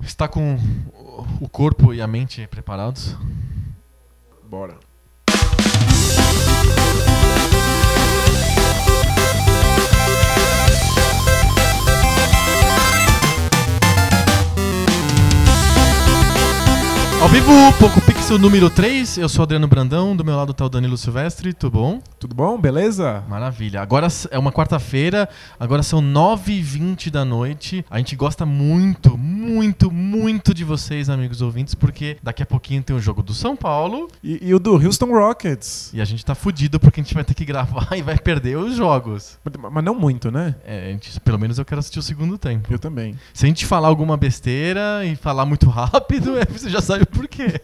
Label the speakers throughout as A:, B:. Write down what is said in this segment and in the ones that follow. A: Está com o corpo e a mente preparados?
B: Bora.
A: Ao vivo, Poco Pixel número 3, eu sou Adriano Brandão, do meu lado tá o Danilo Silvestre, tudo bom?
B: Tudo bom? Beleza?
A: Maravilha. Agora s- é uma quarta-feira, agora são 9h20 da noite. A gente gosta muito, muito, muito de vocês, amigos ouvintes, porque daqui a pouquinho tem o jogo do São Paulo
B: E, e o do Houston Rockets.
A: e a gente tá fudido porque a gente vai ter que gravar e vai perder os jogos.
B: Mas, mas não muito, né?
A: É, a gente- pelo menos eu quero assistir o segundo tempo.
B: Eu também.
A: Se a gente falar alguma besteira e falar muito rápido, é, você já sabe o porquê.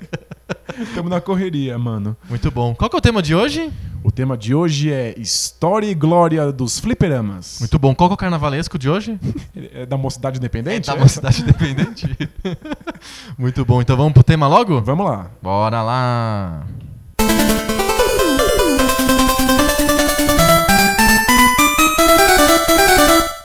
B: Estamos na correria, mano.
A: Muito bom. Qual que é o tema de hoje?
B: O tema de hoje é História e Glória dos Fliperamas.
A: Muito bom. Qual que é o carnavalesco de hoje?
B: É da Mocidade Independente?
A: É da mocidade independente. Muito bom. Então vamos pro tema logo?
B: Vamos lá.
A: Bora lá.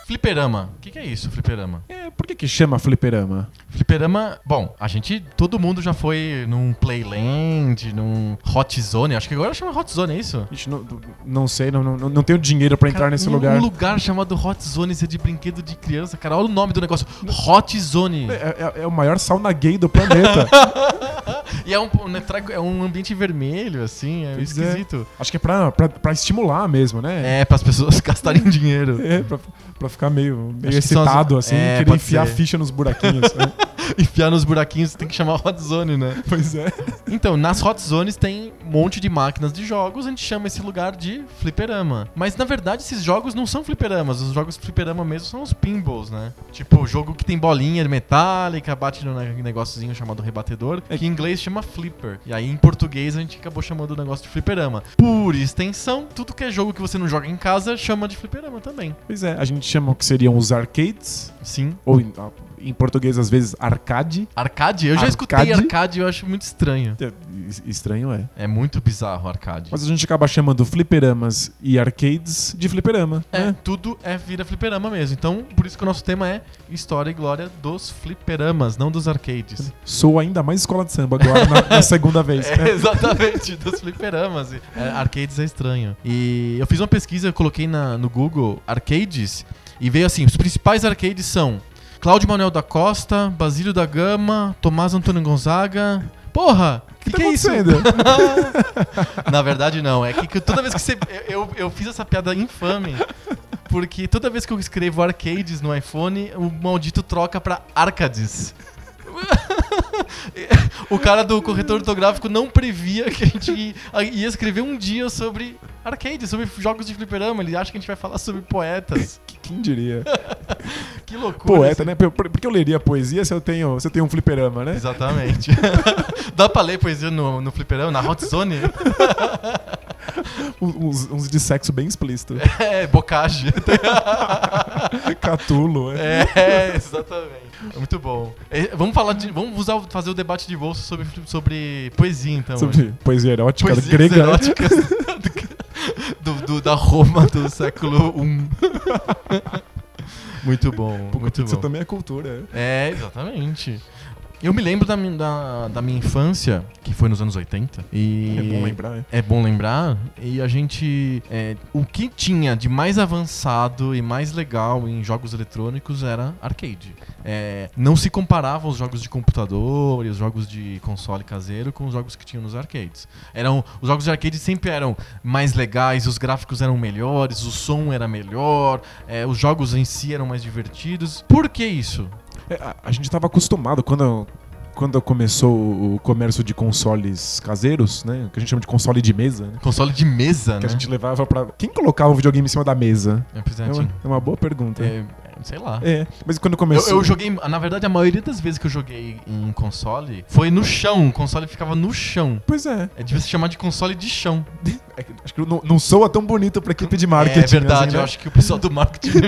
A: Fliperama. O que, que é isso, fliperama?
B: É, por que que chama Fliperama?
A: Fliperama, bom, a gente, todo mundo já foi num Playland, num Hot Zone, acho que agora chama Hot Zone, é isso?
B: Ixi, não, não sei, não, não, não tenho dinheiro pra entrar
A: Cara,
B: nesse
A: um-
B: lugar.
A: Um lugar chamado Hot Zone, isso é de brinquedo de criança, cara, olha o nome do negócio, Hot Zone.
B: É, é- é o maior sauna gay do planeta.
A: E é um, né, trago- é um ambiente vermelho, assim, é
B: Pois é.
A: esquisito.
B: Acho que é pra, pra, pra estimular mesmo, né?
A: É, pras pessoas gastarem dinheiro.
B: É, pra, pra ficar meio, meio
A: Acho que são as-
B: excitado, assim,
A: É,
B: querer
A: pode
B: enfiar
A: ser.
B: a ficha nos buraquinhos. É,
A: Enfiar nos buraquinhos tem que chamar hot zone, né?
B: pois é.
A: Então, nas hot zones tem um monte de máquinas de jogos, a gente chama esse lugar de fliperama. Mas na verdade esses jogos não são fliperamas, os jogos fliperama mesmo são os pinballs, né? Tipo, jogo que tem bolinha metálica, bate num ne- negóciozinho chamado rebatedor, que em inglês chama flipper. E aí em português a gente acabou chamando o negócio de fliperama. Por extensão, tudo que é jogo que você não joga em casa chama de fliperama também.
B: Pois é, a gente chama o que seriam os arcades,
A: Sim.
B: ou em, ah, em português às vezes arcade.
A: Arcade? Eu já escutei
B: Arcade?
A: arcade e eu acho muito estranho.
B: É, es- Estranho é.
A: É muito bizarro arcade.
B: Mas a gente acaba chamando fliperamas e arcades de fliperama.
A: É,
B: né?
A: tudo é vira fliperama mesmo. Então, por isso que o nosso tema é História e Glória dos Fliperamas, não dos arcades.
B: Sou ainda mais escola de samba agora na, na segunda vez.
A: É,
B: né?
A: exatamente, dos fliperamas. É, arcades é estranho. E eu fiz uma pesquisa, eu coloquei na- no Google arcades e veio assim: os principais arcades são Cláudio Manuel da Costa, Basílio da Gama, Tomás Antônio Gonzaga. Porra! O que,
B: tá
A: que é isso?
B: acontecendo?
A: Na verdade, não. É que que toda vez que você. Eu, eu- eu fiz essa piada infame. Porque toda vez que eu escrevo arcades no iPhone, o maldito troca pra arcades. o cara do corretor ortográfico não previa que a gente ia- ia escrever um dia sobre arcades, sobre jogos de fliperama. Ele acha que a gente vai falar sobre poetas.
B: Que- Quem diria?
A: é Que loucura.
B: Poeta, né? Por, por por que eu leria poesia se eu tenho, se eu tenho um fliperama, né?
A: Exatamente. Dá pra ler poesia no, no fliperama, na Hot Zone?
B: Um- Uns, uns de sexo bem explícito.
A: É, bocage.
B: Catulo, é.
A: É, exatamente. É Muito bom. É, Vamos falar de. Vamos usar, o- fazer o debate de bolso sobre, sobre poesia, então.
B: Sobre poesia erótica
A: Poesias
B: grega. né?
A: eróticas do, do- da Roma do século I. Muito bom.
B: Pô,
A: muito
B: isso
A: bom.
B: também é cultura, é.
A: É, exatamente. Eu me lembro da, min- da, da minha infância, que foi nos anos 80. E
B: É bom lembrar, né?
A: é bom lembrar. E a gente. é, o que tinha de mais avançado e mais legal em jogos eletrônicos era arcade. É, não se comparava os jogos de computador e os jogos de console caseiro com os jogos que tinham nos arcades. Eram, os jogos de arcade sempre eram mais legais, os gráficos eram melhores, o som era melhor, é, os jogos em si eram mais divertidos. Por que isso?
B: É, a, a gente estava acostumado quando, quando começou o- o comércio de consoles caseiros, né? O que a gente chama de console de mesa, né?
A: Console de mesa,
B: Que
A: né?
B: a gente levava pra. Quem colocava o videogame em cima da mesa?
A: É, pois é,
B: É
A: tinha-
B: uma, é uma boa pergunta. É.
A: é, sei lá.
B: mas quando
A: Eu,
B: começou.
A: eu joguei, na verdade, a maioria das vezes que eu joguei em console foi no chão. O console ficava no chão.
B: Pois é.
A: É devia se chamar de console de chão.
B: É que- Acho que não, não soa tão bonito pra equipe de marketing.
A: é verdade,
B: assim, né?
A: eu acho que o pessoal do marketing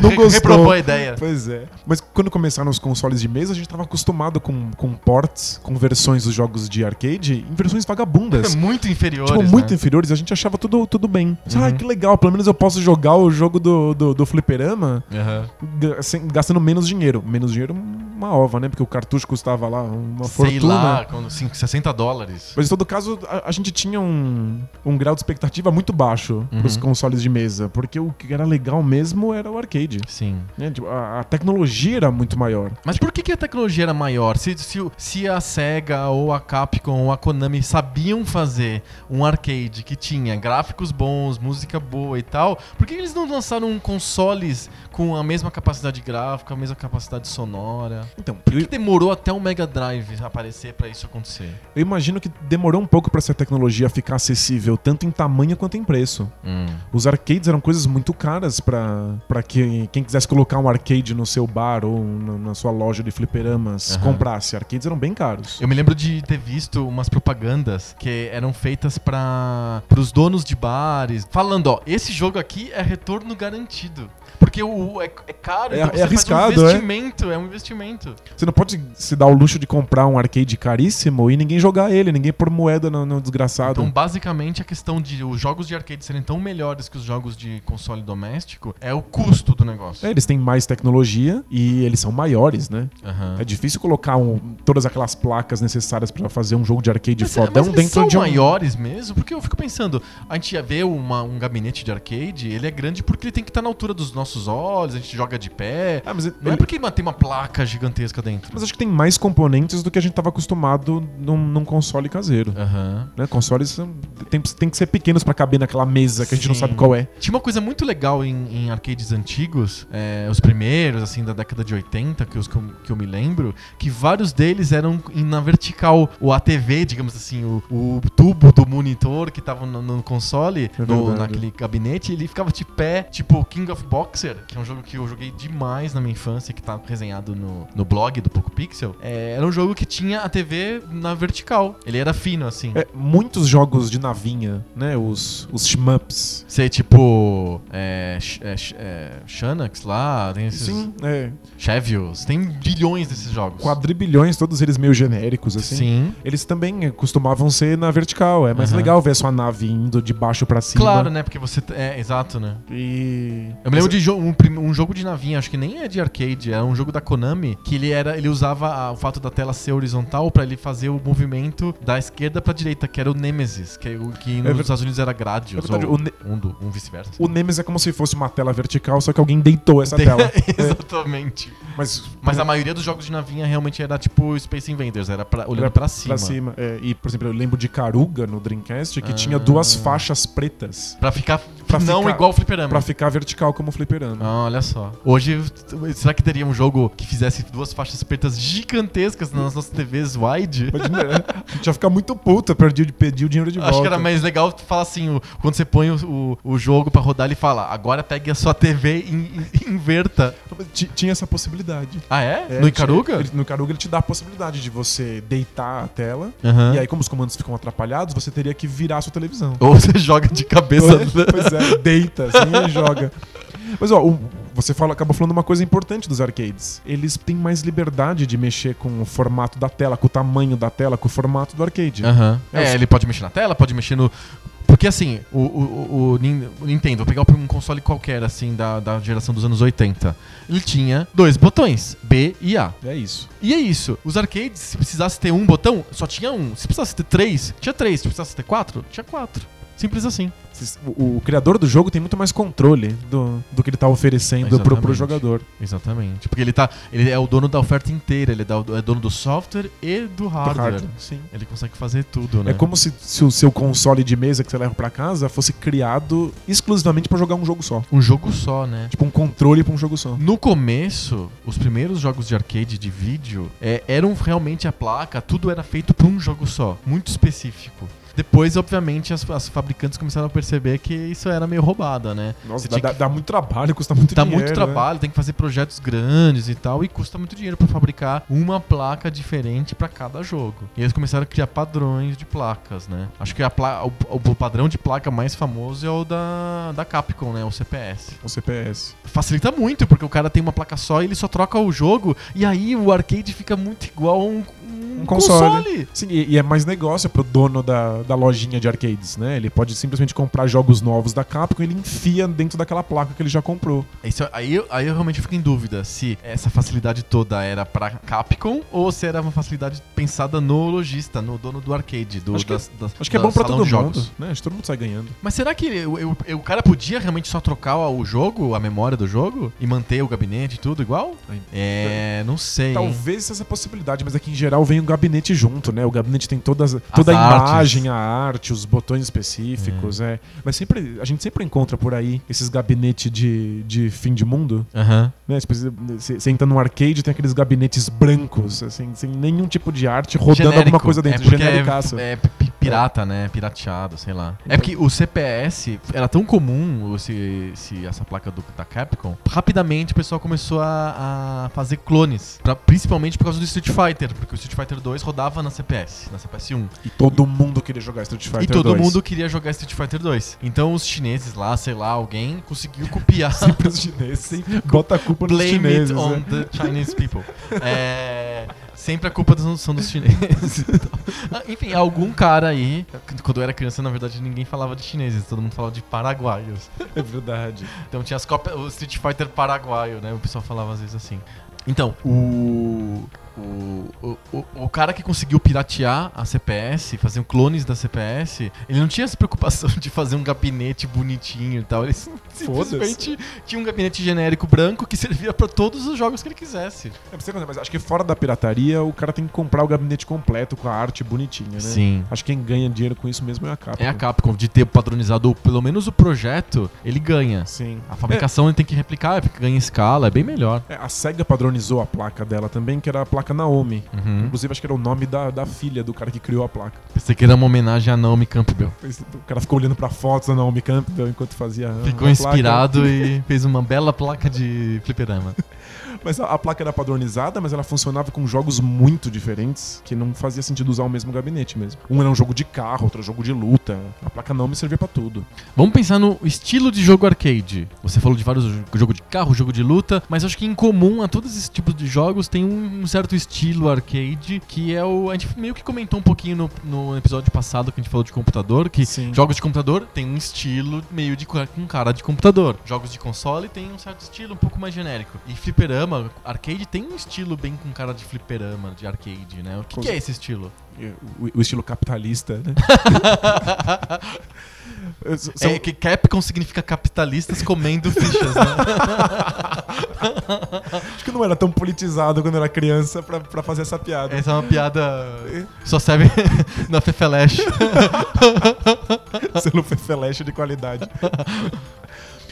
B: Não
A: re-
B: gostou.
A: reprovou a ideia.
B: Pois é. Mas quando começaram os consoles de mesa, a gente tava acostumado com, com ports, com versões dos jogos de arcade, em versões vagabundas.
A: Muito inferiores,
B: Tipo, muito
A: né?
B: inferiores, a gente achava tudo, tudo bem.
A: Uhum.
B: Ah, que legal, pelo menos eu posso jogar o jogo do, do, do fliperama
A: Aham.
B: ga- sem- gastando menos dinheiro. Menos dinheiro, uma ova, né? Porque o cartucho custava lá uma
A: Sei
B: fortuna.
A: lá, quando, cinco- 60 dólares.
B: Mas em todo caso, a, a gente tinha um, um grau de expectativa muito baixo pros
A: Uhum.
B: consoles de mesa, porque o que era legal mesmo era o arcade.
A: Sim.
B: né? Tipo, a, a tecnologia era muito maior.
A: Mas por que, que a tecnologia era maior? Se, se, o- se a SEGA ou a Capcom ou a Konami sabiam fazer um arcade que tinha gráficos bons, música boa e tal, por que que eles não lançaram um consoles com a mesma capacidade gráfica, a mesma capacidade sonora?
B: Então,
A: Por que que demorou até o Mega Drive aparecer pra isso acontecer?
B: eu imagino que demorou um pouco pra essa tecnologia ficar acessível, tanto em tamanho quanto em preço. Os arcades eram coisas muito caras pra pra que quem quisesse colocar um arcade no seu bar ou na, na sua loja de fliperamas
A: Aham.
B: comprasse. Arcades eram bem caros.
A: Eu me lembro de ter visto umas propagandas que eram feitas para os donos de bares, falando, ó, esse jogo aqui é retorno garantido. Porque o, é, é caro,
B: É-
A: então
B: é
A: você
B: arriscado,
A: faz um
B: é?
A: investimento, é, um investimento.
B: Você não pode se dar o luxo de comprar um arcade caríssimo e ninguém jogar ele, ninguém pôr moeda no, no desgraçado.
A: Então, basicamente, a questão de os jogos de arcade serem tão melhores que os jogos de console doméstico é o custo do negócio.
B: É, eles têm mais tecnologia e eles são maiores, né?
A: Aham.
B: É difícil colocar um- todas aquelas placas necessárias pra fazer um jogo de arcade
A: Mas, é,
B: fodão
A: mas eles
B: dentro
A: são
B: de um.
A: maiores mesmo? Porque eu fico pensando, a gente já vê uma- um gabinete de arcade, ele é grande porque ele tem que estar na altura dos nossos olhos, a gente joga de pé.
B: Ah, mas, ele-
A: Não é porque mano, tem uma placa gigantesca dentro.
B: mas acho que tem mais componentes do que a gente tava acostumado num, num console caseiro.
A: Aham.
B: Né? Consoles são- tem, tem que ser pequenos pra caber naquela mesa que a gente não
A: Sim.
B: sabe qual é.
A: Tinha uma coisa muito legal em, em arcades antigos, é, os primeiros, assim, da década de 80, que, os, que, eu, que eu me lembro, que vários deles eram em- na vertical. O ATV, digamos assim, o, o tubo do monitor que tava no, no console,
B: É
A: no-
B: verdade.
A: naquele gabinete, ele ficava de pé, tipo King of Boxer, que é um jogo que eu joguei demais na minha infância, que tá resenhado no, no blog do Poco Pixel. É, era um jogo que tinha a TV na vertical. Ele era fino, assim.
B: É, muitos jogos de navinha, né? Os, os shmups.
A: Sei, tipo. É, Sh- é, Sh- é, Shanax lá, tem esses.
B: Sim, é.
A: Chevios, tem bilhões desses jogos.
B: Quadribilhões, todos eles meio genéricos, assim.
A: Sim.
B: Eles também eh, costumavam ser na vertical. É mais
A: Aham.
B: legal ver a sua nave indo de baixo pra cima.
A: Claro, né? Porque você. t- É, exato, né?
B: E.
A: Eu me lembro de jo- um, prim- um jogo de navinha, acho que nem é de arcade, é um jogo da Konami, que ele era ele usava a- o fato da tela ser horizontal pra ele fazer o movimento da esquerda pra direita, que era o Nemesis, que, é o que nos
B: ver-
A: Estados Unidos era Gradius,
B: É verdade,
A: ou
B: o Ne-
A: um, do- um vice-versa.
B: O Nemesis é como se fosse uma tela vertical, só que alguém deitou essa tela. É.
A: Exatamente.
B: Mas,
A: Mas a maioria dos jogos de navinha realmente era tipo Space Invaders, era pra, olhando pra cima.
B: Pra cima. é, e, por exemplo, eu lembro de Caruga no Dreamcast, que
A: Ah.
B: tinha duas faixas pretas
A: Pra ficar
B: Pra
A: não
B: ficar-
A: igual o fliperama.
B: pra ficar vertical como fliperama.
A: Ah, olha só. Hoje, t- será que teria um jogo que fizesse duas faixas pretas gigantescas nas nossas TVs wide?
B: Imagina, né? a gente ia ficar muito puta, perdi, de pedir o dinheiro de volta.
A: Acho que era mais legal falar assim, o- quando você põe o, o, o jogo pra rodar, ele fala, agora pegue a sua TV e in- in- inverta.
B: Ti- Tinha essa possibilidade.
A: Ah, é?
B: É,
A: no
B: ele-
A: Icaruga?
B: ele- no Caruga ele te dá a possibilidade de você deitar a tela.
A: Aham.
B: E aí, como os comandos ficam atrapalhados, você teria que virar a sua televisão.
A: Ou você joga de cabeça...
B: pois é, deita assim e joga. Mas ó, o- você fala, acabou falando uma coisa importante dos arcades. Eles têm mais liberdade de mexer com o formato da tela, com o tamanho da tela, com o formato do arcade.
A: Aham.
B: É,
A: É,
B: os-
A: ele pode mexer na tela, pode mexer no. Porque assim, o, o, o- o Nin- o Nintendo, vou pegar um console qualquer, assim, da, da geração dos anos 80. Ele tinha dois botões, B e A.
B: É isso.
A: E é isso. Os arcades, se precisasse ter um botão, só tinha um. Se precisasse ter três, tinha três. Se precisasse ter quatro, tinha quatro. Simples assim.
B: Esses- O, o criador do jogo tem muito mais controle do, do que ele tá oferecendo pro, pro
A: Exatamente.
B: jogador.
A: Exatamente. Porque ele tá. Ele é o dono da oferta inteira, ele é da- é dono do software e do
B: Do
A: hardware.
B: hardware, Sim.
A: Ele consegue fazer tudo, né?
B: Ah, É como se, se o seu console de mesa que você leva pra casa fosse criado exclusivamente pra jogar um jogo só.
A: um jogo só, né?
B: Tipo, um controle pra um jogo só.
A: No começo, os primeiros jogos de arcade de vídeo é, eram realmente a placa, tudo era feito por um jogo só, muito específico. Depois, obviamente, as, as fabricantes começaram a perceber que isso era meio roubada, né?
B: Nossa,
A: Você
B: dá,
A: tinha
B: dá- dá muito trabalho, custa muito
A: Dá
B: dinheiro.
A: muito
B: né?
A: trabalho, tem que fazer projetos grandes e tal, e custa muito dinheiro pra fabricar uma placa diferente pra cada jogo. E eles começaram a criar padrões de placas, né? Acho que a pla- o, o padrão de placa mais famoso é o da, da Capcom, né? O CPS.
B: O CPS.
A: Facilita muito, porque o cara tem uma placa só e ele só troca o jogo, e aí o arcade fica muito igual a um, um um, console.
B: Sim, e, e é mais negócio pro dono da, da lojinha de arcades, né? Ele pode simplesmente comprar jogos novos da Capcom e ele enfia dentro daquela placa que ele já comprou.
A: Isso- aí, eu- aí eu realmente fico em dúvida se essa facilidade toda era pra Capcom ou se era uma facilidade pensada no lojista, no dono do arcade, do
B: Acho que-
A: das- das-
B: Acho que é
A: da
B: bom pra
A: salão
B: todo
A: de
B: mundo, né? Acho que todo mundo sai ganhando.
A: Mas será que eu- eu- eu- o cara podia realmente só trocar o jogo, a memória do jogo e manter o gabinete e tudo igual? É, não sei. hein?
B: Talvez essa possibilidade, mas é que em geral vem o gabinete junto, né? O gabinete tem todas, toda a
A: artes. Hum.
B: imagem, a arte, os botões específicos, é. Mas sempre, a gente sempre encontra por aí esses gabinetes de, de fim de mundo,
A: Aham.
B: né? Tipo, Você, você entra num arcade tem aqueles gabinetes brancos, assim, sem nenhum tipo de arte, rodando alguma
A: Genérico.
B: coisa dentro,
A: é porque
B: genericaço.
A: É, é pi- pirata, né? Pirateado, sei lá. É porque o CPS era tão comum, esse, esse- essa placa do, da Capcom, rapidamente o pessoal começou a, a fazer clones. pra- principalmente por causa do Street Fighter, porque o Street Fighter 2 rodava na CPS, na CPS 1.
B: E todo mundo queria jogar Street Fighter
A: e todo
B: 2.
A: mundo queria jogar Street Fighter 2. Então os chineses lá, sei lá, alguém conseguiu copiar.
B: Sempre os chineses. Bota a culpa nos
A: Blame
B: chineses.
A: it on
B: né?
A: the Chinese people. É, sempre a culpa dos- são dos chineses. Ah, Enfim, algum cara aí. Quando eu era criança, na verdade, ninguém falava de chineses, todo mundo falava de paraguaios.
B: É verdade.
A: Então tinha as cópias, o Street Fighter paraguaio, né? O pessoal falava às vezes assim. Então, o. O, o, o- o cara que conseguiu piratear a CPS, fazer um clones da CPS, ele não tinha essa preocupação de fazer um gabinete bonitinho e tal. Ele simplesmente tinha um gabinete genérico branco que servia pra todos os jogos que ele quisesse. né?
B: É pra você entender, mas acho que fora da pirataria, o cara tem que comprar o gabinete completo com a arte bonitinha, né?
A: Sim.
B: Acho que quem ganha dinheiro com isso mesmo é a Capcom.
A: É a Capcom, de ter padronizado pelo menos o projeto, ele ganha.
B: Sim.
A: A fabricação ele tem que replicar, porque ganha escala, é bem melhor.
B: É, a SEGA padronizou a placa dela também, que era a placa Naomi.
A: Uhum.
B: Inclusive, acho que era o nome da, da filha do cara que criou a placa.
A: Pensei que era uma homenagem a Naomi Campbell.
B: O cara ficou olhando pra fotos da Naomi Campbell enquanto fazia. a-
A: Ficou
B: a
A: inspirado e fez uma bela placa de fliperama.
B: Placa. Mas a, a placa era padronizada, mas ela funcionava com jogos muito diferentes, que não fazia sentido usar o mesmo gabinete mesmo. Um era um jogo de carro, outro era um jogo de luta. A placa Naomi servia pra tudo.
A: Vamos pensar no estilo de jogo arcade. Você falou de vários jo- jogo de carro, jogo de luta, mas acho que em comum a todos esses tipos de jogos tem um certo estilo arcade que é o. A gente meio que comentou um pouquinho no, no episódio passado que a gente falou de computador, que
B: Sim.
A: jogos de computador tem um estilo meio de ca- com cara de computador. Jogos de console tem um certo estilo um pouco mais genérico. E fliperama, arcade tem um estilo bem com cara de fliperama, de arcade, né? O que
B: Com
A: que é esse estilo?
B: O, o estilo capitalista, né? S- são-
A: É que Capcom significa capitalistas comendo fichas, né?
B: Acho que eu não era tão politizado quando eu era criança pra, pra fazer essa piada.
A: Essa é uma piada. Só serve na Fefeleche. É.
B: Selo fefeleche de qualidade.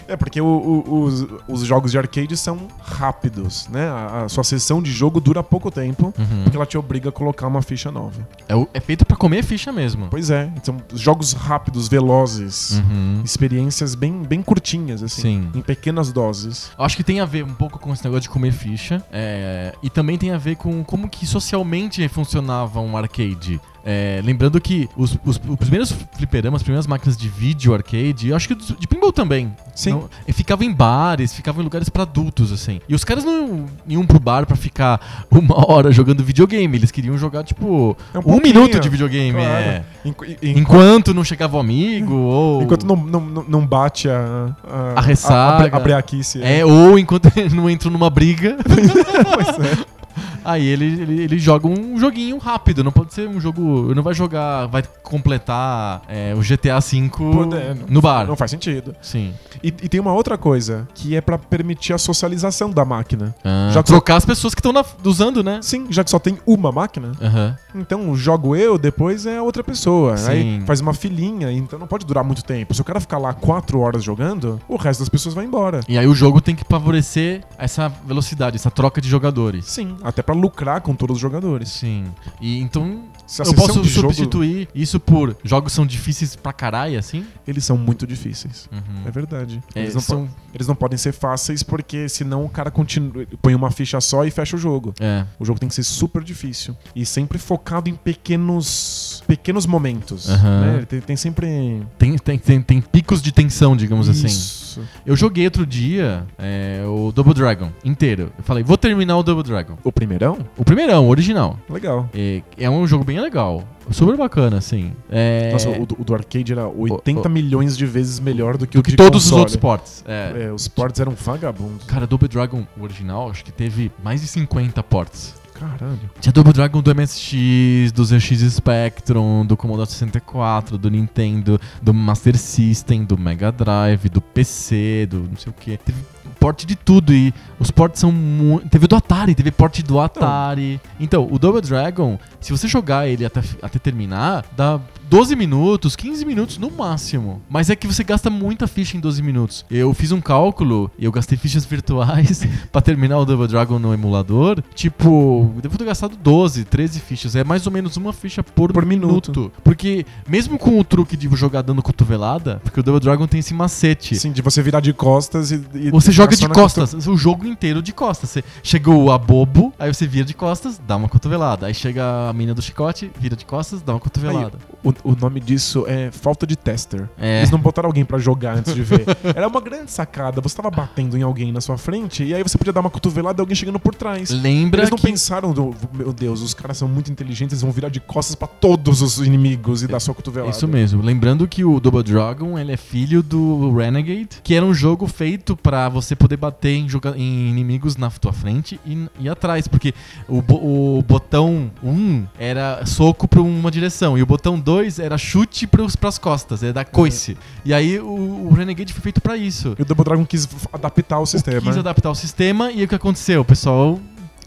B: É, porque o- o- os, os jogos de arcade são rápidos, né? A, a sua sessão de jogo dura pouco tempo, porque ela te obriga a colocar uma ficha nova.
A: Uhum. É, o- é feito pra comer ficha mesmo.
B: Pois é, são jogos rápidos, velozes,
A: Uhum.
B: experiências bem, bem curtinhas, assim,
A: Sim.
B: em pequenas doses.
A: Eu Acho que tem a ver um pouco com esse negócio de comer ficha. é, e também tem a ver com como que socialmente funcionava um arcade. É, lembrando que os, os- os primeiros fliperamas, as primeiras máquinas de vídeo arcade, eu acho que de, de pinball também.
B: Sim.
A: Não- e ficava em bares, ficava em lugares pra adultos, assim. E os caras não iam pro bar pra ficar uma hora jogando videogame. Eles queriam jogar, tipo,
B: É um
A: um,
B: pouquinho,
A: minuto de videogame.
B: claro.
A: é.
B: Enqu- e- e-
A: Enquanto não chegava o amigo, ou.
B: Enquanto não, não, não não bate a, a,
A: Tipo, A ressaca.
B: A, a breaquice.
A: É, ou enquanto ele não entrou numa briga.
B: Pois é.
A: Aí ele, ele, ele joga um joguinho rápido, não pode ser um jogo. Não vai jogar, vai completar é, o GTA V
B: Pô, é, não-
A: no bar.
B: Não faz sentido.
A: Sim.
B: E, e tem uma outra coisa, que é pra permitir a socialização da máquina.
A: Ah,
B: Já que-
A: trocar as pessoas que estão usando, né?
B: Sim, já que só tem uma máquina,
A: Aham.
B: então jogo eu, depois é a outra pessoa.
A: Sim.
B: Aí faz uma filinha, então não pode durar muito tempo. Se o cara ficar lá quatro horas jogando, o resto das pessoas vai embora.
A: E aí o jogo tem que favorecer essa velocidade, essa troca de jogadores.
B: Sim, até pra lucrar com todos os jogadores.
A: Sim. E então
B: se a
A: eu
B: sessão
A: posso
B: de jogo-
A: substituir isso por jogos são difíceis pra caralho, assim?
B: Eles são muito difíceis. É
A: Uhum.
B: verdade.
A: É,
B: eles, não po-
A: são...
B: eles não podem ser fáceis porque senão o cara continua, põe uma ficha só e fecha o jogo.
A: É.
B: O jogo tem que ser super difícil. E sempre focado em pequenos pequenos momentos.
A: Aham.
B: né? Ele tem, tem sempre.
A: Tem, tem, tem, tem picos de tensão, digamos assim.
B: Isso.
A: Eu joguei outro dia é, o Double Dragon inteiro. Eu falei, vou terminar o Double Dragon.
B: O primeirão?
A: O primeirão, o original.
B: Legal.
A: É, é um jogo bem legal. Super bacana, assim. É,
B: Nossa, o, do- o do arcade era 80
A: O- o-
B: milhões de vezes melhor do que o
A: do
B: de
A: que todos os
B: console.
A: outros ports. É.
B: É, os ports eram vagabundos.
A: Cara, Double Dragon, o original, acho que teve mais de 50 ports.
B: Caralho.
A: Tinha Double Dragon do MSX, do ZX Spectrum, do Commodore 64, do Nintendo, do Master System, do Mega Drive, do PC, do não sei o que. Teve porte de tudo e os portes são muito. Teve do Atari, teve porte do Atari. Então, o Double Dragon, se você jogar ele até, até terminar, dá 12 minutos, 15 minutos no máximo. Mas é que você gasta muita ficha em 12 minutos. Eu fiz um cálculo e eu gastei fichas virtuais pra terminar o Double Dragon no emulador. Tipo, eu devo ter gastado 12, 13 fichas. É mais ou menos uma ficha por,
B: Por
A: minuto.
B: minuto.
A: Porque mesmo com o truque de jogar dando cotovelada, porque o Double Dragon tem esse macete.
B: Sim, de você virar de costas e. e
A: Você
B: ficar
A: joga
B: só
A: de
B: na
A: costas, o jogo inteiro de costas. Você chegou a bobo, aí você vira de costas, dá uma cotovelada. Aí chega a mina do chicote, vira de costas, dá uma cotovelada.
B: costu- O, o nome disso é falta de tester.
A: É.
B: Eles não botaram alguém pra jogar antes de ver. Era uma grande sacada. Você tava batendo em alguém na sua frente e aí você podia dar uma cotovelada e alguém chegando por trás.
A: Lembra
B: Eles não
A: que...
B: pensaram, do, meu Deus, os caras são muito inteligentes, eles vão virar de costas pra todos os inimigos e dar sua cotovelada.
A: É, Isso mesmo. Lembrando que o Double Dragon ele é filho do Renegade, que era um jogo feito pra você poder bater em, joga- em inimigos na tua frente e, e atrás, porque o, bo- o botão 1 era soco pra uma direção e o botão 2 era chute pros, pras costas, é da coice. E aí o, o Renegade foi feito pra isso.
B: E o Double Dragon quis f- adaptar o sistema.
A: Quis adaptar o sistema e o que aconteceu? O pessoal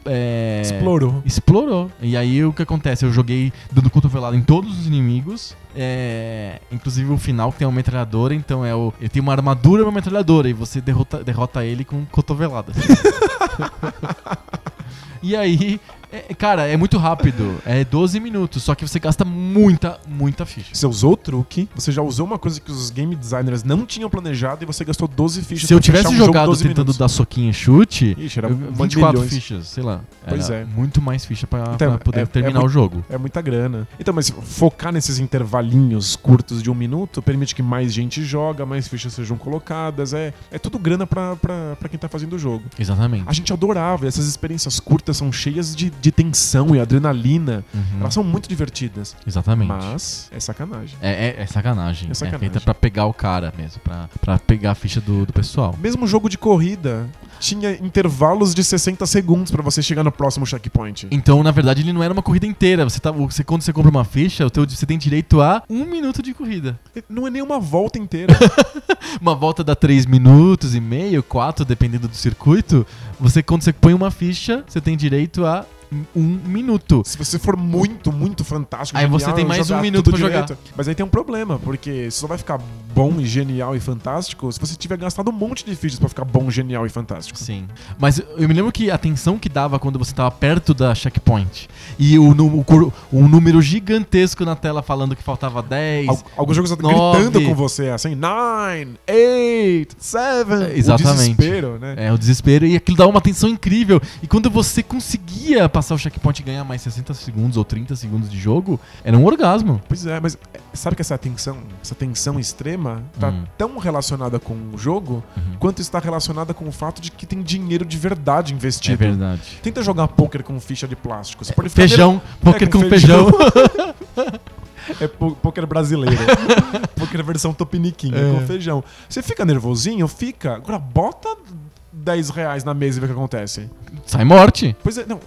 A: é,
B: Explorou.
A: explorou. E aí o que acontece? Eu joguei dando cotovelada em todos os inimigos. é, Inclusive o final que tem uma metralhadora, então é o. Ele tem uma armadura e uma metralhadora. E você derrota, derrota ele com cotovelada. e aí. é- cara, é muito rápido. É 12 minutos. Só que você gasta muita, muita ficha.
B: Você usou o truque, você já usou uma coisa que os game designers não tinham planejado e você gastou 12 fichas
A: Se eu
B: pra fechar
A: tivesse
B: um jogo
A: jogado
B: 12
A: tentando
B: minutos.
A: dar soquinho e chute,
B: Ixi, era
A: eu-
B: 24
A: 24
B: milhões.
A: fichas, sei lá.
B: Pois
A: Era
B: é.
A: Muito mais ficha pra,
B: Então,
A: pra poder
B: é- é
A: terminar o
B: muito-
A: jogo.
B: É muita grana. Então, mas focar nesses intervalinhos curtos de um minuto permite que mais gente joga, mais fichas sejam colocadas. É, é tudo grana pra, pra, pra quem tá fazendo o jogo.
A: Exatamente.
B: A gente adorava, e essas experiências curtas são cheias de, de tensão e adrenalina.
A: Uhum.
B: Elas são muito divertidas.
A: Exatamente.
B: Mas é sacanagem.
A: É, é- é sacanagem.
B: É
A: É,
B: sacanagem.
A: feita pra pegar o cara mesmo, pra, pra pegar a ficha do, do pessoal.
B: Mesmo jogo de corrida tinha intervalos de 60 segundos pra você chegar no próximo checkpoint.
A: Então, na verdade, ele não era uma corrida inteira. Você tá, você, quando você compra uma ficha, o teu, você tem direito a um minuto de corrida.
B: Não é nem uma volta inteira.
A: Uma volta dá três minutos e meio, quatro, dependendo do circuito. Você, quando você põe uma ficha, você tem direito a um minuto.
B: Se você for muito, muito fantástico,
A: Aí você
B: genial,
A: tem mais
B: jogar
A: um minuto
B: tudo
A: pra jogar.
B: Mas aí tem um problema, porque você só vai ficar bom e genial e fantástico se você tiver gastado um monte de fichas pra ficar bom, genial e fantástico.
A: Sim. Mas eu me lembro que a tensão que dava quando você tava perto da checkpoint e o, nu- o cor- um número gigantesco na tela falando que faltava 10.
B: Al- alguns jogos estão
A: Nove.
B: gritando com você, assim, nine, eight, seven.
A: É, exatamente.
B: O desespero, né?
A: É, o desespero. E aquilo dá uma tensão incrível. E quando você conseguia passar o checkpoint e ganhar mais 60 segundos ou 30 segundos de jogo, era um orgasmo.
B: Pois é, mas é, sabe que essa tensão, essa tensão extrema tá
A: Hum.
B: tão relacionada com o jogo
A: Uhum.
B: quanto está relacionada com o fato de que tem dinheiro de verdade
A: É
B: investido.
A: verdade.
B: Tenta jogar pôquer com ficha de plástico. Você pode ficar
A: Feijão, poker
B: com
A: com, feijão.
B: É pô- pôquer brasileiro. pôquer versão topiniquinha,
A: É.
B: com feijão. Você fica nervosinho? Fica. Agora bota 10 reais na mesa e vê o que acontece.
A: Sai morte.
B: Pois é, não.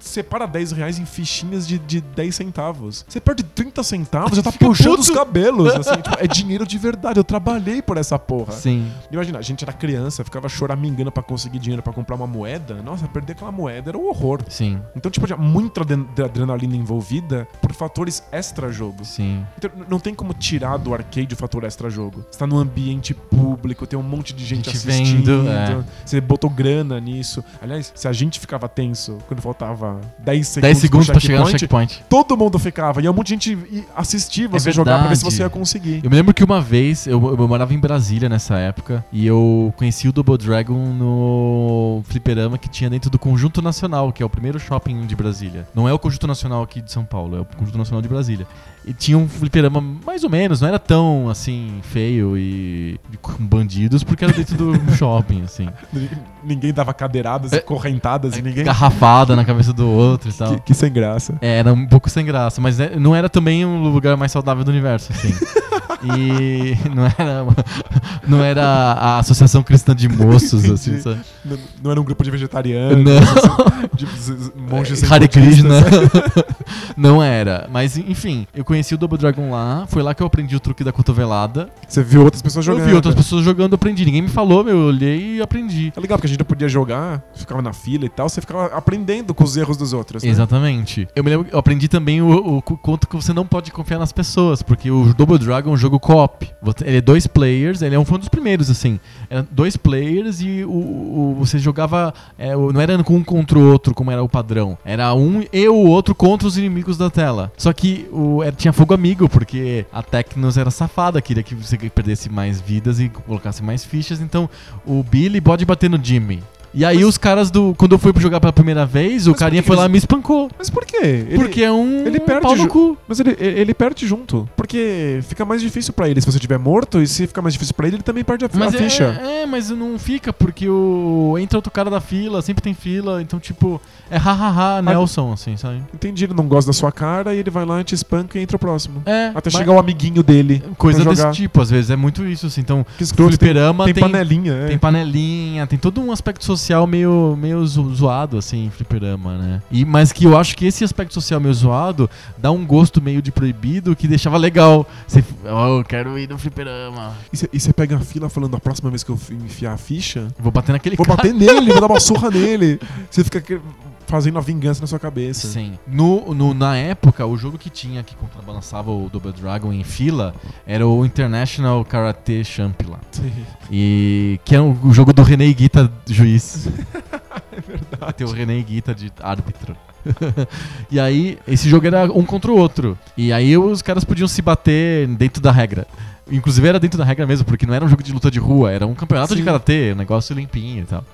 B: Separa 10 reais em fichinhas de, de 10 centavos. Você perde 30 centavos, já tá
A: Fica
B: puxando
A: puto.
B: os cabelos. assim, tipo, é dinheiro de verdade, eu trabalhei por essa porra.
A: Sim.
B: Imagina, a gente era criança, ficava choramingando pra conseguir dinheiro pra comprar uma moeda. Nossa, perder aquela moeda era um horror.
A: Sim,
B: Então, tipo, tinha muita adren- adrenalina envolvida por fatores extra-jogos.
A: sim.
B: Então, n- Não tem como tirar do arcade o fator extra-jogo. Você tá num ambiente público, tem um monte de gente,
A: Gente
B: assistindo.
A: vendo, é.
B: Você botou grana nisso. Aliás, se a gente ficava tenso quando faltava a 10 segundos,
A: 10 segundos
B: pro
A: pra chegar no checkpoint.
B: Todo mundo ficava. E um monte de gente assistia você
A: É
B: jogar pra ver se
A: verdade.
B: você ia conseguir.
A: Eu me lembro que uma vez, eu, eu morava em Brasília nessa época, e eu conheci o Double Dragon no fliperama que tinha dentro do Conjunto Nacional, que é o primeiro shopping de Brasília. Não é o Conjunto Nacional aqui de São Paulo, é o Conjunto Nacional de Brasília. E tinha um fliperama mais ou menos, não era tão, assim, feio e e com bandidos, porque era dentro do shopping, assim.
B: Ninguém dava cadeiradas e
A: É.
B: correntadas e ninguém.
A: Garrafada na cabeça do outro e tal.
B: Que, que sem graça.
A: É, era um pouco sem graça, mas é- não era também o lugar mais saudável do universo, assim. e não era, não era a Associação Cristã de Moços, assim,
B: Entendi.
A: sabe?
B: Não, não era um grupo de vegetarianos,
A: Não, É,
B: de z- z- monges sem
A: Hare
B: budistas.
A: Krishna. não era. Mas, enfim, eu conheci o Double Dragon lá, foi lá que eu aprendi o truque da cotovelada.
B: Você viu outras pessoas jogando.
A: Eu vi outras pessoas jogando, eu aprendi. Ninguém me falou, meu, eu olhei e aprendi.
B: É legal, porque a gente não podia jogar, ficava na fila e tal, você ficava aprendendo com os erros dos outros. né?
A: Exatamente. Eu me lembro, que eu aprendi também o, o co- quanto que você não pode confiar nas pessoas, porque o Double Dragon é um jogo co-op. Você- Ele é dois players, ele é um, foi um dos primeiros, assim. Era dois players e o, o- você jogava. é, o- não era com um contra o outro, como era o padrão. Era um e o outro contra os inimigos da tela. Só que o, era- tinha fogo amigo, porque a Tecnos era safada, queria que você perdesse mais vidas e colocasse mais fichas, então o Billy pode bater no Jimmy. E aí os caras do. Quando eu fui jogar pela primeira vez, o
B: Mas por
A: carinha
B: que
A: foi
B: que
A: lá e
B: eles-
A: me espancou.
B: Mas por quê? Ele-
A: porque é um
B: ele perde
A: pau no
B: ju-
A: cu.
B: Mas ele, ele ele perde junto. Porque fica mais difícil pra ele se você estiver morto, e se ficar mais difícil pra ele, ele também perde a,
A: Mas
B: a
A: é,
B: ficha.
A: é, mas não fica, porque o. Entra outro cara da fila, sempre tem fila, então, tipo, é hahaha, Nelson, assim, sabe?
B: Entendi, ele não gosta da sua cara, e ele vai lá, te espanca e entra o próximo.
A: É.
B: Até
A: mas-
B: chegar o amiguinho dele.
A: Coisa
B: pra
A: desse
B: jogar.
A: tipo, às vezes é muito isso, assim. Então,
B: Que escroto, tem,
A: fliperama
B: tem
A: tem,
B: panelinha, é.
A: tem panelinha, tem todo um aspecto social meio, meio zo- zoado, assim, em fliperama, né? E, mas que eu acho que esse aspecto social meio zoado dá um gosto meio de proibido que deixava legal. Você, oh, eu quero ir no fliperama.
B: E você- E você pega a fila falando, a próxima vez que eu fi- enfiar a ficha,
A: Vou bater naquele
B: Vou
A: cara.
B: bater nele, vou dar uma surra nele. Você fica que- fazendo a vingança na sua cabeça.
A: Sim. No, no- na época, o jogo que tinha que contrabalançava o Double Dragon em fila era o International Karate Champ lá.
B: Sim.
A: E que era o jogo do René Guita juiz. Tem o René Guita de árbitro. e aí, esse jogo era um contra o outro. E aí os caras podiam se bater dentro da regra. Inclusive era dentro da regra mesmo, porque não era um jogo de luta de rua, era um campeonato de
B: Sim.
A: karatê, um negócio limpinho e tal.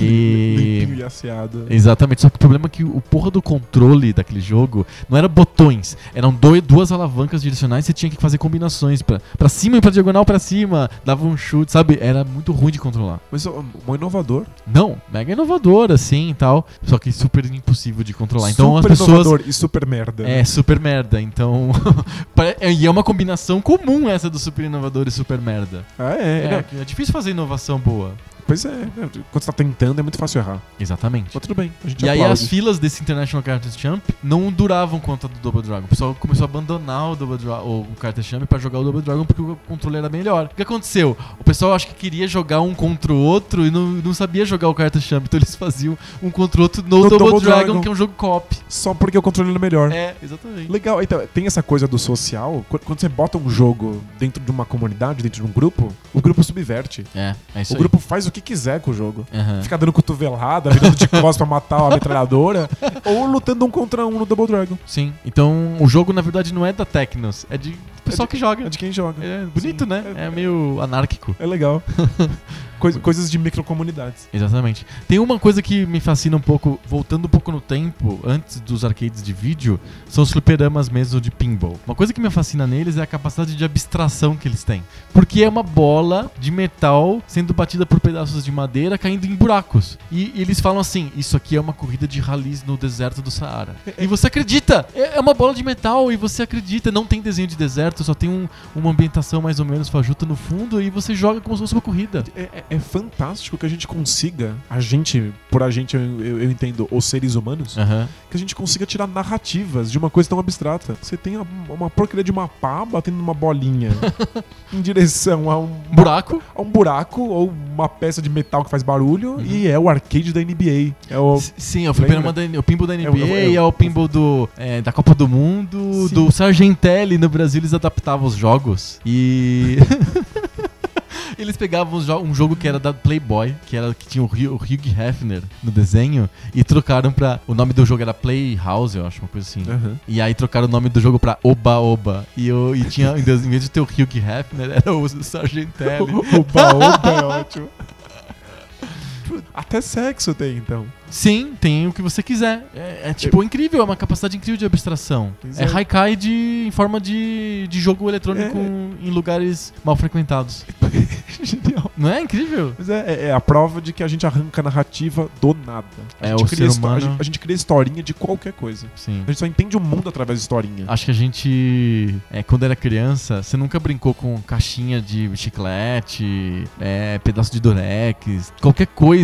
A: E.
B: Limpinho e asseado.
A: Exatamente, só que o problema é que o porra do controle daquele jogo não era botões, eram doi- duas alavancas direcionais e você tinha que fazer combinações pra, pra cima e pra diagonal pra cima, dava um chute, sabe? Era muito ruim de controlar.
B: Mas ó, um inovador.
A: Não, mega inovador assim e tal, só que super impossível de controlar. Então
B: super
A: as pessoas.
B: inovador e super merda. né?
A: É, super merda, então. pare- e é uma combinação comum essa do super inovador e super merda.
B: Ah, é.
A: É,
B: né?
A: é difícil fazer inovação boa.
B: Pois é. né? Quando você tá tentando, é muito fácil errar.
A: Exatamente.
B: Mas tudo bem. A gente
A: E aí
B: aplaude.
A: as filas desse International Carter Champ não duravam quanto a do Double Dragon. O pessoal começou a abandonar o Double Dra o Carter Champ pra jogar o Double Dragon porque o controle era melhor. O que aconteceu? O pessoal acho que queria jogar um contra o outro e não, não sabia jogar o Carter Champ, então eles faziam um contra o outro no,
B: No
A: Double,
B: Double
A: Dragon,
B: Dragon.
A: que é um jogo cop.
B: Só porque o controle era melhor.
A: É, exatamente.
B: Legal, então, tem essa coisa do social. Qu- Quando você bota um jogo dentro de uma comunidade, dentro de um grupo, o grupo subverte.
A: É, é isso
B: o grupo faz o que quiser com o jogo.
A: aí. Aham.
B: Ficar dando cotovelada, virando de costas pra matar a metralhadora, ou lutando um contra um no Double Dragon.
A: Sim. Então o jogo na verdade não é da Tecnos, é de do pessoal que
B: É
A: joga.
B: de quem joga.
A: É bonito,
B: Sim.
A: né? É meio anárquico.
B: É legal. Cois- coisas de microcomunidades.
A: Exatamente. Tem uma coisa que me fascina um pouco, voltando um pouco no tempo, antes dos arcades de vídeo, são os fliperamas mesmo de pinball. Uma coisa que me fascina neles é a capacidade de abstração que eles têm. Porque é uma bola de metal sendo batida por pedaços de madeira caindo em buracos. E eles falam assim: isso aqui é uma corrida de ralis no deserto do Saara. E você acredita! É é uma bola de metal e você acredita. Não tem desenho de deserto, só tem um- uma ambientação mais ou menos fajuta no fundo e você joga como se fosse uma corrida.
B: É, é- é fantástico que a gente consiga, a gente, por a gente eu, eu- eu entendo os seres humanos,
A: Aham.
B: que a gente consiga tirar narrativas de uma coisa tão abstrata. Você tem uma, uma porcaria de uma pá batendo numa bolinha em direção a um,
A: Buraco.
B: a um buraco ou uma peça de metal que faz barulho e é o arcade da NBA. É o,
A: S- Sim, é o fliperama da, o pinball da NBA,
B: Eu- eu-
A: é
B: eu-
A: o pinball do, é, da Copa do Mundo,
B: Sim.
A: do Sargentelli no Brasil, eles adaptavam os jogos. E. Eles pegavam jo- um jogo que era da Playboy, que era que tinha o Hugh, o Hugh Hefner no desenho, e trocaram pra. O nome do jogo era Playhouse, eu acho, uma coisa assim.
B: Aham.
A: E aí trocaram o nome do jogo pra Oba Oba. E, eu, e tinha, em vez em vez de ter o Hugh Hefner, era o Sargentelli.
B: O baú é ótimo. Até sexo tem, então.
A: Sim, tem o que você quiser. É, é, tipo incrível, é uma capacidade incrível de abstração.
B: Pois
A: É
B: é.
A: haikai de, em forma de, de jogo eletrônico
B: É.
A: em lugares mal frequentados.
B: Genial.
A: Não é incrível?
B: Mas é, é- é a prova de que a gente arranca a narrativa do nada. A
A: É,
B: gente
A: o
B: cria
A: ser
B: histó- a,
A: humano-
B: gente, a gente cria historinha de qualquer coisa.
A: Sim.
B: A gente só entende o mundo através de historinha.
A: Acho que a gente, é, quando era criança, você nunca brincou com caixinha de chiclete, é, pedaço de durex, qualquer coisa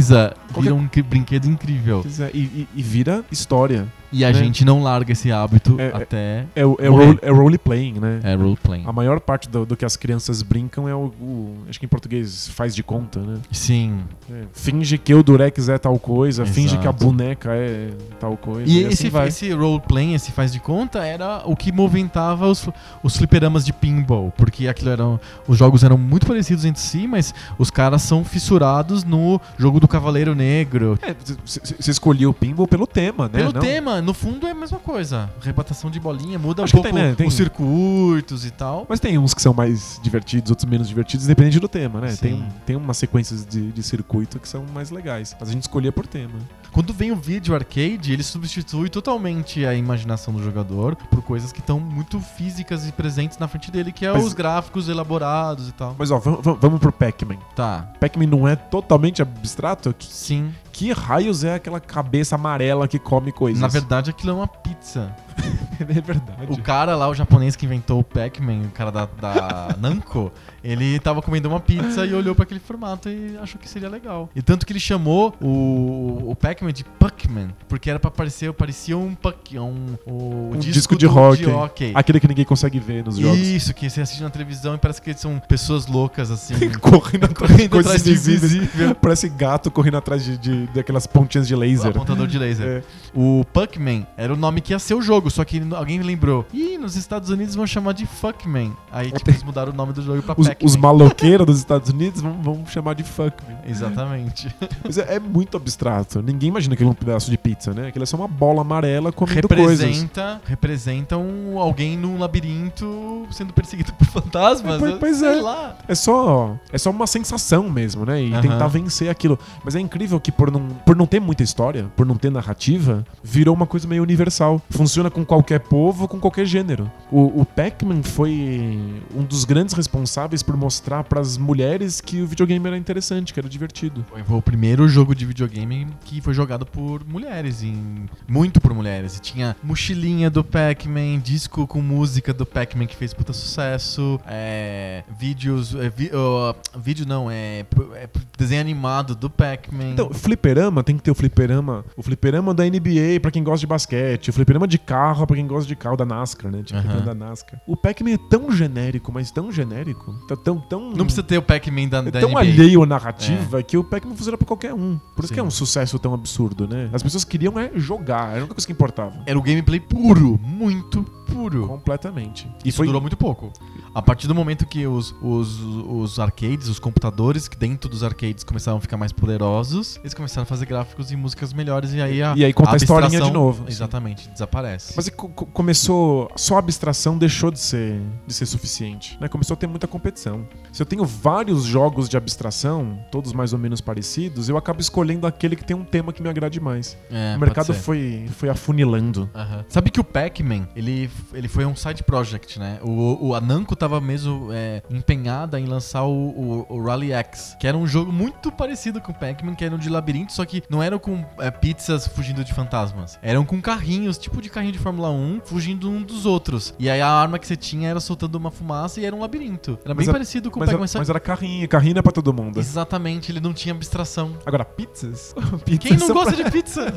B: Qualquer-
A: vira um cri- brinquedo incrível.
B: Pois é, E, e- e vira história.
A: E a
B: Né?
A: gente não larga esse hábito
B: É, é-
A: até
B: É, o- é, o
A: Morrer.
B: role- é o role-playing, né?
A: é, roleplaying.
B: A maior parte do, do que as crianças brincam é o, o- Acho que em português faz de conta, né?
A: Sim.
B: É, Finge que o Durex é tal coisa, finge que a
A: Exato.
B: boneca é tal coisa.
A: E
B: E,
A: esse,
B: assim vai.
A: esse roleplaying, esse faz de conta, era o que movimentava os, os fliperamas de pinball. Porque aquilo eram. Os jogos eram muito parecidos entre si, mas os caras são fissurados no jogo do Cavaleiro Negro.
B: É, c- c- c- você escolheu o pinball pelo tema, né?
A: Pelo
B: Não-
A: tema, no fundo é a mesma coisa. Repatação de bolinha, muda
B: Acho
A: um
B: que
A: pouco
B: tem, né? Tem-
A: os circuitos e tal.
B: Mas tem uns que são mais divertidos, outros menos divertidos, independente do tema, né?
A: Sim.
B: Tem, tem umas sequências de, de circuito que são mais legais. Mas a gente escolhia por tema.
A: Quando vem o vídeo arcade, ele substitui totalmente a imaginação do jogador por coisas que estão muito físicas e presentes na frente dele, que é
B: Mas-
A: os gráficos elaborados e tal.
B: Mas ó, vamos vamos pro Pac-Man.
A: Tá,
B: Pac-Man não é totalmente abstrato? Que,
A: sim.
B: que raios é aquela cabeça amarela que come coisas?
A: Na verdade, aquilo é uma pizza.
B: é verdade.
A: O cara lá, o japonês que inventou o Pac-Man, o cara da, da Namco, ele tava comendo uma pizza e olhou pra aquele formato e achou que seria legal. E tanto que ele chamou o, o Pac-Man de Pac-Man, porque era pra parecer, parecia um Pac, um, o
B: Um disco de
A: do-
B: hóquei. Aquele que ninguém consegue ver nos jogos.
A: Isso, que você assiste na televisão e parece que eles são pessoas loucas, assim.
B: correndo atrás de
A: correndo
B: coisas
A: atrás de
B: invisíveis.
A: invisível.
B: Parece gato correndo atrás de, de- daquelas pontinhas de laser.
A: Apontador de laser.
B: É.
A: O Pac-Man era o nome que ia ser o jogo, só que alguém lembrou. Ih, nos Estados Unidos vão chamar de Fuckman. Aí, tipo, eles mudaram o nome do jogo pra
B: É. Os,
A: Pac-Man.
B: os maloqueiros dos Estados Unidos vão, vão chamar de fuck me.
A: Exatamente.
B: Mas é, é muito abstrato. Ninguém imagina aquilo é um pedaço de pizza, né? Aquilo é só uma bola amarela comendo coisas.
A: representa, representa um, alguém num labirinto sendo perseguido por fantasmas.
B: É, pois-
A: eu-
B: pois
A: sei
B: é.
A: lá.
B: É só, é só uma sensação mesmo, né? E
A: Aham.
B: tentar vencer aquilo. Mas é incrível que por não, por não ter muita história, por não ter narrativa, virou uma coisa meio universal. Funciona com qualquer povo, com qualquer gênero. O, o Pac-Man foi um dos grandes responsáveis por mostrar pras mulheres que o videogame era interessante, que era divertido.
A: Foi foi o primeiro jogo de videogame que foi jogado por mulheres, em, muito por mulheres. E tinha mochilinha do Pac-Man, disco com música do Pac-Man que fez puta sucesso, é, vídeos. é, vi- ó, vídeo não, é, pro- é pro- desenho animado do Pac-Man.
B: Então, fliperama tem que ter o fliperama. O fliperama da NBA pra quem gosta de basquete. O fliperama de carro pra quem gosta de carro da NASCAR, né? Tinha o
A: Aham.
B: fliperama da NASCAR. O Pac-Man é tão genérico, mas tão genérico. Tá tão, tão...
A: não precisa ter o Pac-Man da,
B: É
A: da
B: tão
A: NBA.
B: alheio à narrativa que o Pac-Man funciona pra qualquer um. Por isso
A: Sim.
B: que é um sucesso tão absurdo, né? As pessoas queriam é jogar, era a única coisa que importava.
A: Era o gameplay puro, muito puro.
B: Completamente.
A: E
B: E
A: Isso
B: foi
A: durou muito pouco. A partir do momento que os, os, os arcades, os computadores que dentro dos arcades começaram a ficar mais poderosos, eles começaram a fazer gráficos e músicas melhores e aí a
B: E aí conta a historinha
A: abstração-
B: de novo. assim.
A: Exatamente, desaparece.
B: Mas e co- co- começou. Só a abstração deixou de ser, de ser suficiente. Né? Começou a ter muita competição. Se eu tenho vários jogos de abstração, todos mais ou menos parecidos, eu acabo escolhendo aquele que tem um tema que me agrade mais.
A: É,
B: o
A: pode
B: mercado
A: ser.
B: foi, foi afunilando.
A: Aham. Sabe que o Pac-Man, ele, ele foi um side project, né? O, o a Namco tava mesmo é, empenhada em lançar o, o, o Rally X, que era um jogo muito parecido com o Pac-Man, que era um de labirinto, só que não eram com é, pizzas fugindo de fantasmas. Eram com carrinhos, tipo de carrinho de Fórmula 1, fugindo um dos outros. E aí a arma que você tinha era soltando uma fumaça e era um labirinto. Era
B: Mas
A: bem
B: a-
A: parecido com o
B: Mas, era-
A: Pac-Man. só-
B: mas era carrinho, carrinho não é pra todo mundo.
A: Exatamente, ele não tinha abstração.
B: Agora, pizzas?
A: Quem
B: Pizzas
A: não
B: são
A: gosta de pizza?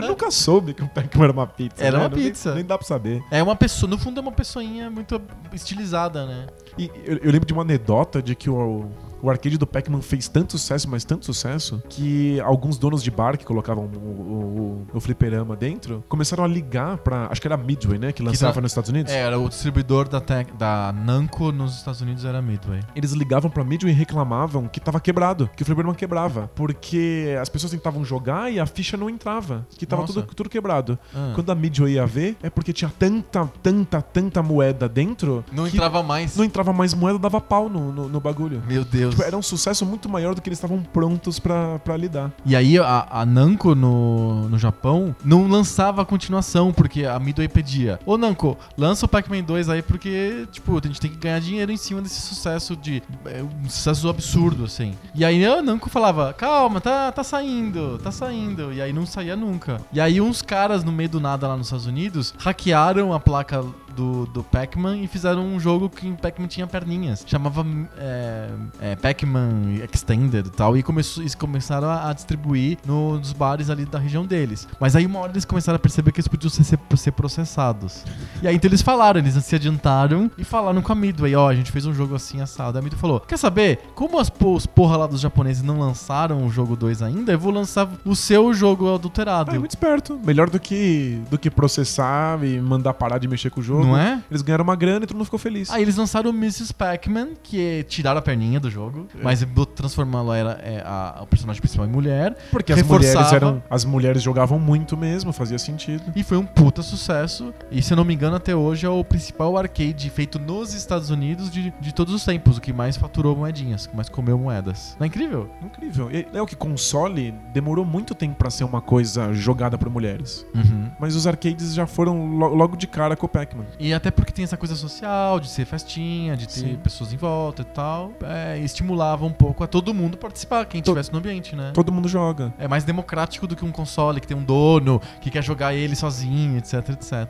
B: Eu nunca soube que o Pac-Man era uma pizza.
A: Era
B: né?
A: uma
B: Não- nem-
A: pizza.
B: Nem, dá pra saber.
A: É uma pessoa, no fundo é uma pessoinha muito estilizada, né?
B: E eu, eu lembro de uma anedota de que o, O arcade do Pac-Man fez tanto sucesso, mas tanto sucesso, que alguns donos de bar que colocavam o, o, o- o fliperama dentro começaram a ligar pra. Acho que era a Midway, né? Que lançava
A: da-
B: nos Estados Unidos.
A: É, era o distribuidor da, Tec- da Namco nos Estados Unidos era Midway.
B: Eles ligavam pra mídia e reclamavam que tava quebrado, que o fliperama quebrava. Porque as pessoas tentavam jogar e a ficha não entrava. Que tava
A: Nossa.
B: tudo, tudo quebrado.
A: Ah.
B: Quando a mídia ia ver, é porque tinha tanta, tanta, tanta moeda dentro.
A: Não
B: que
A: entrava mais.
B: Não entrava mais moeda, dava pau no, no, no bagulho.
A: Meu Deus.
B: Tipo, era um sucesso muito maior do que eles estavam prontos pra, pra lidar. Ah,
A: E aí a, a Namco no, no Japão não lançava a continuação, porque a Midway pedia. Ô Namco, lança o Pac-Man 2 aí porque, tipo, a gente tem que ganhar dinheiro em cima desse sucesso de. é, um sucesso absurdo, assim. E aí a Namco falava, calma, tá, tá saindo, tá saindo. E aí não saía nunca. E aí uns caras no meio do nada lá nos Estados Unidos hackearam a placa. Do, do Pac-Man e fizeram um jogo que o Pac-Man tinha perninhas. Chamava é, é, Pac-Man Extended e tal, e começou, eles começaram a, a distribuir no- nos bares ali da região deles. Mas aí uma hora eles começaram a perceber que eles podiam ser, ser, ser processados. E aí então eles falaram, eles se adiantaram e falaram com a Midway, ó, a gente fez um jogo assim assado. A Midway falou, quer saber, como as, po- os porra lá dos japoneses não lançaram o jogo 2 ainda, eu vou lançar o seu jogo adulterado.
B: Ah, é muito esperto. Melhor do que, do que processar e mandar parar de mexer com o jogo.
A: não é?
B: Eles ganharam uma grana e todo mundo ficou feliz.
A: Aí eles lançaram o Mrs. Pac-Man, que é- tiraram a perninha do jogo, mas é bot- transformaram ela é, a, a personagem principal em mulher.
B: Porque as
A: reforçava.
B: mulheres eram. As mulheres jogavam muito mesmo, fazia sentido.
A: E foi um puta sucesso. E se eu não me engano, até hoje é o principal arcade feito nos Estados Unidos de, de todos os tempos. O que mais faturou moedinhas, o que mais comeu moedas. Não é incrível?
B: Incrível. E é o que console demorou muito tempo pra ser uma coisa jogada por mulheres.
A: Uhum.
B: Mas os arcades já foram lo- logo de cara com o Pac-Man.
A: E até porque tem essa coisa social, de ser festinha, de ter
B: Sim.
A: pessoas em volta e tal. É, estimulava um pouco a todo mundo participar, quem
B: To-
A: estivesse no ambiente, né?
B: Todo mundo joga.
A: É mais democrático do que um console que tem um dono, que quer jogar ele sozinho, etc, etc.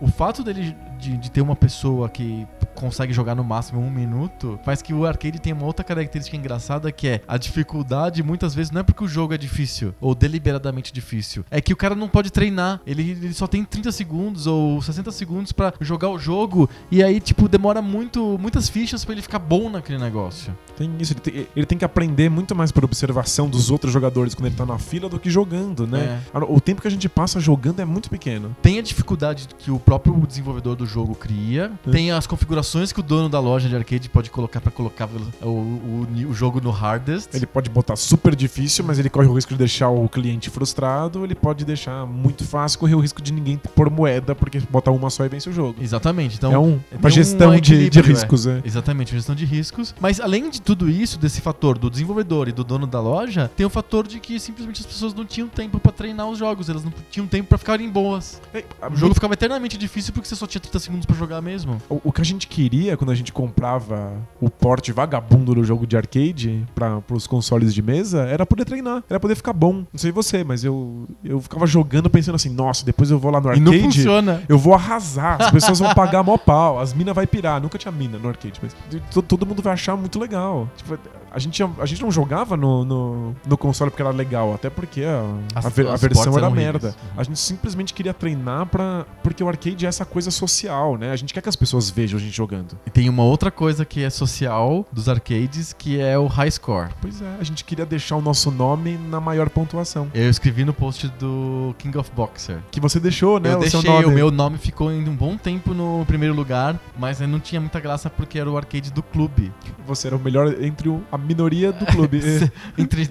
A: O fato dele de, de ter uma pessoa que consegue jogar no máximo um minuto faz que o arcade tenha uma outra característica engraçada que é a dificuldade muitas vezes não é porque o jogo é difícil ou deliberadamente difícil é que o cara não pode treinar ele, ele só tem 30 segundos ou 60 segundos pra jogar o jogo e aí tipo demora muito muitas fichas pra ele ficar bom naquele negócio
B: Tem isso. Ele tem, ele tem que aprender muito mais por observação dos outros jogadores quando ele tá na fila do que jogando, né? Ah, O tempo que a gente passa jogando é muito pequeno.
A: Tem a dificuldade que o próprio desenvolvedor do jogo cria,
B: É.
A: tem as configurações que o dono da loja de arcade pode colocar pra colocar o, o- o jogo no hardest.
B: Ele pode botar super difícil, mas ele corre o risco de deixar o cliente frustrado. Ele pode deixar muito fácil, correr o risco de ninguém pôr moeda, porque botar uma só e vence o jogo.
A: Exatamente. Então,
B: é um,
A: tem um
B: uma gestão de, de
A: equilíbrio, é.
B: riscos, é.
A: Exatamente, gestão de riscos. Mas além de tudo isso, desse fator do desenvolvedor e do dono da loja, tem o fator de que simplesmente as pessoas não tinham tempo pra treinar os jogos, elas não tinham tempo pra ficarem boas.
B: É,
A: O jogo ficava eternamente difícil porque você só tinha 30 segundos pra jogar mesmo.
B: O o que a gente queria quando a gente comprava o porte vagabundo do jogo de arcade para os consoles de mesa era poder treinar, era poder ficar bom. Não sei você, mas eu, eu ficava jogando pensando assim, nossa, depois eu vou lá no
A: e não
B: arcade.
A: funciona.
B: eu vou arrasar, as pessoas vão pagar mó pau, as minas vai pirar. Nunca tinha mina no arcade, mas to- todo mundo vai achar muito legal. Tipo, a gente, tinha- a gente não jogava no, no, no console porque era legal, até porque a,
A: As-
B: a ver- a
A: as portas
B: versão era
A: eram
B: merda.
A: horríveis. Uhum.
B: A gente simplesmente queria treinar pra. Porque o arcade é essa coisa social, né? A gente quer que as pessoas vejam a gente jogando.
A: E tem uma outra coisa que é social dos arcades, que é o high score.
B: Pois é, a gente queria deixar o nosso nome na maior pontuação.
A: Eu escrevi no post do King of Boxer.
B: Que você deixou, né?
A: eu
B: o seu
A: deixei,
B: nome.
A: o meu nome ficou ainda um bom tempo no primeiro lugar, mas aí não tinha muita graça porque era o arcade do clube.
B: Você era o melhor entre o- a minoria do clube. É.
A: Entre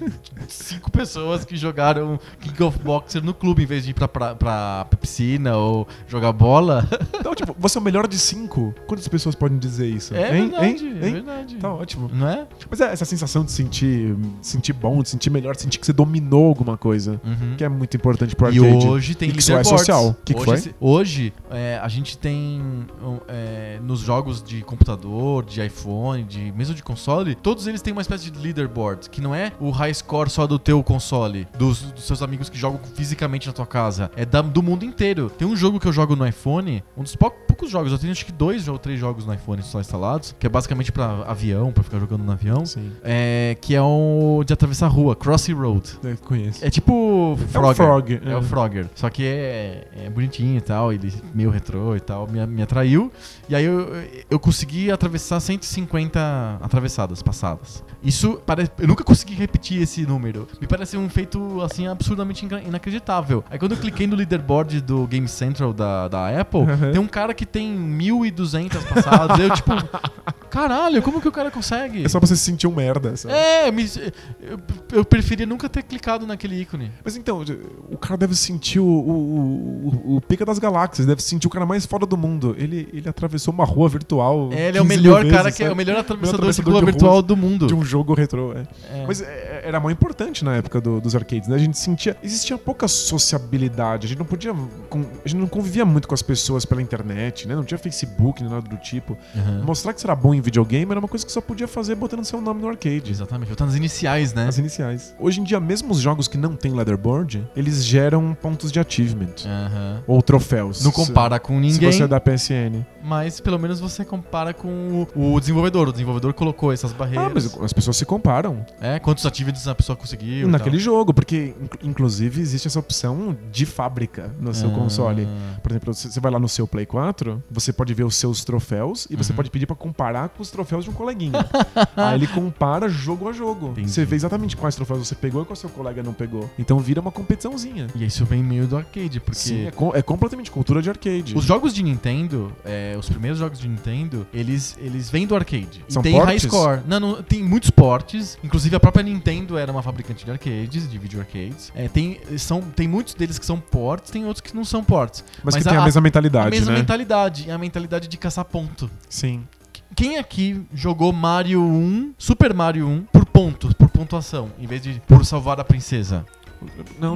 A: cinco pessoas que jogaram King of Boxer no clube, em vez de ir pra, pra, pra piscina ou jogar bola.
B: Então, tipo, você é o melhor de cinco? Quantas pessoas podem dizer isso?
A: É
B: Hein?
A: verdade,
B: Hein?
A: é
B: Hein?
A: verdade.
B: Tá ótimo.
A: Não é?
B: Mas é essa sensação de sentir, sentir bom, de sentir melhor, de sentir que você dominou alguma coisa.
A: Uhum.
B: Que é muito importante pro
A: E
B: arcade.
A: hoje tem
B: E que só é
A: leaderboards.
B: social. Que que
A: hoje,
B: foi?
A: se- hoje é, a gente tem um, é, nos jogos de computador, de iPhone, de mesmo de console, todos eles têm uma espécie de leaderboard, que não é o high score só do teu console, dos, dos seus amigos que jogam fisicamente na tua casa, é da- do mundo inteiro. Tem um jogo que eu jogo no iPhone, um dos pou- poucos jogos, eu tenho acho que dois ou três jogos no iPhone só instalados, que é basicamente pra avião, pra ficar jogando no avião,
B: Sim,
A: é, que é o de atravessar a rua, Crossy Road.
B: eu conheço.
A: É tipo
B: É o
A: Frogger.
B: Frog.
A: É o Frogger. Só que é, é bonitinho e tal. Ele meio retrô e tal, me, me atraiu. E aí eu, eu consegui atravessar 150 atravessadas passadas. Isso parece. Eu nunca consegui repetir esse número. Me parece um feito assim absurdamente ingra- inacreditável. Aí quando eu cliquei no leaderboard do Game Central da, da Apple, tem um cara que tem 1.200 passadas. eu, tipo, caralho, como que o cara consegue?
B: É só pra você se sentir um merda, sabe?
A: É, eu me- eu, eu preferia nunca ter clicado naquele ícone.
B: Mas então, o cara deve sentir o, o, o, o pica das galáxias, deve sentir o cara mais foda do mundo. Ele, ele atravessou uma rua virtual.
A: É, ele é o
B: 15 mil
A: melhor
B: vezes,
A: cara que é
B: sabe?
A: o melhor atravessador,
B: atravessador
A: de rua
B: de
A: virtual
B: ruas
A: do mundo.
B: de um jogo retrô, é.
A: É.
B: Mas é, era mais importante na época do- dos arcades, né? A gente sentia. Existia pouca sociabilidade. A gente não podia. com- a gente não convivia muito com as pessoas pela internet, né? Não tinha Facebook, nem nada do tipo.
A: Aham.
B: Mostrar que você era bom em videogame era uma coisa que só podia fazer botando seu nome no arcade.
A: Exatamente, tá nas iniciais, né?
B: As iniciais. Hoje em dia, mesmo os jogos que não tem leaderboard, eles geram pontos de achievement.
A: Aham.
B: Ou troféus.
A: Não compara com
B: Se-
A: ninguém,
B: Se você é da PSN.
A: mas pelo menos você compara com o, o desenvolvedor. O desenvolvedor colocou essas
B: Ah,
A: barreiras.
B: mas as pessoas se comparam.
A: É, quantos ativos a pessoa conseguiu. e
B: naquele
A: tal.
B: jogo, porque inc- inclusive existe essa opção de fábrica no seu
A: Ah.
B: console. Por exemplo, você você vai lá no seu Play 4, você pode ver os seus troféus e você
A: Uhum.
B: pode pedir pra comparar com os troféus de um coleguinha. Aí ele compara jogo a jogo.
A: Entendi.
B: Você vê exatamente quais troféus você pegou e qual seu colega não pegou. Então vira uma competiçãozinha.
A: E isso vem meio do arcade, porque
B: Sim, é, co- é completamente cultura de arcade.
A: os jogos de Nintendo, é, os primeiros jogos de Nintendo, eles, eles vêm do arcade.
B: São
A: e tem high
B: portes?
A: score. Não, não, tem muitos portes. Inclusive a própria Nintendo era uma fabricante de arcades, de video arcades. É, tem, são, tem muitos deles que são portes, tem outros que não são portes.
B: mas,
A: mas
B: que tem a,
A: a-
B: mesma mentalidade,
A: a mesma
B: né?
A: mentalidade, a mentalidade de caçar ponto.
B: Sim.
A: Quem aqui jogou Mario 1, Super Mario 1, por pontos, por pontuação, em vez de por salvar a princesa?
B: Não,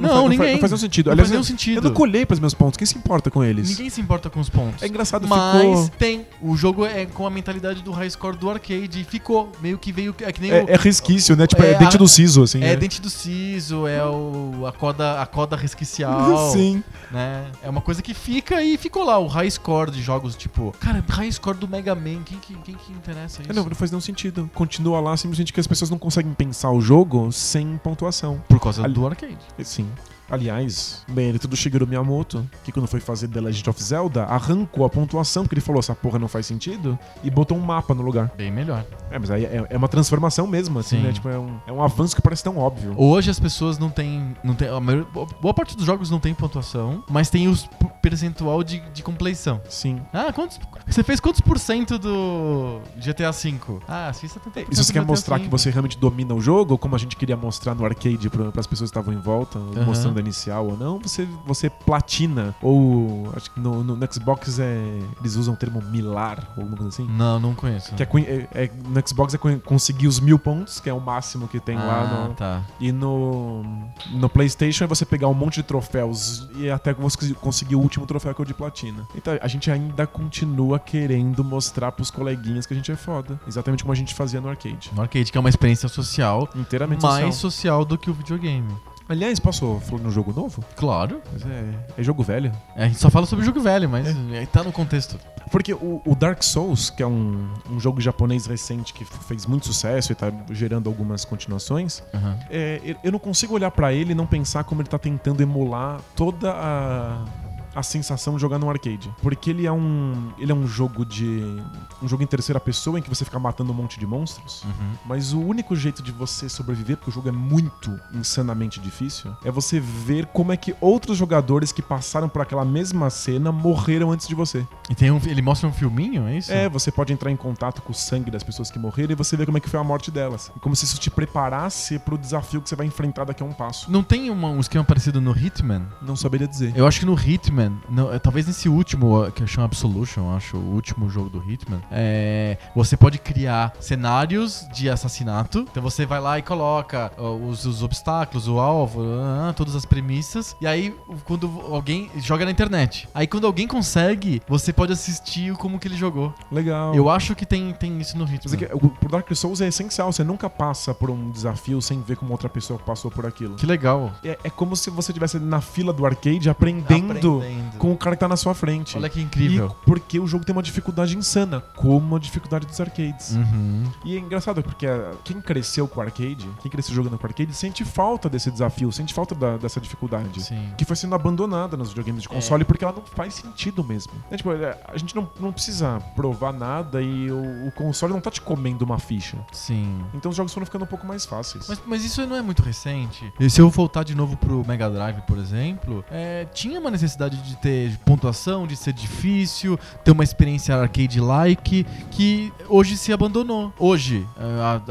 A: Não,
B: não, faz, não, faz,
A: ninguém.
B: não faz nenhum sentido.
A: Não
B: Aliás,
A: faz nenhum
B: eu-
A: sentido.
B: eu não colhei pros meus pontos. Quem se importa com eles?
A: Ninguém se importa com os pontos.
B: É engraçado,
A: Mas
B: ficou...
A: tem. O jogo é com a mentalidade do high score do arcade. e Ficou. Meio que veio. É que nem o.
B: É, é resquício, né? Tipo, é,
A: É
B: dente
A: a-
B: do siso, assim.
A: É
B: né?
A: dente do siso, é o, a, coda, a coda resquicial.
B: Sim.
A: né? É uma coisa que fica e ficou lá. O high score de jogos, tipo. Cara, high score do Mega Man. Quem que, quem que interessa isso?
B: É, Não, não faz nenhum sentido. Continua lá simplesmente que as pessoas não conseguem pensar o jogo sem pontuação.
A: Por causa
B: Ali-
A: do arcade.
B: Sim. Aliás, mérito do Shigeru Miyamoto, que quando foi fazer The Legend of Zelda, arrancou a pontuação, porque ele falou, essa porra não faz sentido, e botou um mapa no lugar.
A: Bem melhor.
B: É, mas aí é, é uma transformação mesmo, assim,
A: Sim.
B: né? Tipo, é um, é um avanço que parece tão óbvio.
A: Hoje as pessoas não têm. Não tem, a maior- boa parte dos jogos não tem pontuação, mas tem os p- percentual de, de compleição.
B: Sim.
A: Ah, quantos. Você fez quantos por cento do GTA V? Ah, fiz 70%.
B: E se você quer
A: do
B: mostrar
A: GTA V.
B: que você realmente domina o jogo, como a gente queria mostrar no arcade para as pessoas que estavam em volta,
A: Aham.
B: mostrando a inicial ou não, você, você platina. Ou acho que no, no- no Xbox é, eles usam o termo milar, ou alguma coisa assim.
A: Não, não conheço.
B: Que é conhe- é- é- no Xbox é conhe- conseguir os mil pontos, que é o máximo que tem lá.
A: Ah,
B: no-
A: tá.
B: E no, no PlayStation é você pegar um monte de troféus e até que você conseguir o último troféu que é o de platina. Então a gente ainda continua querendo mostrar pros coleguinhas que a gente é foda. Exatamente como a gente fazia no arcade.
A: No arcade, que é uma experiência social,
B: Inteiramente
A: mais
B: social.
A: social do que o videogame.
B: Aliás, posso falar de um jogo novo?
A: Claro.
B: Mas é, é jogo velho.
A: A gente só fala sobre jogo velho, mas é, tá no contexto.
B: Porque o, o Dark Souls, que é um, um jogo japonês recente que f- fez muito sucesso e tá gerando algumas continuações, é, eu- eu não consigo olhar pra ele e não pensar como ele tá tentando emular toda a, a sensação de jogar num arcade. Porque ele é um. Ele é um jogo de. um jogo em terceira pessoa em que você fica matando um monte de monstros.
A: Uhum.
B: Mas o único jeito de você sobreviver, porque o jogo é muito insanamente difícil, é você ver como é que outros jogadores que passaram por aquela mesma cena morreram antes de você.
A: E tem um, ele mostra um filminho, é isso?
B: É, você pode entrar em contato com o sangue das pessoas que morreram e você vê como é que foi a morte delas. É Como se isso te preparasse pro desafio que você vai enfrentar daqui a um passo.
A: Não tem uma- um esquema parecido no Hitman?
B: Não saberia dizer.
A: Eu acho que no Hitman, não, é, talvez nesse último, ó, que eu chamo Absolution, eu acho, o último jogo do Hitman, é, você pode criar cenários de assassinato. Então você vai lá e coloca ó, os, os obstáculos, o alvo, ah, todas as premissas. E aí, o- quando alguém joga na internet. Aí, quando alguém consegue, você pode assistir como que ele jogou.
B: Legal.
A: Eu acho que tem, tem isso no ritmo.
B: Oh. Mas é que o pro Dark Souls é essencial, você nunca passa por um desafio sem ver como outra pessoa passou por aquilo.
A: Que legal.
B: É, é como se você estivesse na fila do arcade aprendendo,
A: Aprendendo.
B: com o cara que tá na sua frente.
A: Olha que
B: E
A: incrível.
B: porque o jogo tem uma dificuldade insana, como a dificuldade dos arcades.
A: Uhum.
B: E é engraçado, porque ah, quem cresceu com o arcade, quem cresceu jogando com o arcade, sente falta desse desafio, sente falta da- dessa dificuldade.
A: Sim.
B: Que foi sendo abandonada nos videogames de console porque ela não faz sentido mesmo. É, tipo, é, a gente não, não precisa provar nada e o, o console não tá te comendo uma ficha.
A: Sim.
B: Então os jogos foram ficando um pouco mais fáceis.
A: Mas, mas isso não é muito recente. E se eu voltar de novo pro Mega Drive, por exemplo, é, tinha uma necessidade de ter pontuação, de ser difícil, ter uma experiência arcade-like, que hoje se abandonou. Hoje, é,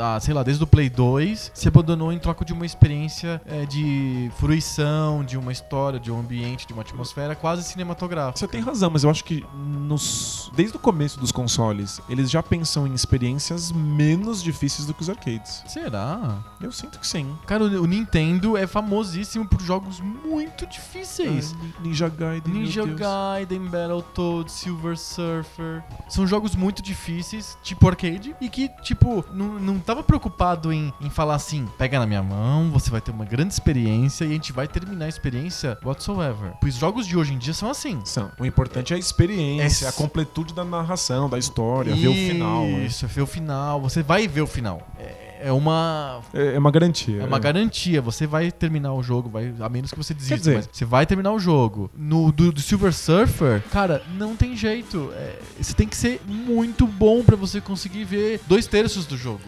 A: a- a- sei lá, desde o Play 2, se abandonou em troca de uma experiência é, de fruição, de uma história, de um ambiente, de uma atmosfera quase cinematográfica.
B: Você tem razão, mas eu acho que nos- desde o começo dos consoles, eles já pensam em experiências menos difíceis do que os arcades.
A: Será?
B: Eu sinto que sim.
A: Cara, o o Nintendo é famosíssimo por jogos muito difíceis.
B: Ai, É, Ni- Ninja Gaiden. meu
A: Ninja
B: Deus.
A: Gaiden, Battletoads, Silver Surfer. São jogos muito difíceis, tipo arcade, e que, tipo, não, não tava preocupado em, em falar assim: pega na minha mão, você vai ter uma grande experiência e a gente vai terminar a experiência whatsoever. Pois jogos de hoje em dia são assim.
B: São. O importante é a experiência,
A: É-
B: a completude da narração, da história, ver o final. né?
A: Isso, é ver o final. Você vai ver o final. É, é uma.
B: É, é uma garantia.
A: É uma garantia, você vai terminar o jogo, vai, a menos que você desista,
B: dizer-
A: mas você vai terminar o jogo. No do, do Silver Surfer, cara, não tem jeito. É, você tem que ser muito bom pra você conseguir ver dois terços do jogo.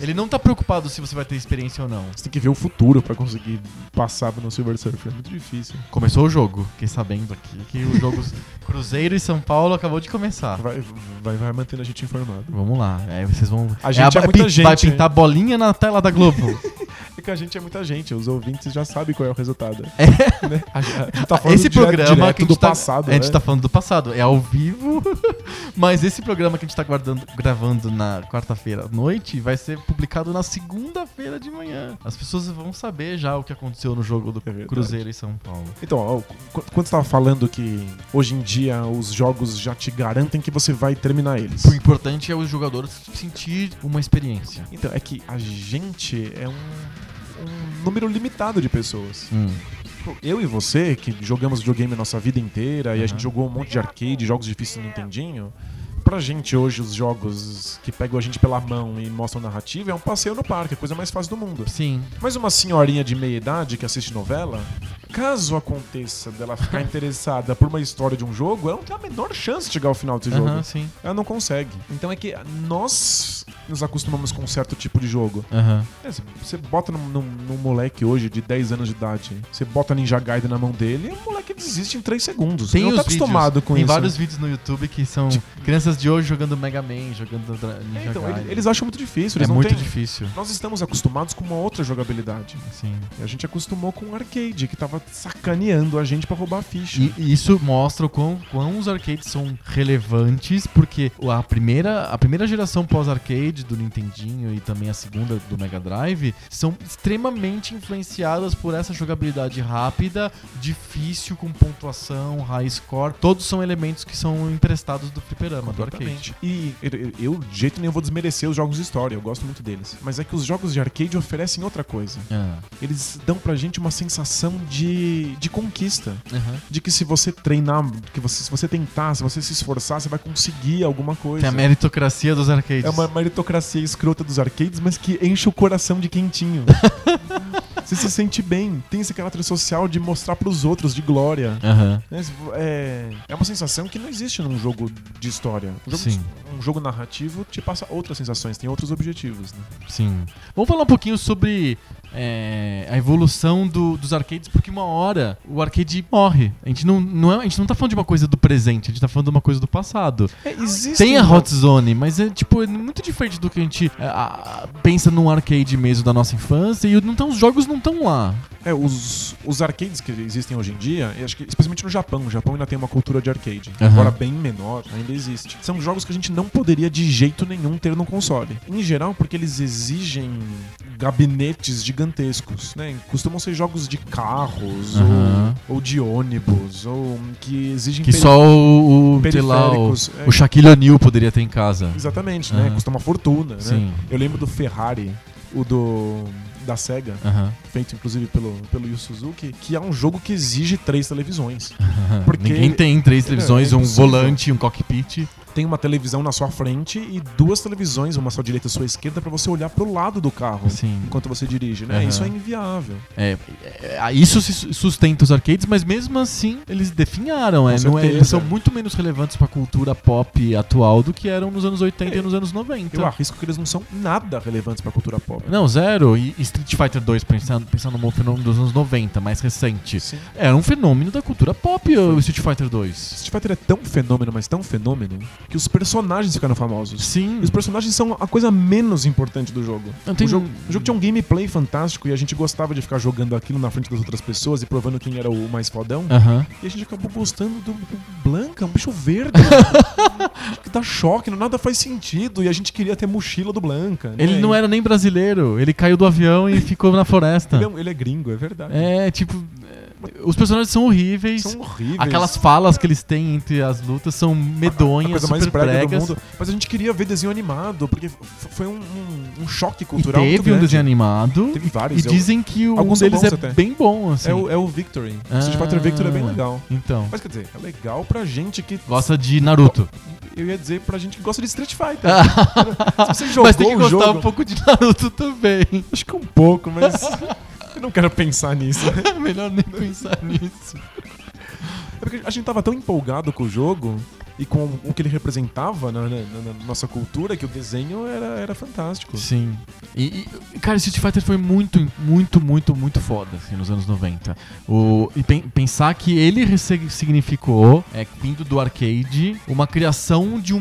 A: Ele não tá preocupado se você vai ter experiência ou não.
B: Você tem que ver o futuro pra conseguir passar no Silver Surfer. É muito difícil.
A: Começou o jogo, fiquei sabendo aqui que o jogo Cruzeiro e São Paulo acabou de começar.
B: Vai, vai, vai mantendo a gente informado.
A: Vamos lá, é, vocês vão.
B: A gente é
A: ba-
B: muita
A: pin-
B: gente,
A: Vai
B: né?
A: pintar bolinha na tela da Globo.
B: É que a gente é muita gente, os ouvintes já sabem qual é o resultado.
A: É.
B: Né? A gente tá falando
A: esse
B: dire-
A: programa
B: direto
A: que a gente
B: do
A: tá,
B: passado,
A: a gente
B: né?
A: tá falando do passado, é ao vivo. Mas esse programa que a gente tá guardando- gravando na quarta-feira à noite vai ser publicado na segunda-feira de manhã. As pessoas vão saber já o que aconteceu no jogo do
B: É verdade.
A: Cruzeiro e São Paulo.
B: Então, ó, qu- quando você tava falando que hoje em dia os jogos já te garantem que você vai terminar eles.
A: O importante é o jogador sentir uma experiência.
B: Então, é que a gente é um, um número limitado de pessoas. Tipo, Eu e você, que jogamos videogame a nossa vida inteira e a
A: Aham.
B: gente jogou um monte de arcade, jogos difíceis no Nintendinho, pra gente hoje os jogos que pegam a gente pela mão e mostram narrativa é um passeio no parque, a coisa mais fácil do mundo.
A: Sim.
B: Mas uma senhorinha de meia idade que assiste novela, caso aconteça dela ficar interessada por uma história de um jogo, ela não tem a menor chance de chegar ao final desse
A: Aham,
B: jogo.
A: sim.
B: Ela não consegue. Então é que nós nos acostumamos com um certo tipo de jogo.
A: Aham.
B: É, você- você bota num, num- num moleque hoje de 10 anos de idade, você bota Ninja Gaiden na mão dele e o moleque desiste em 3 segundos.
A: Tem
B: ele não tá
A: os vídeos,
B: acostumado com
A: Tem
B: isso. É, Tipo,
A: vários vídeos no YouTube que são crianças de hoje jogando Mega Man, jogando Dra-
B: É,
A: Ninja
B: então, ele-
A: Gaiden.
B: eles acham muito
A: é
B: difícil, eles não
A: muito
B: têm-
A: difícil.
B: Nós estamos acostumados com uma outra jogabilidade.
A: Sim.
B: E a gente acostumou com o arcade, que tava sacaneando a gente pra roubar a ficha.
A: E e isso mostra o quão, quão os arcades são relevantes, porque a primeira, a primeira geração pós-arcade do Nintendinho e também a segunda do Mega Drive são extremamente influenciadas por essa jogabilidade rápida, difícil, com pontuação, high score. Todos são elementos que são emprestados do fliperama, do arcade.
B: Completamente. E eu- eu, de jeito nenhum, vou desmerecer os jogos de história, eu gosto muito deles. Mas é que os jogos de arcade oferecem outra coisa.
A: Ah,
B: Eles dão pra gente uma sensação de, de conquista.
A: aham.
B: de que se você treinar, que você, se você tentar, se você se esforçar, você vai conseguir alguma coisa.
A: Tem a meritocracia dos arcades.
B: É uma meritocracia escrota dos arcades, mas que enche o coração de quentinho. você se sente bem, tem esse caráter social de mostrar pros outros de glória.
A: Aham.
B: né? É, é uma sensação que não existe num jogo de história. Um jogo,
A: Sim.
B: um jogo narrativo te passa outras sensações, tem outros objetivos. Né?
A: Sim. Vamos falar um pouquinho sobre é, a evolução do- dos arcades, porque uma hora o arcade morre. A gente não, não é- a gente não tá falando de uma coisa do presente, a gente tá falando de uma coisa do passado.
B: É, existe um
A: Tem a Hot Zone, mas é tipo é muito diferente do que a gente é, a- pensa num arcade mesmo da nossa infância e não tão- os jogos não estão lá.
B: É, os, os arcades que existem hoje em dia, e acho que especialmente no Japão, o Japão ainda tem uma cultura de arcade,
A: Aham.
B: embora bem menor, ainda existe. São jogos que a gente não poderia de jeito nenhum ter no console. Em geral, porque eles exigem gabinetes gigantescos, né? Costumam ser jogos de carros,
A: Aham.
B: ou, ou de ônibus, ou um que exigem
A: Que
B: peri-
A: só o, o sei lá, o,
B: periféricos, é.
A: o Shaquille O'Neal poderia ter em casa.
B: Exatamente, né?
A: Aham.
B: Custa uma fortuna, né?
A: Sim.
B: Eu lembro do Ferrari, o do da Sega,
A: Aham.
B: feito inclusive pelo, pelo Yu Suzuki, que é um jogo que exige três televisões.
A: Aham.
B: Porque-
A: Ninguém tem três
B: É,
A: televisões,
B: é
A: um
B: impossível.
A: volante, um cockpit.
B: Tem uma televisão na sua frente e duas televisões, uma à sua direita e à sua esquerda, pra você olhar pro lado do carro
A: Sim.
B: enquanto você dirige, né?
A: Aham.
B: Isso é inviável.
A: É, é, isso se su- sustenta os arcades, mas mesmo assim eles definharam. É,
B: Com
A: não é-
B: certeza.
A: eles são muito menos relevantes pra cultura pop atual do que eram nos anos 80 e
B: É,
A: nos anos 90.
B: Eu arrisco que eles não são nada relevantes pra cultura pop.
A: Então- Não, zero. E e Street Fighter 2, pensando, pensando no fenômeno dos anos 90, mais recente.
B: Sim.
A: Era um fenômeno da cultura pop, o Street Fighter 2.
B: Street Fighter é tão fenômeno, mas tão fenômeno, que os personagens ficaram famosos.
A: Sim.
B: E Os personagens são a coisa menos importante do jogo.
A: Não, tem-
B: O, jogo o jogo tinha um gameplay fantástico e a gente gostava de ficar jogando aquilo na frente das outras pessoas e provando quem era o mais fodão.
A: Aham.
B: E a gente acabou gostando do do Blanca, um bicho verde. né? que dá choque, nada faz sentido. E a gente queria ter mochila do Blanca. né?
A: Ele não é era nem brasileiro, ele caiu do avião e ficou na floresta.
B: Ele é, um- ele é gringo, é verdade.
A: É, tipo. é, Os personagens são horríveis.
B: São horríveis.
A: Aquelas falas que eles têm entre as lutas são medonhas,
B: coisa mais
A: super
B: brega
A: pregas.
B: do mundo. Mas a gente queria ver desenho animado, porque f- foi um, um- um choque
A: E
B: cultural muito
A: teve um
B: grande.
A: desenho animado.
B: Teve vários.
A: E
B: é o-
A: dizem que o- um
B: Alguns são
A: deles é
B: bons até.
A: bem bom, assim.
B: é, o, é o Victory.
A: Ah.
B: Street Fighter Victory é bem legal.
A: Então,
B: Mas quer dizer, é legal pra gente que.
A: gosta de Naruto.
B: Eu ia dizer pra gente que gosta de Street Fighter. Se você jogou
A: Mas tem que
B: o
A: gostar
B: jogo,
A: um pouco de Naruto também.
B: Acho que um pouco, mas. eu não quero pensar nisso.
A: É melhor nem pensar nisso.
B: É porque a gente tava tão empolgado com o jogo e com o que ele representava na, na- na- na nossa cultura que o desenho era, era fantástico.
A: Sim. E, e, cara, Street Fighter foi muito, muito, muito, muito foda, assim, nos anos 90. O, e pen- pensar que ele ressi- significou, é, vindo do arcade, uma criação de um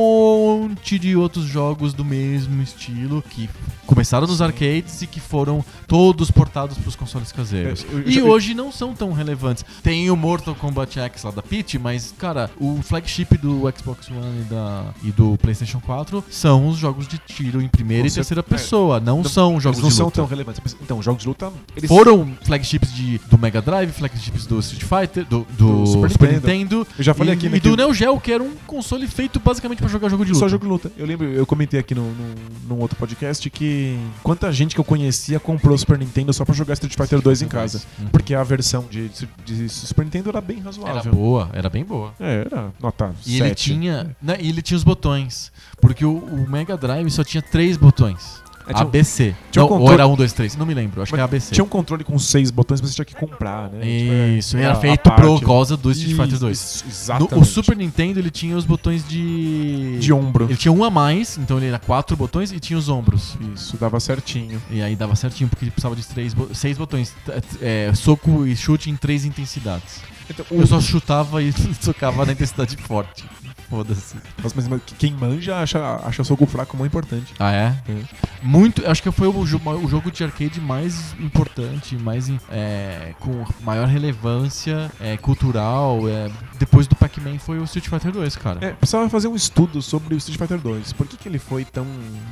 A: monte de outros jogos do mesmo estilo que começaram nos arcades e que foram todos portados pros consoles caseiros.
B: É, eu- eu
A: e
B: já-
A: hoje não são tão relevantes. Tem o Mortal Kombat X lá da Peach, mas, cara, o flagship do Xbox One e, da- e do PlayStation 4 são os jogos de tiro em primeira
B: Com
A: e terceira
B: certeza.
A: pessoa, não
B: Não-
A: são
B: Eles
A: jogos
B: não
A: de
B: são
A: luta.
B: tão relevantes. Mas, Então, jogos de luta. Eles
A: Foram flagships de, do Mega Drive, flagships do Street Fighter, do, do
B: Do
A: Super,
B: Super
A: Nintendo,
B: Eu já falei aqui,
A: e,
B: né?
A: e
B: que
A: do Neo Geo, que era um console feito basicamente pra jogar jogo de luta.
B: Só jogo de luta. Eu lembro, eu comentei aqui num, num, num outro podcast que quanta gente que eu conhecia comprou o Super Nintendo só pra jogar Street Fighter 2 em casa.
A: Uhum.
B: Porque é a versão de, de Super Nintendo era bem
A: Era
B: razoável.
A: boa, era bem boa.
B: É, era nota
A: E
B: 7.
A: ele tinha, né, e ele tinha os botões, porque o, o Mega Drive só tinha três botões.
B: É, tinha um-
A: ABC.
B: tinha um
A: Não, ou
B: controle-
A: era 1, 2, 3, não me lembro, acho que
B: Mas
A: é ABC.
B: Tinha um controle com seis botões, mas você tinha que comprar, né? Tipo, é,
A: Isso, era
B: a- a
A: feito
B: parte.
A: por causa do Street Fighter 2. é
B: Isso,
A: No-
B: Exatamente.
A: o Super Nintendo ele tinha os botões de.
B: de ombro.
A: Ele tinha um a mais, então ele era quatro botões e tinha os ombros.
B: Isso, dava certinho.
A: E aí dava certinho, porque ele precisava de três bo- seis botões. t- t- é, soco e chute em três intensidades.
B: Então,
A: Eu só chutava e socava na intensidade forte. Foda-se.
B: Nossa, mas, mas quem manja acha, acha soco fraco muito importante.
A: Ah, é?
B: Hum.
A: Muito. Acho que foi o, jo- o jogo de arcade mais importante, mais em- é, com maior relevância é, cultural. é, depois do Pac-Man foi o Street Fighter 2, cara.
B: É, precisava fazer um estudo sobre o Street Fighter 2. Por que, que ele foi tão,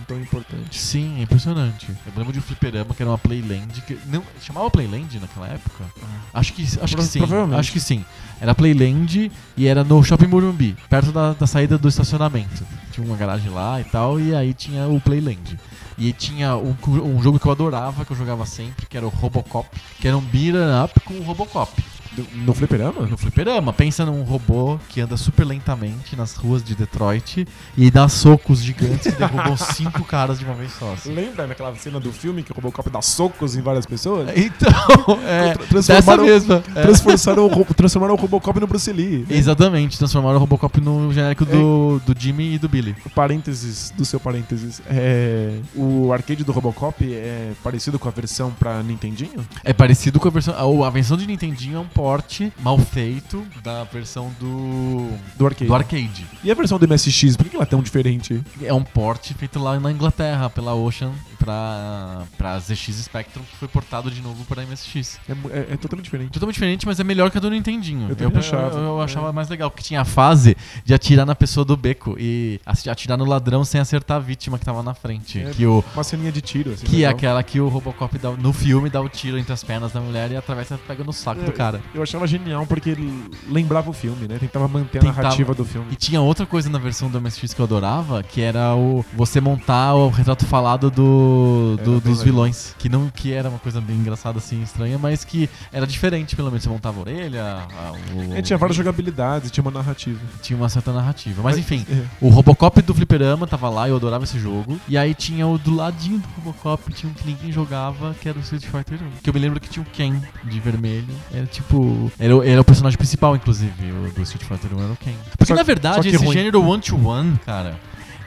B: tão importante?
A: Sim, é impressionante. Eu lembro de um fliperama que era uma Playland. Que não, chamava Playland naquela época? Acho que, acho que
B: Prova-
A: sim.
B: provavelmente.
A: Acho que sim. Era Playland e era no Shopping Morumbi, perto da, da saída do estacionamento. Tinha uma garagem lá e tal, e aí tinha o Playland. E tinha um, cu- um jogo que eu adorava, que eu jogava sempre, que era o Robocop, que era um beat 'em up com o Robocop.
B: Do- No fliperama?
A: No fliperama, pensa num robô que anda super lentamente nas ruas de Detroit e dá socos gigantes que derrubam cinco caras de uma vez só. assim.
B: Lembra daquela cena do filme que o Robocop dá socos em várias pessoas?
A: Então, é,
B: Tra- transformaram-
A: dessa mesma. é.
B: Transformaram, o, Ro- transformaram o Robocop no Bruce Lee.
A: Exatamente, transformaram o Robocop no genérico
B: É.
A: do, do Jimmy e do Billy.
B: Parênteses do seu parênteses. É, o arcade do Robocop é parecido com a versão pra Nintendinho?
A: É parecido com a versão. A, a versão de Nintendinho é um porte mal feito da versão do.
B: Do arcade.
A: do arcade.
B: E a versão do MSX, por que que ela é tão diferente?
A: É um porte feito lá na Inglaterra, pela Ocean, pela pra, pra ZX Spectrum, que foi portado de novo pra MSX.
B: É, mu- é- é totalmente diferente.
A: Totalmente diferente, mas é melhor que a do Nintendinho.
B: Eu também achava. É.
A: Eu, eu achava mais legal, porque tinha a fase de atirar na pessoa do beco e ati- atirar no ladrão sem acertar a vítima que tava na frente.
B: É,
A: que o,
B: Uma ceninha de tiro, assim.
A: que é
B: legal.
A: aquela que o Robocop dá- no filme dá o tiro entre as pernas da mulher e atravessa pega no saco
B: É.
A: do cara.
B: Eu achava genial porque ele lembrava o filme, né? Tentava manter a
A: Tentava.
B: narrativa do filme.
A: E tinha outra coisa na versão do MSX que eu adorava, que era o você montar o retrato falado do,
B: Era
A: do-
B: bem
A: dos
B: legal.
A: vilões. Que não que era uma coisa bem engraçada, assim, estranha, mas que era diferente, pelo menos. Você montava a orelha, a- o-
B: É, tinha várias jogabilidades, tinha uma narrativa.
A: tinha uma certa narrativa. Mas enfim,
B: É.
A: o Robocop do Fliperama tava lá, eu adorava esse jogo. E aí tinha o do ladinho do Robocop, tinha um que ninguém jogava, que era o Street Fighter 1. Que eu me lembro que tinha o Ken de vermelho. Era tipo. Era, o- era o personagem principal, inclusive, o do Street Fighter 1 era o Ken. Porque
B: Só-
A: na
B: só
A: verdade,
B: que
A: esse
B: ruim.
A: gênero one-to-one, cara.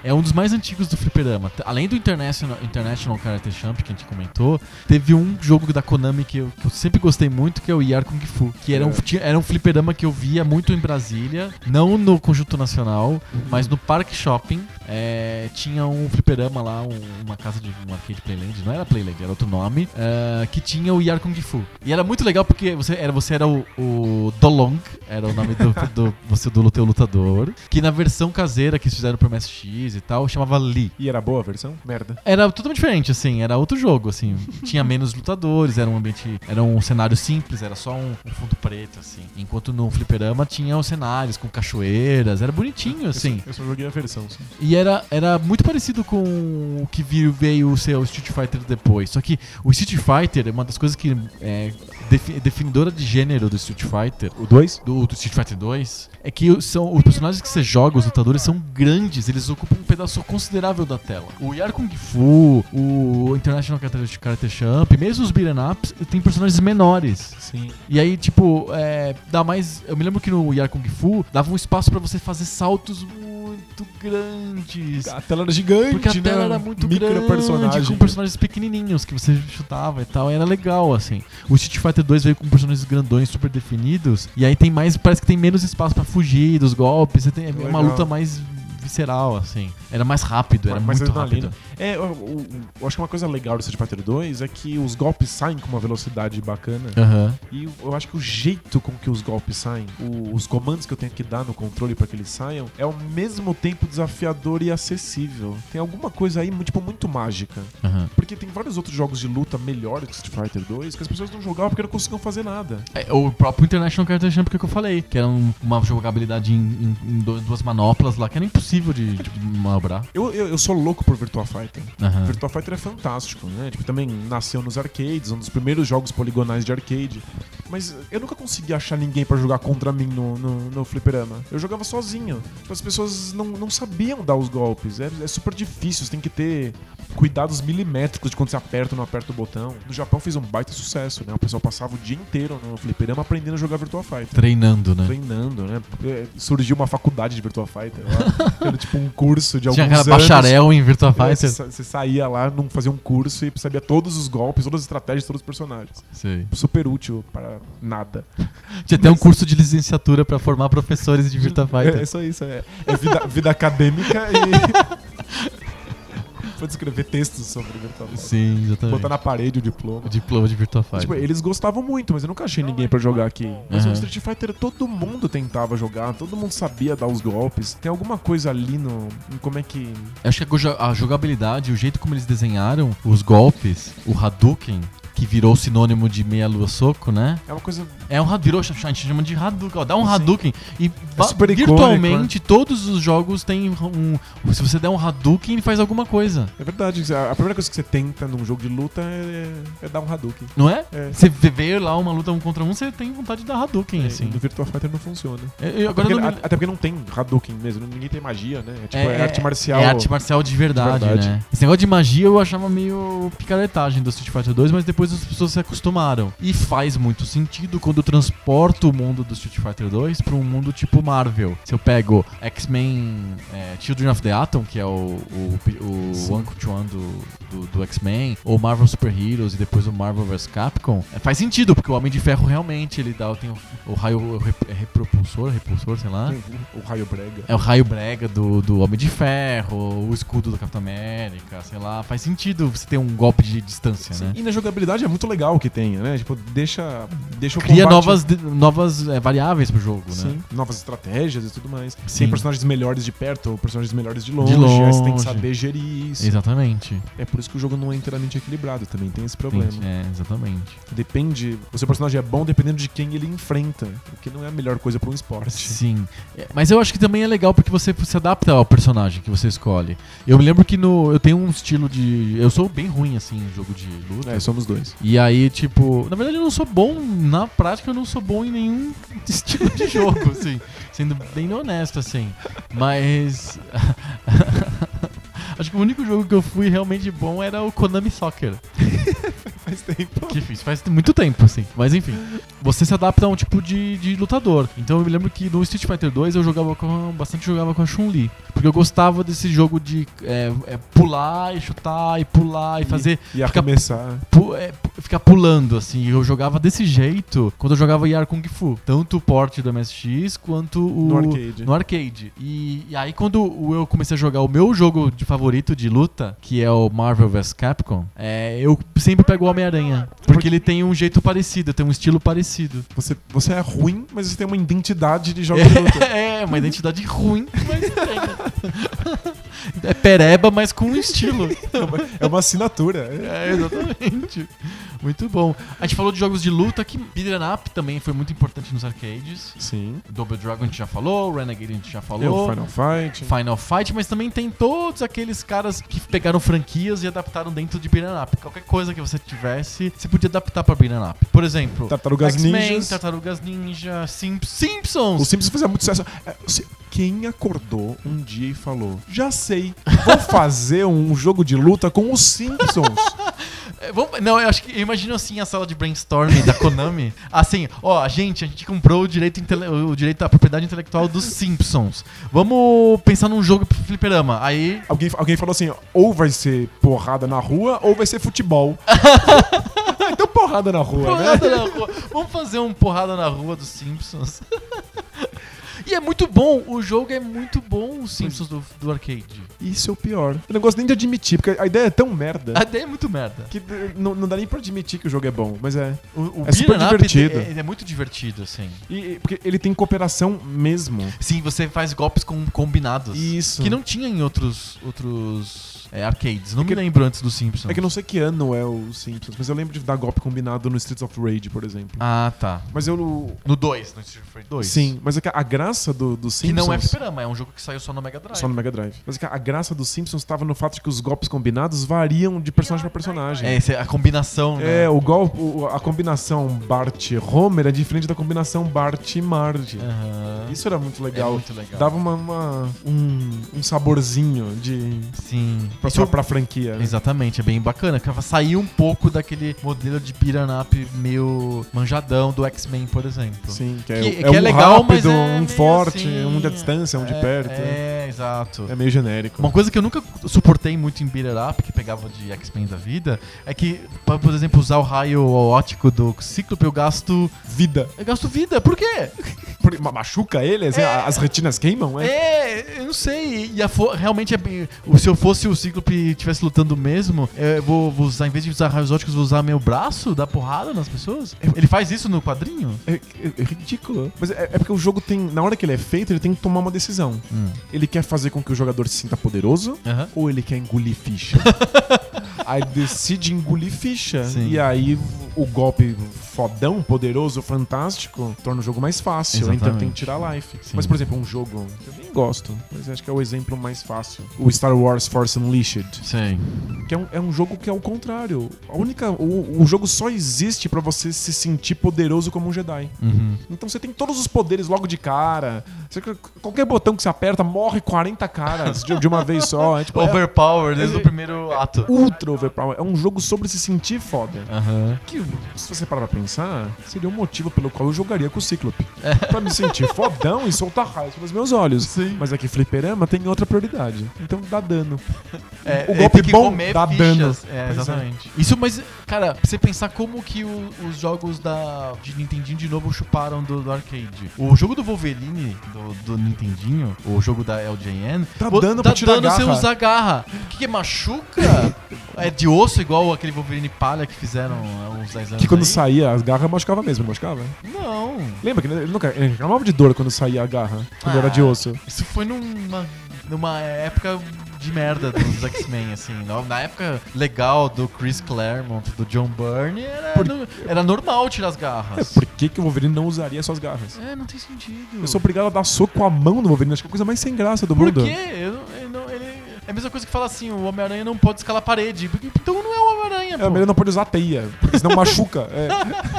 A: É um dos mais antigos do fliperama. T- Além do International, International Karate Champ, que a gente comentou, teve um jogo da Konami que eu, que eu sempre gostei muito, que é o Yar Kung Fu. Que era, um,
B: É.
A: ti- era um fliperama que eu via muito em Brasília, não no Conjunto Nacional, mas no Parque Shopping. é, tinha um fliperama lá, um- uma casa de um arcade Playland, não era Playland, era outro nome, é, que tinha o Yar Kung Fu. E era muito legal porque você era, você era o, o Dolong, era o nome do, do, você, do teu lutador, que na versão caseira que eles fizeram pro MSX e tal, chamava Lee.
B: E era boa a versão? Merda.
A: Era totalmente diferente, assim, era outro jogo, assim. Tinha menos lutadores, era um ambiente. Era um cenário simples, era só um, um fundo preto, assim. Enquanto no Fliperama tinha os cenários com cachoeiras, era bonitinho, assim.
B: Eu só, eu só joguei a versão. Sim.
A: E era, era muito parecido com o que vir- veio ser o Street Fighter depois. Só que o Street Fighter é uma das coisas que é defi- definidora de gênero do Street Fighter
B: O 2?
A: do, do Street Fighter 2 é que o- são, os personagens que você joga, os lutadores, são grandes, eles ocupam um pedaço considerável da tela. O Yar Kung Fu, o International Karate- Karate Champ, mesmo os Beaten Ups, tem personagens menores.
B: Sim.
A: E aí, tipo, é, dá mais. Eu me lembro que no Yar Kung Fu dava um espaço pra você fazer saltos muito grandes.
B: A tela era gigante,
A: Porque a
B: né?
A: tela era muito
B: Micro
A: grande,
B: personagem.
A: com personagens pequenininhos que você chutava e tal, e era legal, assim. O Street Fighter 2 veio com personagens grandões, super definidos, e aí tem mais, parece que tem menos espaço pra fugir dos golpes, você tem, é uma
B: Legal.
A: luta mais visceral, assim. Era mais rápido, era
B: Mais
A: muito
B: adrenalina.
A: rápido.
B: É, eu, eu- eu acho que uma coisa legal do Street Fighter 2 é que os golpes saem com uma velocidade bacana.
A: Aham.
B: E eu acho que o jeito com que os golpes saem, o- os comandos que eu tenho que dar no controle pra que eles saiam, é ao mesmo tempo desafiador e acessível. Tem alguma coisa aí, tipo, muito mágica.
A: aham.
B: Porque tem vários outros jogos de luta melhores que Street Fighter 2 que as pessoas não jogavam porque não conseguiam fazer nada.
A: É, O próprio International Character Champ que eu falei, que era um- uma jogabilidade em, em- em do- duas manoplas lá, que era impossível de, de manobrar.
B: Eu, eu, eu sou louco por Virtua Fighter.
A: Aham.
B: Virtua Fighter é fantástico, né? Tipo, também nasceu nos arcades, um dos primeiros jogos poligonais de arcade. Mas eu nunca consegui achar ninguém pra jogar contra mim no, no, no fliperama. Eu jogava sozinho. Tipo, as pessoas não, não sabiam dar os golpes. É, é super difícil, você tem que ter cuidados milimétricos de quando você aperta ou não aperta o botão. No Japão fez um baita sucesso, né? O pessoal passava o dia inteiro no fliperama aprendendo a jogar Virtua Fighter.
A: Treinando, né?
B: Treinando, né? É, Surgiu uma faculdade de Virtua Fighter. lá. Era tipo um curso de
A: Tinha
B: alguns
A: cara
B: anos.
A: bacharel em Virtua
B: É,
A: Fighter.
B: Você sa- você saía lá, não fazia um curso e sabia todos os golpes, todas as estratégias, todos os personagens.
A: Sei.
B: Super útil para nada.
A: Tinha até um curso de licenciatura pra formar professores de Virtua
B: É, é
A: Fighter.
B: só isso. É, é vida, vida acadêmica e. Pode escrever textos sobre Virtua Fighter.
A: Sim, exatamente.
B: é. Botar na parede o diploma.
A: O diploma de Virtua Fighter.
B: Tipo, eles gostavam muito, mas eu nunca achei ninguém pra jogar aqui. Mas
A: Aham.
B: o Street Fighter todo mundo tentava jogar, todo mundo sabia dar os golpes. Tem alguma coisa ali no. em como é que.
A: Acho que a goja- a jogabilidade, o jeito como eles desenharam os golpes, o Hadouken, que virou sinônimo de meia-lua soco, né?
B: É uma coisa.
A: É um Hadouken, virou, a gente chama de Hadouken, ó, dá um
B: Sim. É
A: Hadouken. E va-
B: super icônico, né?
A: virtualmente todos os jogos têm um. Se você der um Hadouken, ele faz alguma coisa,
B: É verdade. A a primeira coisa que você tenta num jogo de luta é, é dar um Hadouken.
A: não é?
B: É.
A: Você vê- vê lá uma luta um contra um, você tem vontade de dar Hadouken, assim.
B: No É, Virtua Fighter não funciona.
A: Eu- eu agora
B: Porque-
A: não me-
B: a- Até porque não tem Hadouken mesmo, ninguém tem magia, né? É, tipo, é, arte marcial.
A: É arte marcial de verdade,
B: De verdade.
A: né? Esse negócio de magia eu achava meio picaretagem do Street Fighter 2, mas depois as pessoas se acostumaram. E faz muito sentido quando eu transporto o mundo do Street Fighter 2 para um mundo tipo Marvel. Se eu pego X-Men é, Children of the Atom, que é o, o, o One to One do, do, do X-Men, ou Marvel Super Heroes e depois o Marvel vs Capcom, é, faz sentido, porque o Homem de Ferro realmente ele dá tem o, o raio rep- é repropulsor, repulsor, sei lá.
B: O raio brega.
A: É o raio brega do, do Homem de Ferro, o escudo do Capitão América, sei lá. Faz sentido você ter um golpe de distância,
B: Sim.
A: né?
B: E na jogabilidade é muito legal que tenha, né? Tipo, deixa, deixa o
A: Cria
B: combate-
A: novas, de- novas é, variáveis pro jogo, né?
B: Sim, novas estratégias e tudo mais.
A: Sim.
B: Tem personagens melhores de perto ou personagens melhores de longe.
A: De longe.
B: aí Você tem que saber gerir isso.
A: Exatamente.
B: É por isso que o jogo não é inteiramente equilibrado também, tem esse problema.
A: Tem- É, exatamente.
B: Depende. O seu personagem é bom dependendo de quem ele enfrenta, o que não é a melhor coisa pra um esporte.
A: Sim. É, Mas eu acho que também é legal porque você se adapta ao personagem que você escolhe. Eu me lembro que no, eu tenho um estilo de. Eu sou bem ruim, assim, em jogo de luta.
B: É, somos dois.
A: E aí, tipo, na verdade eu não sou bom, na prática eu não sou bom em nenhum estilo de jogo, assim, sendo bem honesto, assim. Mas. Acho que o único jogo que eu fui realmente bom era o Konami Soccer,
B: Faz tempo.
A: que fiz faz muito tempo, assim. Mas enfim, você se adapta a um tipo de, de lutador. Então eu me lembro que no Street Fighter 2 eu jogava com. bastante jogava com a Chun-Li. Porque eu gostava desse jogo de é, é, pular e chutar e pular e fazer
B: E a
A: Fica-
B: começar.
A: pu- é, pu- ficar pulando, assim. Eu jogava desse jeito quando eu jogava Yar Kung Fu. Tanto o porte do MSX quanto o.
B: No arcade.
A: no arcade. E, e aí, quando o- eu comecei a jogar o meu jogo de favorito de luta, que é o Marvel vs Capcom, é, eu sempre pego o Homem-Aranha. Porque ele tem um jeito parecido, tem um estilo parecido.
B: Você, você é ruim, mas você tem uma identidade de jogo de luta.
A: É, uma identidade ruim, mas tem. É pereba, mas com um estilo.
B: É uma assinatura.
A: É, exatamente. Muito bom. A gente falou de jogos de luta, que Beat'em Up também foi muito importante nos arcades.
B: Sim.
A: Double Dragon a gente já falou, Renegade a gente já
B: É o
A: falou.
B: Final Fight.
A: Final Fight, mas também tem todos aqueles caras que pegaram franquias e adaptaram dentro de Beat'em Up. Qualquer coisa que você tivesse, você podia adaptar pra Beat'em Up. Por exemplo,
B: Tartarugas
A: X-Men,
B: tá Ninjas.
A: Tartarugas Ninja, Simp-
B: O
A: Simpsons.
B: Simpsons fazia muito sucesso. É, se- Quem acordou um dia e falou: Já sei, vou fazer um jogo de luta com os Simpsons.
A: É, vamos- não, eu acho que eu imagino assim a sala de brainstorming da Konami. Assim, ó, gente, a gente comprou o direito, intele- o direito à propriedade intelectual dos Simpsons. Vamos pensar num jogo pro fliperama. Aí.
B: alguém, alguém falou assim: ou vai ser porrada na rua, ou vai ser futebol. então porrada na rua, né?
A: Porrada na rua. Vamos fazer um porrada na rua dos Simpsons. e é muito bom, o jogo é muito bom, os Simpsons do, do arcade.
B: Isso é o pior. Eu não gosto nem de admitir, porque a ideia é tão merda.
A: Até é muito merda.
B: Que eh, não, não dá nem pra admitir que o jogo é bom, mas é.
A: O, o
B: É super
A: beat'em up,
B: divertido.
A: É, é muito divertido, assim.
B: E, e- porque ele tem cooperação mesmo.
A: Sim, você faz golpes com combinados.
B: Isso.
A: Que não tinha em outros, outros é, arcades. Não
B: que-
A: me lembro antes do Simpsons.
B: É que eu não sei que ano é o Simpsons, mas eu lembro de dar golpe combinado no Streets of Rage, por exemplo.
A: Ah, tá.
B: Mas eu,
A: No 2, no Street Fighter 2.
B: Sim, mas é que a graça do, do
A: Que
B: Simpsons.
A: não é fliperama, é um jogo que saiu só no Mega Drive.
B: Só no Mega Drive. Mas é que a graça dos Simpsons estava no fato de que os golpes combinados variam de personagem pra personagem.
A: É, esse é a combinação, né?
B: É, o golpe, o- a combinação Bart-Homer é diferente da combinação Bart-Marge.
A: Aham.
B: Isso era muito
A: É
B: legal.
A: muito legal.
B: Dava uma, uma- um, um saborzinho de
A: Sim.
B: pra,
A: Isso- é um
B: pra franquia. né?
A: Exatamente, é bem bacana. Ficava- Saiu um pouco daquele modelo de beat'em up meio manjadão do X-Men, por exemplo.
B: Sim, que é,
A: Que-
B: é
A: que é
B: um
A: legal, mas é
B: rápido, um
A: meio
B: forte,
A: assim,
B: um de distância, um de
A: É,
B: perto. É,
A: É, exato.
B: meio genérico.
A: Uma coisa que eu nunca suportei muito em Beater Up, que pegava de X-Men da vida, é que, pra, por exemplo, usar o raio ótico do Cíclope, eu gasto.
B: Vida.
A: Eu gasto vida, por quê?
B: Por- ma- Machuca ele? assim, a- As retinas queimam? É.
A: É, eu não sei. E a fo- realmente é bem. o- Se eu fosse o Cíclope e estivesse lutando mesmo, é, eu vou, vou usar, em vez de usar raios óticos, vou usar meu braço, dar porrada nas pessoas. Ele faz isso no quadrinho?
B: É, é- é ridículo. Mas é, é porque o jogo tem. Na hora que ele é feito, ele tem que tomar uma decisão.
A: Hum.
B: Ele quer fazer com que o jogador se sinta poderoso
A: Aham.
B: ou ele quer engolir ficha? aí decide engolir ficha.
A: Sim.
B: E aí o golpe fodão, poderoso, fantástico, torna o jogo mais fácil. Então
A: Exatamente.
B: tem que tirar life.
A: Sim.
B: Mas, por exemplo, um jogo. que Eu nem nem gosto, mas acho que é o exemplo mais fácil. O Star Wars Force Unleashed,
A: Sim.
B: que é um, é um jogo que é o contrário. A única, o, o jogo só existe pra você se sentir poderoso como um Jedi.
A: Uhum.
B: Então você tem todos os poderes logo de cara. Você- qualquer botão que você aperta, morre 40 caras de, de uma vez só. É tipo, é
A: Overpower desde o primeiro ato.
B: ultra overpower. É um jogo sobre se sentir foda.
A: Aham.
B: Que, se você parar pra pensar, seria o motivo pelo qual eu jogaria com o Cíclope. Pra me sentir fodão e soltar raios pelos meus olhos.
A: É. Sim.
B: Mas aqui fliperama tem outra prioridade. Então dá dano.
A: É,
B: O
A: é,
B: golpe
A: tem que
B: bom
A: comer
B: dá
A: fichas. É,
B: Pois é.
A: exatamente. Isso, mas, cara, pra você pensar como que o- os jogos da, de Nintendinho de novo chuparam do, do arcade. O jogo do Wolverine, do, do Nintendinho, o jogo da LJN,
B: Tá
A: vo-
B: dando
A: tá
B: pra tirar
A: dando você
B: garra.
A: usar garra. O que, que é machuca? é de osso igual aquele Wolverine palha que fizeram há uns 10 anos.
B: Que quando
A: aí?
B: saía, as garras machucava mesmo, não machucava?
A: Não.
B: Lembra que ele, nunca, ele reclamava de dor quando saía a garra, quando
A: Ah.
B: era de osso.
A: Isso foi numa, numa época de merda dos X-Men, assim. Na na época legal do Chris Claremont, do John Byrne, era,
B: Por-
A: no- era normal tirar as
B: É,
A: garras.
B: por que, que o Wolverine não usaria suas garras?
A: É, não tem sentido.
B: Eu sou obrigado a dar soco com a mão do Wolverine, acho que é a coisa mais sem graça do
A: Por
B: mundo.
A: quê? Eu não- eu não- ele- É a mesma coisa que fala assim, o Homem-Aranha não pode escalar a parede. Porque- Então não é o Homem-Aranha,
B: É, mas
A: pô.
B: ele não pode usar teia, porque senão machuca. É.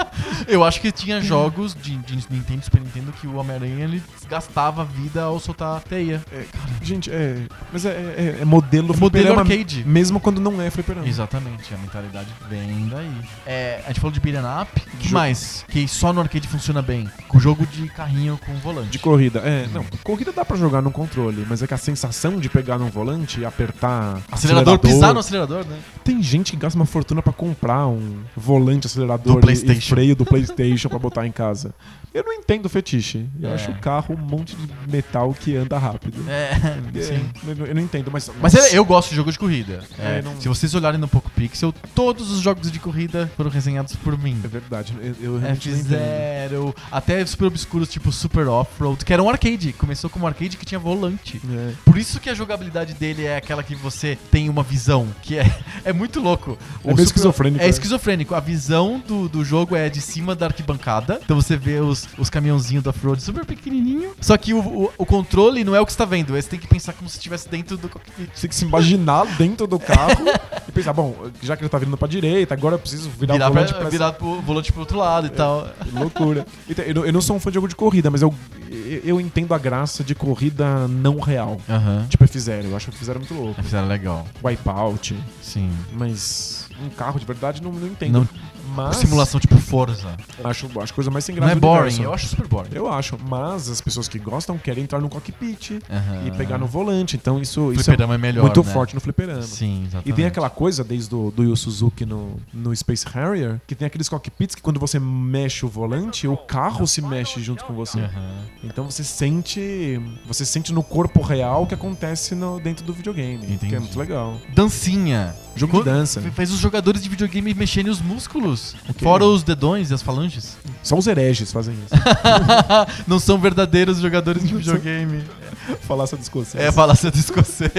A: Eu acho que tinha jogos de, de Nintendo, Super Nintendo, que o Homem-Aranha ele gastava a vida ao soltar a teia.
B: Gente, é. Mas é, é- é modelo
A: Modelo
B: fliperama,
A: arcade.
B: mesmo quando não é fliperama.
A: Exatamente, a mentalidade vem daí. Hum. É, a gente falou de beat'em up, o que
B: Jogo-
A: mais? Que só no arcade funciona bem. Com o jogo de carrinho com volante.
B: De corrida, é.
A: Uhum.
B: Não, corrida dá pra jogar num controle, mas é que a sensação de pegar num volante e apertar.
A: acelerador, pisar no acelerador, né?
B: Tem gente que gasta uma fortuna pra comprar um volante acelerador
A: Do
B: e-
A: PlayStation.
B: e freio do PlayStation pra botar em casa. Eu não entendo o fetiche. Eu
A: É.
B: acho o carro um monte de metal que anda rápido.
A: É,
B: É,
A: sim.
B: eu não- Eu não entendo, mas.
A: Mas
B: nossa.
A: é- eu gosto de jogo de corrida. É,
B: É, não-
A: Se vocês olharem no Poco Pixel, todos os jogos de corrida foram resenhados por mim.
B: É verdade, eu, eu realmente não
A: é-
B: entendo.
A: F0, até super obscuros, tipo Super Off-Road, que era um arcade. Começou como arcade que tinha volante.
B: É.
A: Por isso que a jogabilidade dele é aquela que você tem uma visão, que é, é muito louco.
B: É meio esquizofrênico,
A: É
B: né?
A: esquizofrênico. A visão do, do jogo é de cima da arquibancada. Então você vê os, os caminhãozinhos da off-road super pequenininho. Só que o, o, o controle não é o que você tá vendo. Aí Você tem que pensar como se estivesse dentro do cockpit.
B: Você tem que se imaginar dentro do carro e pensar, bom, já que ele tá virando pra direita, agora eu preciso virar,
A: Virar,
B: o volante pra,
A: pra, tipo, virar
B: essa
A: pro volante pro outro lado e tal.
B: Loucura. Então, eu, não- eu não sou um fã de jogo de corrida, mas eu, eu entendo a graça de corrida não real.
A: Aham.
B: Tipo F0, eu acho que F0 é muito louco.
A: Fizeram legal.
B: Wipeout,
A: Sim.
B: mas um carro de verdade não, não entendo.
A: Não-
B: mas
A: Simulação tipo Forza.
B: Acho, acho coisa mais sem
A: Não
B: graça
A: é
B: do
A: boring,
B: universo.
A: eu acho super boring.
B: Eu acho, mas as pessoas que gostam querem entrar no cockpit
A: Aham.
B: e pegar no volante, então isso, isso é
A: Ah. Fliperama é melhor.
B: muito
A: né?
B: forte no fliperama.
A: Sim, exatamente.
B: E tem aquela coisa, desde o do Yu Suzuki no, no Space Harrier, que tem aqueles cockpits que quando você mexe o volante, o carro se mexe junto com você.
A: Aham.
B: Então você sente. Você sente no corpo real o que acontece no- dentro do videogame. Que
A: Entendi.
B: é muito legal.
A: Dancinha.
B: Jogo
A: Quando-
B: de dança.
A: Faz os jogadores de videogame mexerem os músculos.
B: Ok.
A: Fora os dedões e as falanges.
B: Só os hereges fazem isso.
A: Não são verdadeiros jogadores de
B: Não são.
A: videogame.
B: Falar essa discussão.
A: É balaceta escocês.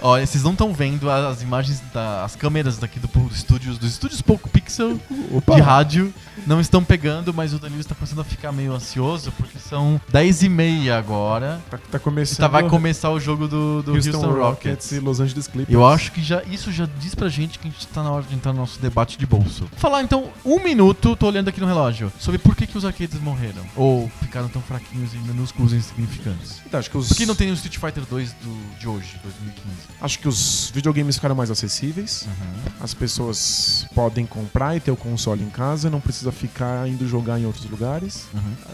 A: Olha, vocês não estão vendo a- as imagens das câmeras daqui do do estúdios, dos estúdios Poco Pixel
B: Opa.
A: de rádio. Não estão pegando, mas o Danilo está começando a ficar meio ansioso, porque são 10h30 agora.
B: Tá, tá
A: E
B: começando.
A: tá- vai começar o jogo do, do Houston, Rockets.
B: e Los Angeles Clippers.
A: Eu acho que já isso já diz pra gente que a gente tá na hora de entrar no nosso debate de bolso. Falar então, um minuto, tô olhando aqui no relógio, sobre por que, que os arcades morreram. Ou ficaram tão fraquinhos e minúsculos e insignificantes.
B: Então, acho que os.
A: Por que não tem o Street Fighter 2 do, de hoje, 2015?
B: Acho que os videogames ficaram mais acessíveis. As pessoas podem comprar e ter o console em casa, não precisa ficar indo jogar em outros lugares.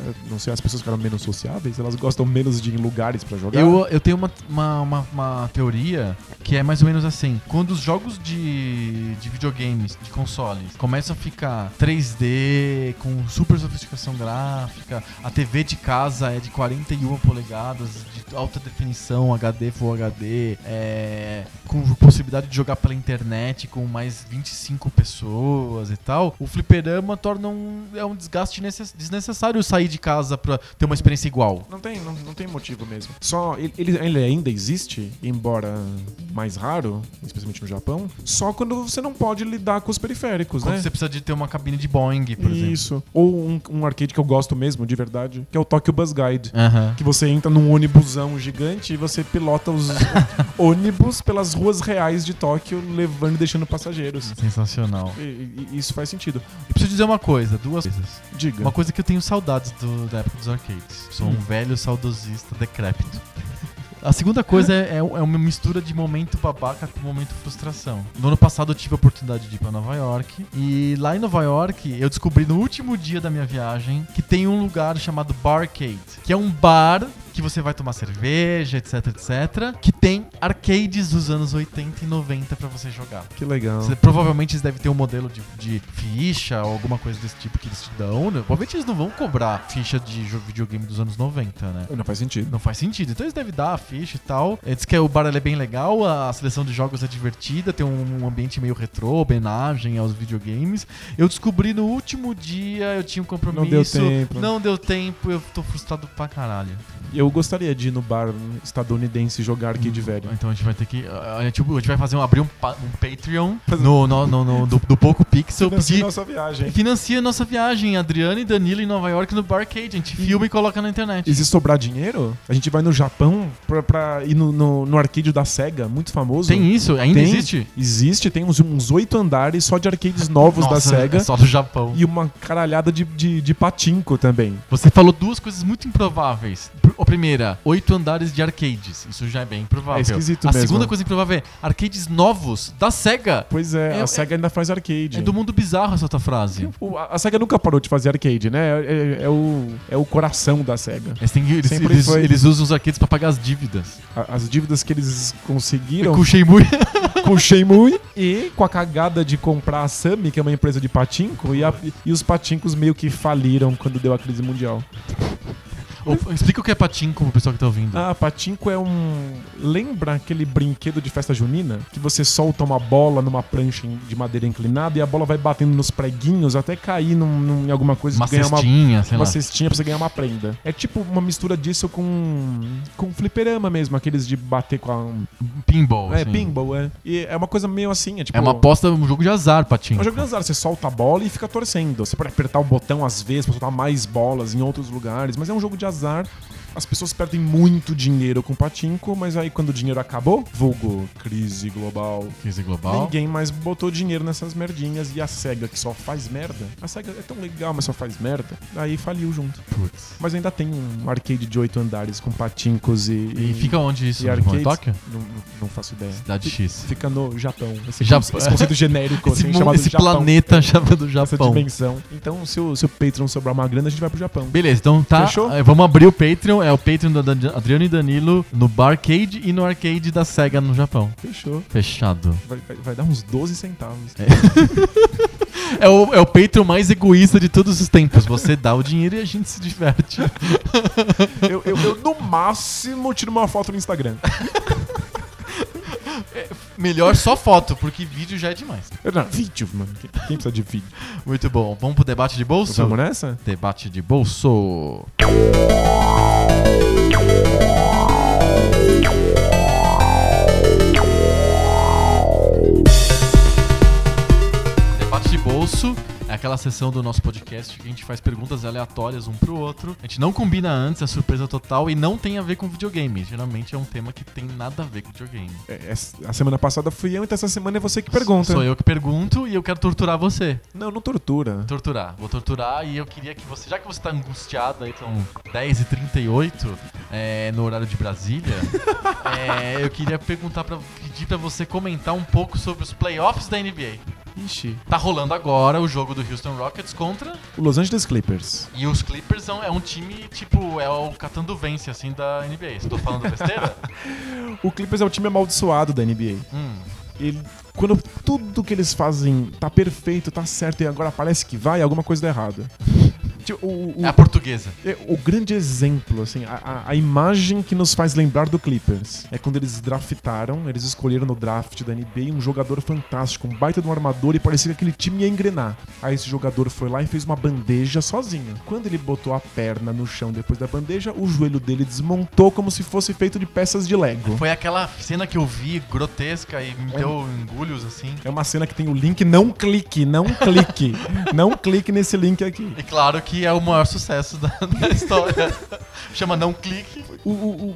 B: Eu Não sei, as pessoas ficaram menos sociáveis, elas gostam menos de ir em lugares pra jogar.
A: Eu, eu tenho uma, uma, uma, uma teoria que é mais ou menos assim: quando os jogos de, de videogames, de consoles, começam a ficar 3D, com super sofisticação gráfica, a TV de casa é de 41 polegadas, de alta definição, HD, Full HD, é, com possibilidade de jogar pela internet com mais 25 pessoas e tal, o fliperama torna um, é um desgaste necess- desnecessário sair de casa pra ter uma experiência igual.
B: Não tem, não, não tem motivo mesmo. Só ele, ele- ele ainda existe, embora mais raro, especialmente no Japão, só quando você não pode lidar com os periféricos,
A: Quando
B: né?
A: você precisa de ter uma cabine de Boeing, por exemplo.
B: Isso. Ou um, um arcade que eu gosto mesmo, de verdade, que é o Tokyo Bus Guide.
A: Aham.
B: Que você entra num ônibusão gigante e você pilota os ônibus pelas ruas reais de Tóquio, levando e deixando passageiros.
A: Sensacional.
B: E, e- e isso faz sentido.
A: E preciso dizer uma coisa, duas coisas.
B: Diga.
A: Uma coisa que eu tenho saudades do- da época dos arcades. Sou um
B: Hum.
A: velho saudosista decrépito. A segunda coisa é, é uma mistura de momento babaca com momento frustração. No ano passado eu tive a oportunidade de ir pra Nova York. E lá em Nova York eu descobri no último dia da minha viagem que tem um lugar chamado Barcade, que é um bar que você vai tomar cerveja, etc, etc, que tem arcades dos anos 80 e 90 pra você jogar.
B: Que legal.
A: Você- provavelmente eles devem ter um modelo de, de ficha ou alguma coisa desse tipo que eles te dão. né? Provavelmente eles não vão cobrar ficha de jo- videogame dos anos 90, né?
B: Não faz sentido.
A: Não faz sentido. Então eles devem dar a ficha e tal. Eh, Diz que o bar ele é bem legal, a seleção de jogos é divertida, tem um, um ambiente meio retrô, homenagem aos videogames. Eu descobri no último dia, eu tinha um compromisso.
B: Não deu tempo.
A: Não deu tempo, eu tô frustrado pra caralho.
B: Eu gostaria de ir no bar estadunidense jogar arcade velho.
A: Então a gente vai ter que. A gente, a gente vai fazer um, abrir um, pa- um Patreon no, no, no- no- do, do Poco Pixel.
B: Financia
A: pedir-
B: nossa viagem.
A: Financia nossa viagem, Adriano e Danilo em Nova York no Barcade. A gente filma e coloca na internet.
B: E se sobrar dinheiro, a gente vai no Japão pra, pra ir no, no, no arcade da SEGA, muito famoso.
A: Tem isso? Ainda
B: Tem.
A: existe?
B: Existe, tem uns uns oito andares só de arcades novos da
A: Nossa,
B: SEGA.
A: é Só do Japão.
B: E uma caralhada de, de, de patinco também.
A: Você falou duas coisas muito improváveis. Pr- A primeira, oito andares de arcades. Isso já é bem improvável.
B: É esquisito
A: A
B: mesmo.
A: segunda coisa improvável é arcades novos da SEGA.
B: Pois
A: É,
B: é, a
A: é-
B: SEGA ainda faz arcade.
A: É do mundo bizarro essa outra frase.
B: O- a, a SEGA nunca parou de fazer arcade, né? É, é- é o, é o coração da SEGA.
A: Eles, têm- eles-
B: Sempre
A: eles-
B: foi.
A: eles usam os arcades pra pagar as dívidas.
B: A- as dívidas que eles conseguiram
A: Com o Shenmue.
B: com o Shenmue e com a cagada de comprar a Sami, que é uma empresa de patinco, e, a- e os patincos meio que faliram quando deu a crise mundial.
A: Ou- Explica o que é patinco pro pessoal que tá ouvindo.
B: Ah, patinco é um. Lembra aquele brinquedo de festa junina? Que você solta uma bola numa prancha em- de madeira inclinada e a bola vai batendo nos preguinhos até cair num- num- em alguma coisa
A: uma
B: e ganhar uma,
A: cestinha, sei
B: uma
A: lá.
B: cestinha pra você ganhar uma prenda. É tipo uma mistura disso com. com fliperama mesmo, aqueles de bater com a.
A: Pinball.
B: É,
A: assim.
B: pinball, é. E é uma coisa meio assim, é tipo.
A: É uma aposta, um jogo de azar,
B: É
A: patinco.
B: um jogo de azar, você solta a bola e fica torcendo. Você pode apertar o botão às vezes pra soltar mais bolas em outros lugares, mas é um jogo de azar. As pessoas perdem muito dinheiro com patinco, mas aí quando o dinheiro acabou, vulgo crise global.
A: Crise global.
B: Ninguém mais botou dinheiro nessas merdinhas e a SEGA que só faz merda. A SEGA é tão legal, mas só faz merda. Aí faliu junto.
A: Putz.
B: Mas ainda tem um arcade de oito andares com patincos e.
A: E fica onde isso?
B: e
A: Em
B: arcades.
A: Tóquio?
B: Não, não- não faço ideia.
A: Cidade
B: Fi-
A: X.
B: Fica no Japão. Esse,
A: Japão.
B: conce- esse conceito genérico,
A: Esse,
B: assim,
A: mu-
B: chamado
A: esse
B: Japão
A: planeta chamado
B: essa
A: Japão.
B: dimensão. Então, se o, se o Patreon sobrar uma grana, a gente vai pro Japão.
A: Beleza, então tá.
B: Fechou?
A: eh, Vamos abrir o Patreon. É o Patreon do Dan- Adriano e Danilo no Barcade e no arcade da SEGA no Japão.
B: Fechou.
A: Fechado.
B: Vai, vai- vai dar uns 12 centavos.
A: É o, é o Patreon mais egoísta de todos os tempos. Você dá o dinheiro e a gente se diverte.
B: Eu, eu- eu, no máximo, tiro uma foto no Instagram.
A: Melhor só foto, porque vídeo já é demais.
B: Eu- não, vídeo, mano. Quem, quem precisa de vídeo?
A: Muito bom. Vamos pro debate de bolso?
B: Vamos nessa?
A: Debate de bolso. Debate de bolso é aquela sessão do nosso podcast que a gente faz perguntas aleatórias um pro outro. A gente não combina antes, é surpresa total e não tem a ver com videogame. Geralmente é um tema que tem nada a ver com videogame.
B: É, é- a semana passada fui eu, então essa semana é você que pergunta.
A: Sou eu que pergunto e eu quero torturar você.
B: Não, não tortura.
A: Torturar, vou torturar e eu queria que você, já que você tá angustiado aí, são 10h38 é, no horário de Brasília, é, eu queria perguntar pra, pedir pra você comentar um pouco sobre os playoffs da NBA.
B: Ixi.
A: Tá rolando agora o jogo do Houston Rockets contra,
B: O Los Angeles Clippers.
A: e os Clippers são, é um time, tipo, é o Catanduvense, assim, da NBA. Estou falando besteira?
B: O Clippers é o time amaldiçoado da NBA.
A: hum,
B: Ele, quando tudo que eles fazem tá perfeito, tá certo e agora parece que vai, alguma coisa dá errado. Tipo, o, o-
A: É a portuguesa.
B: é o grande exemplo, assim, a, a- a imagem que nos faz lembrar do Clippers é quando eles draftaram, eles escolheram no draft da NBA um jogador fantástico, um baita de um armador e parecia que aquele time ia engrenar. Aí esse jogador foi lá e fez uma bandeja sozinho. Quando ele botou a perna no chão depois da bandeja, o joelho dele desmontou como se fosse feito de peças de Lego.
A: Foi aquela cena que eu vi grotesca e me deu engulhos assim.
B: É uma cena que tem o link, não clique, não clique, não clique nesse link aqui.
A: E claro que é o maior sucesso da, da história. Chama Não Clique.
B: O, o-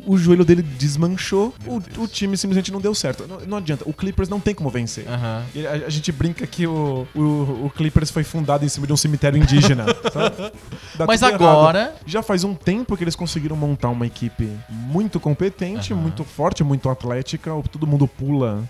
B: o- o joelho dele desmanchou,
A: Meu
B: o,
A: Deus.
B: o time simplesmente não deu certo. Não, não adianta, o Clippers não tem como vencer.
A: Aham.
B: Ele- Ah. A, a gente brinca que o, o- o Clippers foi fundado em cima de um cemitério indígena. sabe? Dá
A: Mas
B: tudo
A: agora-
B: errado. Já faz um tempo que eles conseguiram montar uma equipe muito competente,
A: Aham.
B: muito forte, muito atlética. Todo mundo pula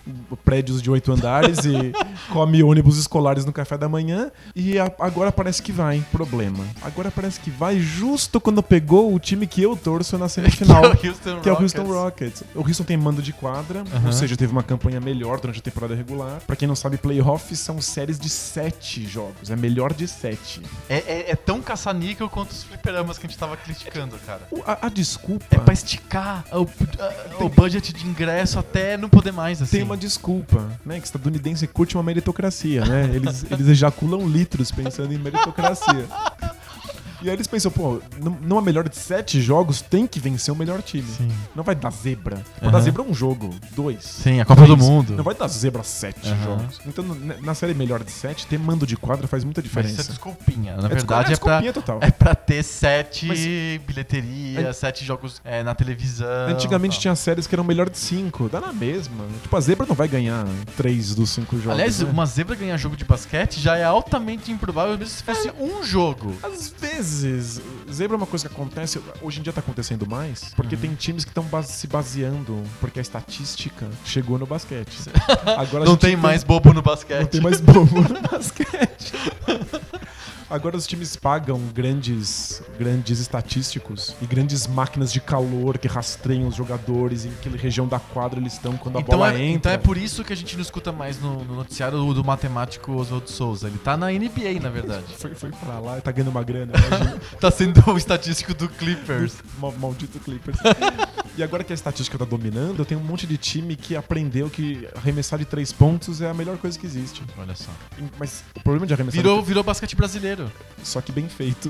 B: prédios de oito andares e come ônibus escolares no café da manhã. E a- agora parece que vai. Problema. Agora parece que vai justo quando pegou o time que eu torço na semifinal.
A: Que é o Houston
B: Que é o Houston
A: Rockets.
B: Rockets. O Houston tem mando de quadra,
A: Aham.
B: ou seja, teve uma campanha melhor durante a temporada regular. Pra quem não sabe, playoffs são séries de sete jogos. É melhor de sete.
A: É, é- é tão caça-níquel quanto os fliperamas que a gente tava criticando, cara.
B: O- a, a desculpa.
A: É pra esticar o, a- o budget de ingresso até não poder mais, assim.
B: Tem uma desculpa, né? Que estadunidense curte uma meritocracia, né? Eles, eles ejaculam litros pensando em meritocracia. E aí eles pensam, pô, nu- numa melhor de sete jogos, tem que vencer o melhor time.
A: Sim.
B: Não vai dar zebra. Vai
A: Aham.
B: dar zebra um jogo, dois.
A: Sim, a Copa do
B: Mas
A: Mundo.
B: Não vai dar zebra sete
A: Aham.
B: jogos. Então, n- na série melhor de sete, ter mando de quadra faz muita
A: Mas isso é
B: diferença.
A: desculpinha. Na
B: É descul-
A: verdade,
B: é
A: é, pra,
B: desculpinha total.
A: é pra ter sete bilheterias,
B: An-
A: sete jogos é, na televisão.
B: Antigamente
A: tal.
B: tinha séries que eram melhor de cinco. Dá na mesma. Tipo, a zebra não vai ganhar três dos cinco jogos.
A: Aliás,
B: né?
A: uma zebra ganhar jogo de basquete já é altamente improvável, mesmo se fosse um jogo.
B: Às vezes, zebra é uma coisa que acontece, hoje em dia tá acontecendo mais, porque
A: Uhum.
B: tem times que estão se baseando, porque a estatística chegou no basquete. Agora a
A: Não
B: gente
A: tem mais bobo no basquete.
B: Não tem mais bobo no basquete. Agora os times pagam grandes, grandes estatísticos e grandes máquinas de calor que rastreiam os jogadores em que região da quadra eles estão quando a
A: Então
B: bola
A: é,
B: entra.
A: então é por isso que a gente não escuta mais no, no noticiário do, do matemático Oswaldo Souza. Ele tá na NBA, na verdade.
B: Foi, foi pra lá e tá ganhando uma grana, imagina.
A: tá sendo o estatístico do Clippers.
B: Mal- Maldito Clippers. e agora que a estatística tá dominando, tem um monte de time que aprendeu que arremessar de três pontos é a melhor coisa que existe.
A: Olha só.
B: Mas o problema de arremessar
A: Virou, virou basquete brasileiro.
B: de... só que bem feito.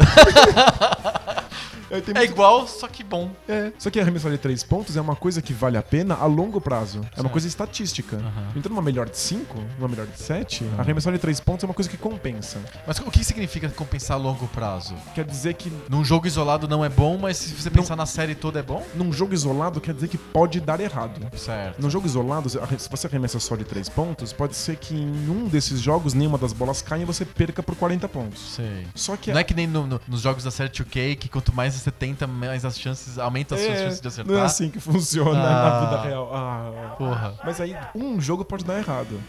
B: Aí tem
A: É igual, só que bom.
B: É. Só que arremessar de três pontos é uma coisa que vale a pena a longo prazo. É uma
A: Certo.
B: coisa estatística.
A: Aham.
B: Então, numa melhor de cinco, numa melhor de sete, arremessar de três pontos é uma coisa que compensa.
A: Mas o que significa compensar a longo prazo?
B: Quer dizer que
A: Num jogo isolado não é bom, mas se você pensar na série toda é bom?
B: num jogo isolado, quer dizer que pode dar errado.
A: Certo.
B: Num jogo isolado, se arre- se você arremessa só de três pontos, pode ser que em um desses jogos nenhuma das bolas caia e você perca por 40 pontos.
A: Sei.
B: Só que
A: Não é que nem no- no- nos jogos da série 2K, que quanto mais você tenta, mais as chances, aumenta as suas
B: É,
A: chances tá de acertar.
B: Não é assim que funciona
A: Ah.
B: na vida real. Ah.
A: Porra.
B: Mas aí um jogo pode dar errado.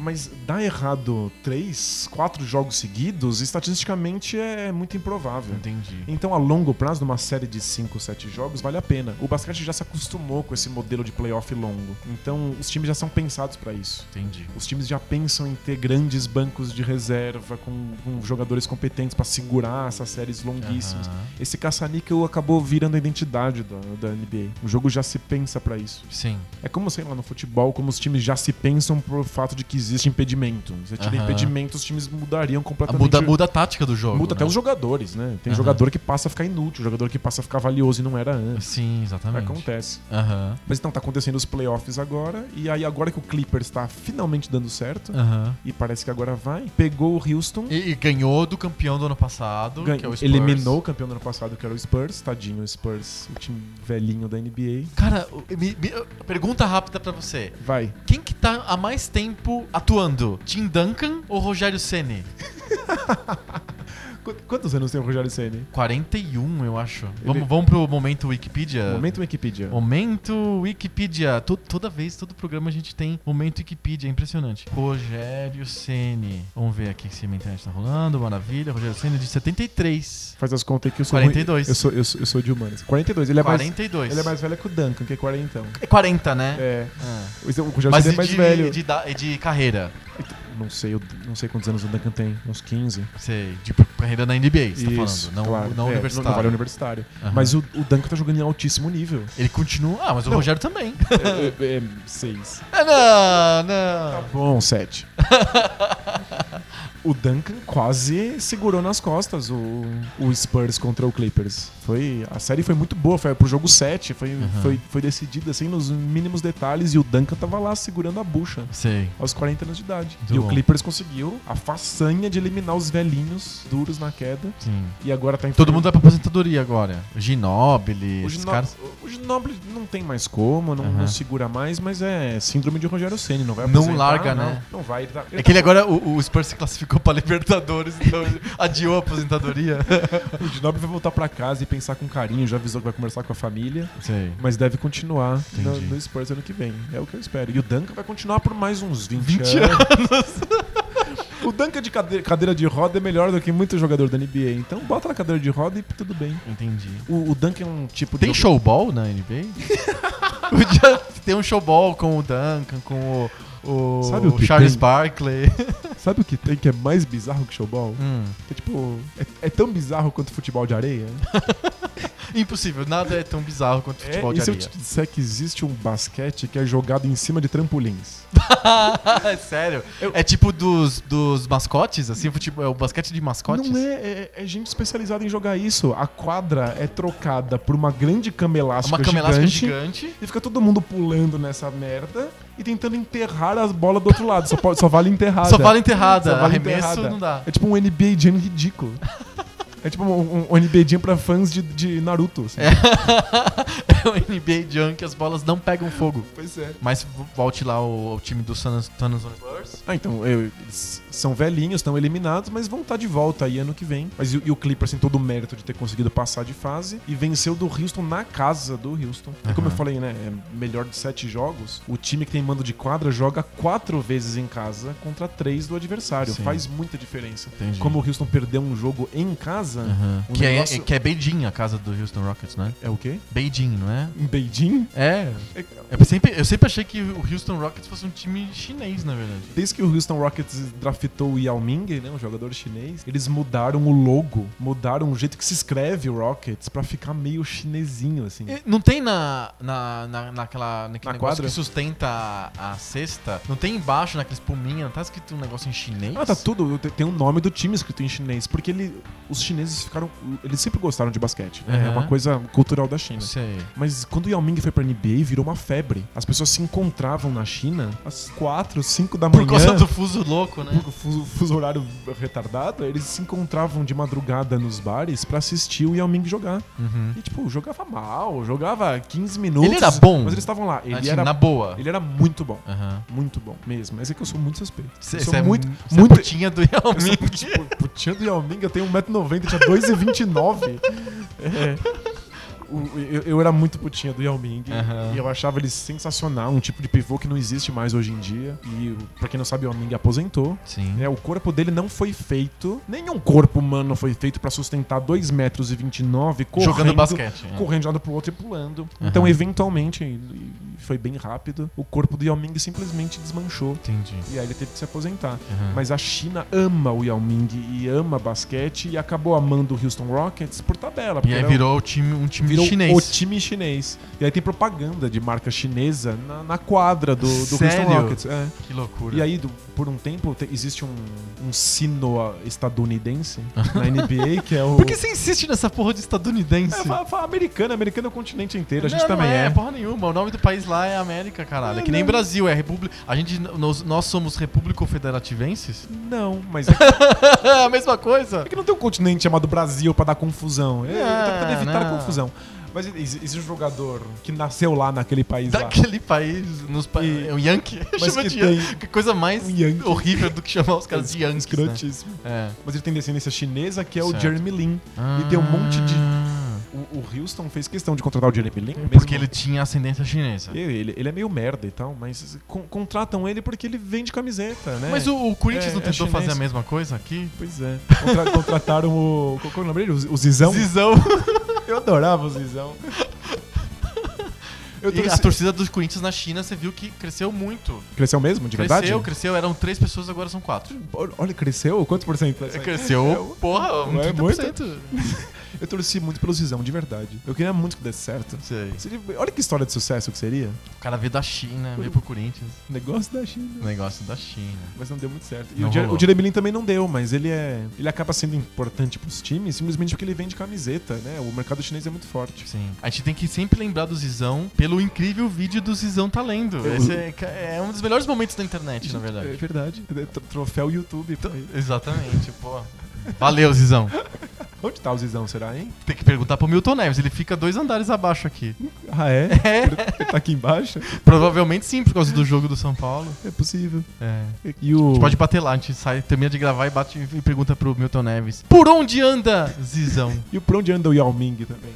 B: Mas dar errado três, quatro jogos seguidos, estatisticamente é muito improvável.
A: Entendi.
B: Então, a longo prazo, numa série de 5, 7 jogos, vale a pena. O basquete já se acostumou com esse modelo de playoff longo. Então, os times já são pensados pra isso.
A: Entendi.
B: Os times já pensam em ter grandes bancos de reserva com, com jogadores competentes pra segurar essas séries longuíssimas.
A: Aham.
B: Esse caça-níquel acabou virando a identidade da, da NBA. O jogo já se pensa pra isso.
A: Sim.
B: É como, sei lá, no futebol, como os times já se pensam por fato de que existe impedimento. Se tira
A: Aham.
B: impedimento, os times mudariam
A: Ah,
B: completamente.
A: Muda, muda a tática do jogo.
B: Muda até
A: né?
B: os jogadores, né? Tem
A: Aham.
B: jogador que passa a ficar inútil, jogador que passa a ficar valioso e não era antes.
A: Sim, exatamente.
B: É, Acontece.
A: Aham.
B: Mas então tá acontecendo os playoffs agora, e aí agora que o Clippers tá finalmente dando certo,
A: Aham.
B: e parece que agora vai, pegou o Houston,
A: E, e ganhou do campeão do ano passado,
B: ganha-
A: que é o Spurs.
B: eliminou o campeão do ano passado, que era o Spurs, tadinho, o Spurs, o time velhinho da NBA.
A: Cara, o- me- me- pergunta rápida pra você.
B: Vai.
A: Quem que tá há mais tempo atuando? Tim Duncan ou Rogério Ceni?
B: Qu- Quantos anos tem o Rogério Ceni?
A: 41, eu acho.
B: Ele-
A: Vamos, vamos pro momento Wikipedia?
B: Momento Wikipedia.
A: Momento Wikipedia. To- toda vez, todo programa a gente tem momento Wikipedia. É impressionante. Rogério Ceni. Vamos ver aqui se a minha internet tá rolando. Maravilha. Rogério Ceni de 73.
B: Faz as contas aí que eu sou
A: 42.
B: ruim. Eu sou, eu, sou, eu sou de humanas. 42. Ele é, mais,
A: 42.
B: ele é mais velho que o Duncan, que é 40.
A: É 40, né?
B: É.
A: Ah.
B: O Zé- o Rogério
A: Mas e
B: Ceni é mais
A: de,
B: velho.
A: De, da- e de carreira.
B: Não sei, eu não sei quantos anos o Duncan tem. Uns 15.
A: Sei. De carreira na NBA, você
B: Isso,
A: tá falando. Não,
B: claro.
A: não
B: É,
A: universitário.
B: Não, vale universitário.
A: Aham.
B: Mas o, o Duncan tá jogando em altíssimo nível.
A: Ele continua. Ah, mas o Rogério também.
B: é, é, é, seis.
A: Ah, não, não.
B: Bom, sete. o Duncan quase segurou nas costas o, o Spurs contra o Clippers. Foi, a série foi muito boa, foi pro jogo 7, foi, foi, foi decidida assim nos mínimos detalhes e o Duncan tava lá segurando a bucha.
A: Sei.
B: Aos 40 anos de idade.
A: Muito
B: e
A: bom.
B: o Clippers conseguiu a façanha de eliminar os velhinhos duros na queda.
A: Sim.
B: E agora tá em
A: Todo mundo vai pra aposentadoria agora. Ginobili,
B: O,
A: esses
B: Gino...
A: caras.
B: o Ginobili não tem mais como, não,
A: Aham.
B: não segura mais, mas é síndrome de Rogério Ceni, não vai
A: Não
B: aposentar,
A: larga,
B: não.
A: né?
B: Não vai. Ele tá- ele
A: É que ele agora, o, o Spurs se classificou pra Libertadores, então ele adiou a aposentadoria.
B: tá- O Ginobili vai voltar pra casa e pensar com carinho, já avisou que vai conversar com a família,
A: Sei.
B: mas deve continuar no,
A: Entendi.
B: no Spurs ano que vem. É o que eu espero. E o Duncan vai continuar por mais uns 20,
A: 20
B: anos. o Duncan de cade- cadeira de roda é melhor do que muito jogador da NBA, então bota na cadeira de roda e tudo bem.
A: Entendi.
B: O, o Duncan é um tipo
A: Tem
B: de.
A: showball na NBA? Podia ter um showball com o Duncan, com o, o,
B: Sabe o que
A: Charles
B: tem?
A: Barkley.
B: Sabe o que tem que é mais bizarro que showball?
A: Hum.
B: É tipo. É, é tão bizarro quanto futebol de areia.
A: Impossível, nada é tão bizarro quanto futebol
B: é,
A: de
B: e se eu
A: areia.
B: te disser que existe um basquete que é jogado em cima de trampolins?
A: Ah, Sério?
B: Eu-
A: É tipo dos, dos mascotes, assim, futebol, é o basquete de mascotes?
B: Não é, é, é gente especializada em jogar isso. A quadra é trocada por uma grande cama elástica,
A: É Uma cama elástica
B: gigante,
A: gigante.
B: E fica todo mundo pulando nessa merda e tentando enterrar as bolas do outro lado. Só, pode- só vale enterrada.
A: Só vale enterrada,
B: Ah, tá. Só vale
A: arremesso
B: enterrada.
A: não dá.
B: É tipo um NBA Jam ridículo. É tipo um, um NBA Jam pra fãs de, de Naruto. assim.
A: É o NBA Junk, as bolas não pegam fogo.
B: Pois é.
A: Mas v- volte lá o, o time do San San Antonio Spurs.
B: Ah, então, eu- eles são velhinhos, estão eliminados, mas vão estar de volta aí ano que vem. Mas e, o- e o Clippers tem todo o mérito de ter conseguido passar de fase e venceu do Houston na casa do Houston. E como eu falei, né, é melhor de sete jogos, o time que tem mando de quadra joga quatro vezes em casa contra três do adversário.
A: Sim.
B: Faz muita diferença.
A: Entendi.
B: Como o Houston perdeu um jogo em casa, o
A: Que, é,
B: Um negócio-
A: que é Beijing, a casa do Houston Rockets, né?
B: é o quê?
A: Beijing, não é?
B: Em Beijing?
A: É.
B: É-
A: Eu sempre, eu sempre achei que o Houston Rockets fosse um time chinês, na verdade.
B: Desde que o Houston Rockets draftou o Yao Ming, né, um jogador chinês, eles mudaram o logo, mudaram o jeito que se escreve o Rockets pra ficar meio chinesinho, assim.
A: E Não tem na, na, na, naquela, naquele
B: Na
A: negócio
B: quadra?
A: que sustenta a, a cesta? Não tem embaixo, naqueles pulminhos, não tá escrito um negócio em chinês?
B: Ah, tá tudo. te- Tem o nome do time escrito em chinês, porque ele, os chineses ficaram. Eles sempre gostaram de basquete, né? É
A: Aham.
B: uma coisa cultural da China.
A: Não sei.
B: Mas quando o Yao Ming foi pra NBA, virou uma febre. As pessoas se encontravam na China às 4, 5 da manhã.
A: Por causa do fuso louco, né?
B: Por fuso, fuso horário retardado, eles se encontravam de madrugada nos bares pra assistir o Yao Ming jogar.
A: Uhum.
B: E, tipo, jogava mal, jogava 15 minutos.
A: Ele era bom?
B: Mas eles estavam lá. Ele
A: Assim,
B: era,
A: Na boa.
B: ele era muito bom.
A: Aham.
B: Muito bom mesmo. Mas é que eu sou muito suspeito.
A: Cê-
B: eu sou
A: cê é
B: muito.
A: mu- cê é
B: muito
A: putinha do Yao
B: eu sou
A: Ming.
B: put- pu- putinha do Yao Ming, eu tenho 1,90m, eu tinha 2,29m. é. O- Eu, eu era muito putinha do Yao Ming
A: Aham.
B: e eu achava ele sensacional, um tipo de pivô que não existe mais hoje em dia. E pra quem não sabe, o Yao Ming aposentou.
A: Sim.
B: É, o corpo dele não foi feito, nenhum corpo humano foi feito pra sustentar 2,29 metros correndo,
A: Jogando basquete. né?
B: correndo de um lado pro outro e pulando.
A: Aham.
B: Então, eventualmente, e- e foi bem rápido, o corpo do Yao Ming simplesmente desmanchou.
A: Entendi.
B: E aí ele teve que se aposentar.
A: Aham.
B: Mas a China ama o Yao Ming e ama basquete e acabou amando o Houston Rockets por tabela.
A: E
B: porque
A: aí
B: era-
A: virou o time, um time
B: virou
A: chinês.
B: o time chinês. E aí tem propaganda de marca chinesa na, na quadra do, do Houston
A: Sério?
B: Rockets. É.
A: Que loucura.
B: E aí, do- por um tempo, te- existe um, um sino estadunidense na NBA, que é o.
A: Por que você insiste nessa porra de estadunidense?
B: É, fala, fala americano, americano é o continente inteiro, a gente
A: Não,
B: também
A: não é,
B: é.
A: porra nenhuma. O nome do país lá é América, caralho. É
B: É,
A: que nem
B: não.
A: Brasil, é República. A gente, nós, nós somos Repúblico Federativenses?
B: Não, mas é que,
A: É a mesma coisa.
B: é que não tem um continente chamado Brasil pra dar confusão. É,
A: Ah,
B: tá pra evitar
A: não.
B: a confusão. Mas ex- existe um jogador que nasceu lá naquele país lá.
A: Daquele país, nos pa...
B: E-
A: é o Yankee.
B: Mas
A: Chama
B: que
A: de
B: tem-
A: Yankee. Que coisa mais
B: Um Yankee.
A: horrível do que chamar os caras de Yankees, né?
B: Escrotíssimo.
A: É.
B: Mas ele tem descendência chinesa, que é o
A: Certo.
B: Jeremy Lin. E
A: Ah.
B: tem um monte de. O, o Houston fez questão de contratar o Jeremy Lin. mesmo-
A: Porque ele tinha ascendência chinesa.
B: Ele, ele- ele é meio merda e tal, mas con- contratam ele porque ele vende camiseta, né?
A: Mas o, o Corinthians
B: É,
A: não
B: é
A: tentou
B: chinês.
A: fazer a mesma coisa aqui?
B: Pois é. Contra- contrataram o. Qual que é o nome dele? O Z- o Zizão?
A: Zizão.
B: Eu adorava o Zizão. Eu tô
A: E a
B: nesse-
A: torcida do Corinthians na China, você viu que cresceu muito.
B: Cresceu mesmo, de
A: cresceu,
B: verdade?
A: cresceu. Eram três pessoas, agora são quatro.
B: Olha- Olha, cresceu? Quantos por cento?
A: É, Cresceu, porra, um
B: não é
A: 30%.
B: Eu torci muito pelo Zizão, de verdade. Eu queria muito que desse certo.
A: Sei.
B: Seria- Olha que história de sucesso que seria.
A: O cara veio da China, veio pro Corinthians.
B: Negócio da China.
A: Negócio da China.
B: Mas não deu muito certo. E
A: Não
B: o Jere-
A: rolou.
B: o Jerebilin também não deu, mas ele é. Ele acaba sendo importante pros times simplesmente porque ele vende camiseta, né? O mercado chinês é muito forte.
A: Sim. A gente tem que sempre lembrar do Zizão pelo incrível vídeo do Zizão tá lendo.
B: Eu-
A: Esse é, ca- é um dos melhores momentos da internet, na
B: É
A: verdade.
B: verdade. Então- É tro- Troféu YouTube. pô.
A: Exatamente, pô. Valeu, Zizão.
B: Onde tá o Zizão, será, hein?
A: Tem que perguntar pro Milton Neves, ele fica dois andares abaixo aqui.
B: Ah, é? Ele tá aqui embaixo?
A: Provavelmente sim, por causa do jogo do São Paulo.
B: É possível. Tipo,
A: É.
B: E o.
A: A gente pode bater lá, a gente sai, termina de gravar e bate e pergunta pro Milton Neves. Por onde anda, Zizão?
B: E o por onde anda o Yao Ming também.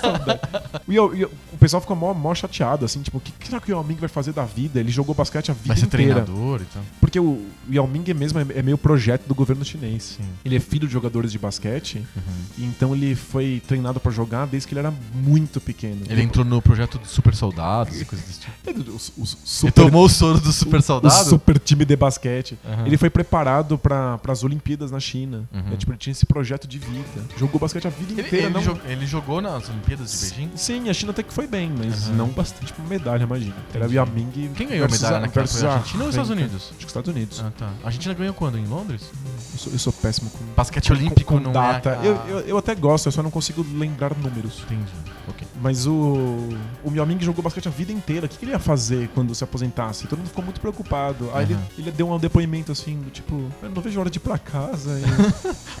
B: Saudade. o, Yao- Yao- o pessoal fica mó, mó chateado, assim, tipo, o que, que será que o Yao Ming vai fazer da vida? Ele jogou basquete a vida
A: Vai ser
B: inteira.
A: treinador e tal.
B: Porque o, o Yao Ming é mesmo é, é meio projeto do governo chinês.
A: Sim.
B: Ele é filho de jogadores de basquete, e então ele foi treinado pra jogar desde que ele era muito pequeno.
A: Ele entrou no projeto dos super soldados e coisas desse tipo.
B: Ele- os- os
A: Ele
B: super-
A: tomou o soro do
B: o-
A: super Uhum.
B: o
A: soldado?
B: super time de basquete.
A: Aham.
B: Ele foi preparado pra as Olimpíadas na China.
A: Uhum.
B: É, tipo, ele tinha esse projeto de vida. Jogou basquete a vida
A: Ele,
B: inteira.
A: ele
B: não...
A: jo- ele jogou nas Olimpíadas de Beijing?
B: Sim, a China até que foi bem, mas
A: Aham.
B: não bastante pra medalha, imagina. Era o Yao Ming
A: Quem ganhou a
B: versus
A: medalha naquela
B: versus
A: foi a Argentina ou os Estados
B: Arranca.
A: Unidos?
B: Acho que os Estados Unidos.
A: Ah, tá. A Argentina ganhou quando? Em Londres? Tipo,
B: Eu, sou, eu sou péssimo com,
A: Basquete olímpico
B: com
A: não
B: data.
A: é. a-
B: Eu, eu, eu até gosto, eu só não consigo lembrar números.
A: Entendi. Ok.
B: Mas o. O Yao Ming jogou basquete a vida inteira. O que, que ele ia fazer quando se aposentasse? Todo mundo ficou muito preocupado. Aí
A: Aham.
B: ele, ele deu um depoimento assim, do tipo, eu não vejo a hora de ir pra casa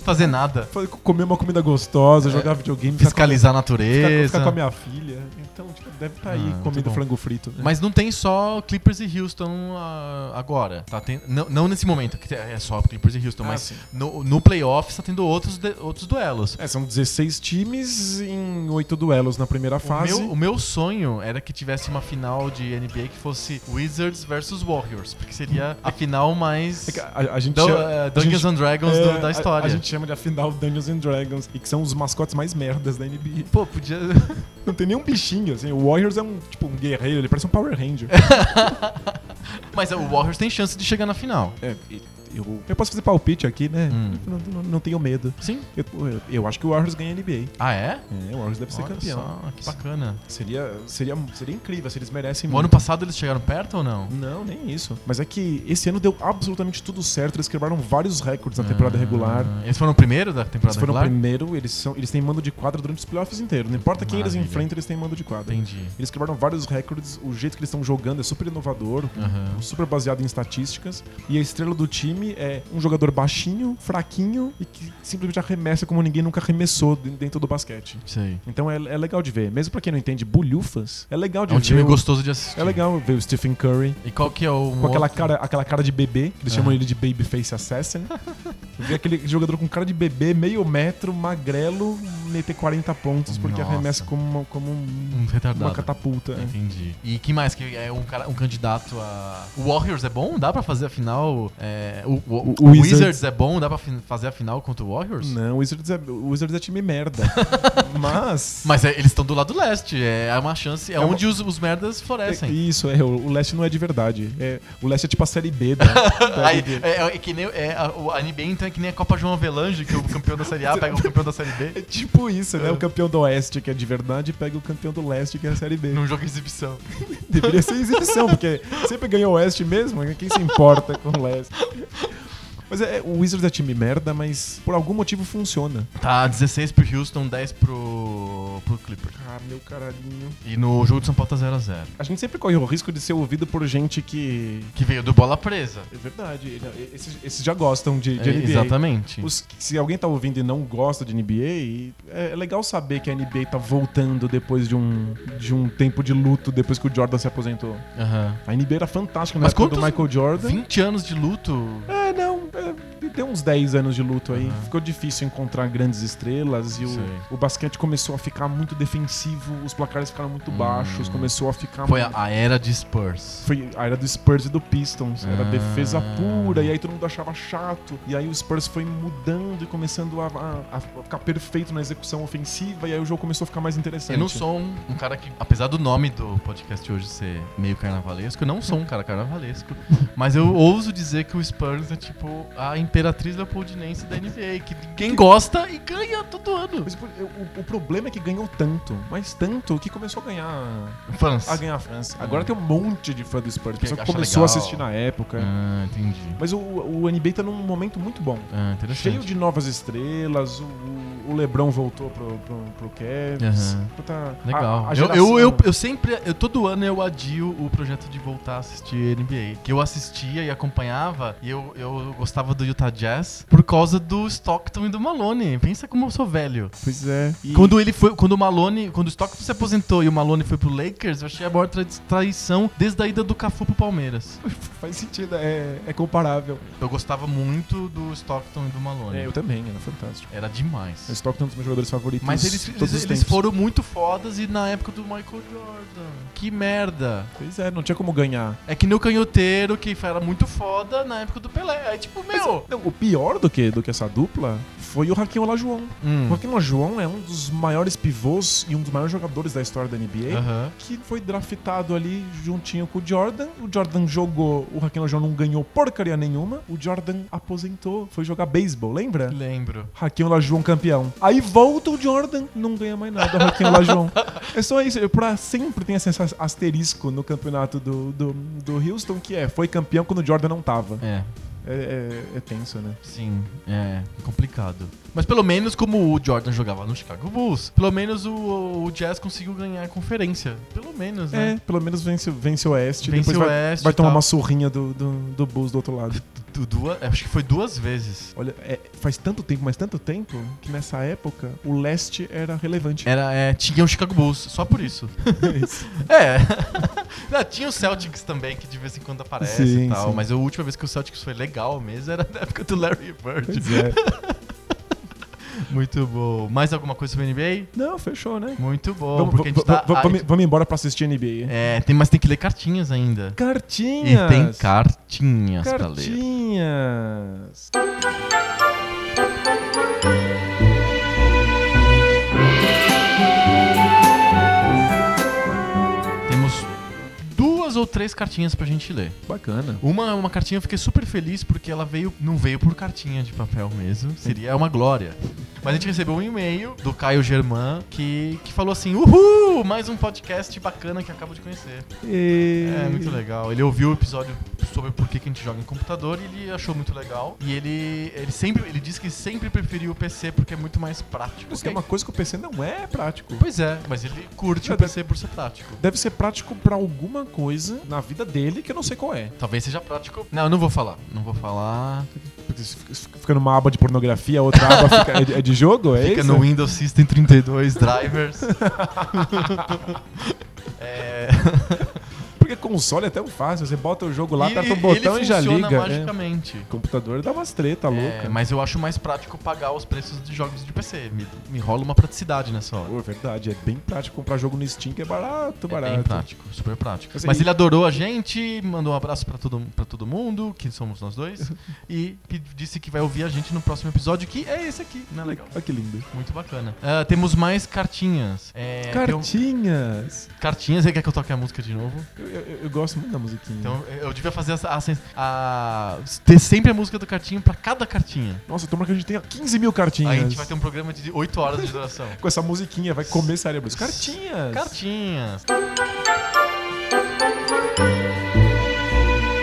A: Fazer nada.
B: e fa- comer uma comida gostosa,
A: É.
B: jogar videogame, ficar com-
A: Fiscalizar a
B: ficar,
A: natureza.
B: ficar com a minha filha. Então, tipo, deve estar
A: Ah,
B: aí
A: muito
B: comendo
A: bom.
B: frango frito. né?
A: Mas não tem só Clippers e Houston ah, agora. Tá ten- não, não nesse momento, que é só Clippers e Houston,
B: Ah,
A: mas
B: sim.
A: no, no playoffs tá tendo outros, de- outros duelos.
B: É, são 16 times em 8 duelos na primeira
A: O
B: fase.
A: meu, o meu sonho era que tivesse uma final de NBA que fosse Wizards versus Warriors, porque seria a final mais
B: É que a, a gente
A: Dun-
B: chama-
A: eh,
B: a
A: Dungeons
B: gente-
A: and Dragons do-
B: é,
A: da
B: a-
A: história.
B: A, gente chama de a final Dungeons and Dragons, e que são os mascotes mais merdas da NBA.
A: Pô, podia.
B: Não tem nenhum bichinho, assim. O Warriors é um, tipo, um guerreiro, ele parece um Power Ranger.
A: Mas eh, o Warriors tem chance de chegar na final.
B: É, e- eu, eu posso fazer palpite aqui, né?
A: Hum.
B: Não, não- não tenho medo.
A: Sim.
B: Eu, eu, eu acho que o Warriors ganha a NBA.
A: Ah, é?
B: É, o Warriors deve ser
A: Olha
B: campeão.
A: só, que bacana.
B: Seria, seria, seria incrível, se eles merecem
A: O ano
B: muito.
A: passado eles chegaram perto ou não?
B: Não, nem isso. Mas é que esse ano deu absolutamente tudo certo. Eles quebraram vários recordes na temporada regular.
A: Ah, Eles foram o primeiro da temporada
B: Eles foram
A: regular?
B: primeiro, eles, são, eles têm mando de quadra durante os playoffs inteiros. Não importa quem
A: Maravilha.
B: eles enfrentam, eles têm mando de quadra.
A: Entendi.
B: Eles quebraram vários recordes, o jeito que eles estão jogando é super inovador,
A: Aham.
B: super baseado em estatísticas. E a estrela do time é um jogador baixinho, fraquinho e que simplesmente arremessa como ninguém nunca arremessou de- dentro do basquete.
A: Sei.
B: Então é, é legal de ver. Mesmo pra quem não entende bulhufas, é legal de
A: É um
B: ver.
A: time
B: o-
A: gostoso de assistir.
B: É legal ver o Stephen Curry
A: E qual que é o.
B: com aquela
A: outro?
B: cara, aquela cara de bebê, que eles
A: Ah.
B: chamam ele de Babyface Assassin. Vê aquele jogador com cara de bebê, meio metro, magrelo, meter 40 pontos, porque
A: Nossa.
B: arremessa como uma, como um-
A: Um
B: uma
A: retardado.
B: catapulta. é.
A: Entendi. E que mais? Que é um, cara, um candidato a. O Warriors é bom? Dá pra fazer a final? É, o, o-
B: O-
A: o
B: o
A: Wizards.
B: Wizards
A: é bom? Dá pra fin- fazer a final contra o Warriors?
B: Não, o Wizards, é, o Wizards é time merda. Mas.
A: Mas é- eles estão do lado leste. É uma chance. É,
B: uma-
A: onde os, os merdas
B: É,
A: florescem.
B: isso, é, o o leste não é de verdade. É, o leste é tipo a série B da, da
A: Aí,
B: NBA.
A: é, é que nem, é, a, o- a NBA então é que nem a Copa João Avelange, que o campeão da Série A pega o campeão da Série
B: É
A: B
B: tipo isso, né? O campeão do oeste, que é de verdade, pega o campeão do leste, que é a série B.
A: num jogo de exibição.
B: Deveria ser exibição, porque sempre ganhou o Oeste mesmo, né? quem se importa com o Leste? Mas é, o Wizards é time merda, mas por algum motivo funciona.
A: Tá 16 pro Houston, 10 pro, pro Clipper.
B: Ah, meu caralhinho.
A: E no jogo de São Paulo tá 0x0.
B: A gente sempre corre o risco de ser ouvido por gente que.
A: Que veio do bola presa.
B: É verdade, esses, esses já gostam de, de
A: É,
B: NBA.
A: Exatamente.
B: Os- se alguém tá ouvindo e não gosta de NBA, é é legal saber que a NBA tá voltando depois de um, de um tempo de luto, depois que o Jordan se aposentou.
A: Aham.
B: A NBA era fantástica na
A: Mas
B: época do
A: quantos-
B: Michael Jordan.
A: 20 anos de luto.
B: É, não. é, deu uns 10 anos de luto aí. Ficou difícil encontrar grandes estrelas e o,
A: Sei.
B: o basquete começou a ficar muito defensivo, os placares ficaram muito
A: Hum.
B: baixos, começou a ficar.
A: Foi a, a era de Spurs.
B: Foi a era do Spurs e do Pistons. Era
A: Ah.
B: defesa pura, e aí todo mundo achava chato. E aí o Spurs foi mudando e começando a, a- a ficar perfeito na execução ofensiva, e aí o jogo começou a ficar mais interessante.
A: Eu não sou um, um cara que, apesar do nome do podcast hoje ser meio carnavalesco, eu não sou um cara carnavalesco, mas eu ouso dizer que o Spurs é tipo a imperatriz leopoldinense da NBA, que quem gosta e ganha todo ano.
B: Mas por- eu- o, o problema é que ganhou tanto, mas tanto, que começou a ganhar
A: Fãs.
B: a, ganhar a França. Agora tem um monte de fã do Spurs, pessoa que
A: é acha
B: começou a
A: legal.
B: assistir na época.
A: Ah, entendi.
B: Mas o, o NBA tá num momento muito bom.
A: Ah, interessante.
B: Cheio de novas estrelas, o, o Lebron voltou pro, pro, pro Cavs.
A: Aham.
B: Puta, a-
A: Legal.
B: a
A: eu,
B: geração-
A: eu, eu, eu sempre, eu, todo ano eu adio o projeto de voltar a assistir NBA. Que eu assistia e acompanhava, e eu, eu gostava do Utah Jazz por causa do Stockton e do Malone. Pensa como eu sou velho.
B: Pois é. E-
A: Quando ele foi. Quando o Malone. Quando o Stockton se aposentou e o Malone foi pro Lakers, eu achei a maior tra- traição desde a ida do Cafu pro Palmeiras.
B: Faz sentido, é, é comparável. É,
A: Eu gostava muito do Stockton e do Malone.
B: eu também, era fantástico.
A: Era demais.
B: O Stockton é um dos meus jogadores favoritos
A: Mas eles,
B: todos
A: eles,
B: os
A: eles
B: tempos.
A: foram muito fodas e na época do Michael Jordan. Que merda.
B: Pois é, não tinha como ganhar.
A: É que nem o canhoteiro que era muito foda na época do Pelé. Aí, tipo, meu.
B: Não, o pior do que, do que essa dupla foi o Raquel Olajuwon.
A: Hum.
B: O Raquel Olajuwon é um dos maiores pivôs e um dos maiores jogadores da história da NBA.
A: Aham.
B: que foi draftado ali juntinho com o Jordan. O Jordan jogou, o Raquel Olajuwon não ganhou porcaria nenhuma. O Jordan aposentou, foi jogar beisebol, lembra?
A: Lembro.
B: Raquel Olajuwon campeão. Aí volta o Jordan, não ganha mais nada, o Raquel Olajuwon. é só isso, eu pra sempre tem esse as- asterisco no campeonato do, do, do Houston, que é, foi campeão quando o Jordan não tava.
A: É,
B: É, é- é tenso, né?
A: sim. É, complicado. Mas pelo menos como o Jordan jogava no Chicago Bulls, pelo menos o, o Jazz conseguiu ganhar a conferência. Pelo menos, né?
B: É, pelo menos vence, vence o Oeste,
A: Vence
B: depois
A: o
B: vai,
A: Oeste
B: vai
A: e
B: tomar
A: tal.
B: uma surrinha do, do, do Bulls do outro lado.
A: Du- duas- acho que foi duas vezes.
B: Olha, é, faz tanto tempo, mas tanto tempo, que nessa época o leste era relevante.
A: Era, é, tinha o Chicago Bulls, só por isso.
B: Isso.
A: É. Não, tinha o Celtics também, que de vez em quando aparece
B: Sim,
A: e tal.
B: sim.
A: Mas a última vez que o Celtics foi legal mesmo era na época do Larry Bird.
B: Pois é.
A: Muito bom. Mais alguma coisa sobre NBA?
B: Não, fechou, né?
A: Muito bom,
B: Vamos,
A: porque a gente
B: va-
A: tá.
B: va-
A: a-
B: vamos- vamos embora pra assistir NBA.
A: É, tem, mas tem que ler cartinhas ainda.
B: Cartinhas!
A: E tem cartinhas, pra ler.
B: Cartinhas!
A: Temos duas ou três cartinhas pra gente ler.
B: Bacana.
A: Uma uma cartinha eu fiquei super feliz porque ela veio. Não veio por cartinha de papel mesmo. Seria uma glória. Mas a gente recebeu um e-mail do Caio Germán que, que falou assim: Uhul! Mais um podcast bacana que eu acabo de conhecer.
B: E-
A: É, muito legal. Ele ouviu o episódio sobre por que, que a gente joga em computador e ele achou muito legal. E ele, ele sempre ele disse que sempre preferiu o PC porque é muito mais prático.
B: Mas tem uma coisa que o PC não é prático.
A: Pois é, mas ele curte o PC por ser prático.
B: Deve ser prático pra alguma coisa na vida dele que eu não sei qual é.
A: Talvez seja prático. Não, eu não vou falar. Não vou falar.
B: Porque se fica- se fica numa aba de pornografia, a outra aba fica- é de- é de jogo? É
A: Fica
B: isso?
A: no Windows System 32 drivers. é...
B: Porque console é tão fácil. Você bota o jogo lá, aperta o
A: ele
B: botão e já
A: funciona
B: liga. Tá né?
A: magicamente.
B: computador dá umas treta
A: É,
B: louca.
A: mas eu acho mais prático pagar os preços de jogos de PC. Me, me rola uma praticidade nessa hora.
B: Pô, é verdade, é bem prático comprar jogo no Steam que é
A: É
B: barato, barato. Assim,
A: bem prático, super prático.
B: Mas
A: Mas,
B: aí-
A: ele adorou a gente, mandou um abraço pra todo, pra todo mundo, que somos nós dois, e pe- disse que vai ouvir a gente no próximo episódio, que é esse aqui, né? Legal.
B: Ah, Olha que lindo.
A: Muito bacana. Ah, temos mais cartinhas. É, tem
B: Cartinhas!
A: um- Cartinhas, você quer que eu toque a música de novo?
B: Eu, eu- eu gosto muito da musiquinha.
A: Então eu devia fazer essa- a, sen- a- ter sempre a música do cartinho pra cada cartinha.
B: Nossa, tomara que a gente tenha 15 mil cartinhas.
A: Aí a gente vai ter um programa de 8 horas de duração.
B: Com essa musiquinha, vai comer cérebros. Cartinhas!
A: Cartinhas.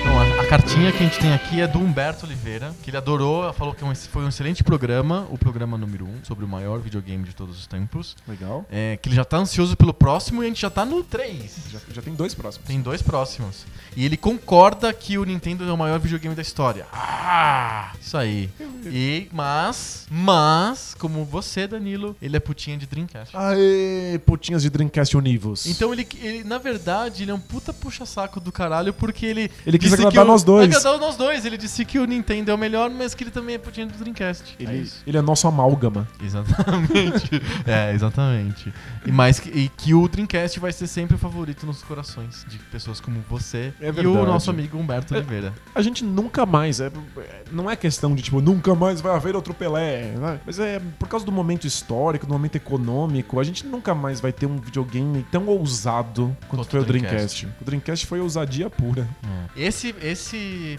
A: Então, a, a cartinha que a gente tem aqui é do Humberto Oliveira, que ele adorou, falou que é um ex- foi um excelente programa, o programa número 1, um, sobre o maior videogame de todos os tempos.
B: Legal.
A: É, que ele já tá ansioso pelo próximo e a gente já tá no 3.
B: Já, já tem dois próximos.
A: Tem dois próximos. E ele concorda que o Nintendo é o maior videogame da história. Ah! Isso aí. E, mas, mas, como você, Danilo, ele é putinha de Dreamcast.
B: Aê, putinhas de Dreamcast Univos.
A: Então ele, ele, na verdade, ele é um puta puxa-saco do caralho, porque ele.
B: Ele quis
A: disse que
B: agradar
A: o-
B: nós nós dois.
A: Agradou nós dois. Ele disse que o Nintendo é o melhor, mas que ele também é putinha do Dreamcast. É
B: Ele,
A: isso.
B: ele é nosso amálgama.
A: Exatamente. é, exatamente. E, mais que, e que o Dreamcast vai ser sempre o favorito nos corações de pessoas como você
B: É
A: e o
B: verdade.
A: nosso amigo Humberto Oliveira.
B: A gente nunca mais. é- é- não é questão de tipo, nunca mais vai haver outro Pelé. né? Mas é por causa do momento histórico, do momento econômico, a gente nunca mais vai ter um videogame tão ousado quanto
A: Quanto
B: foi
A: o
B: o Dreamcast. O Dreamcast foi ousadia pura.
A: É. Esse, esse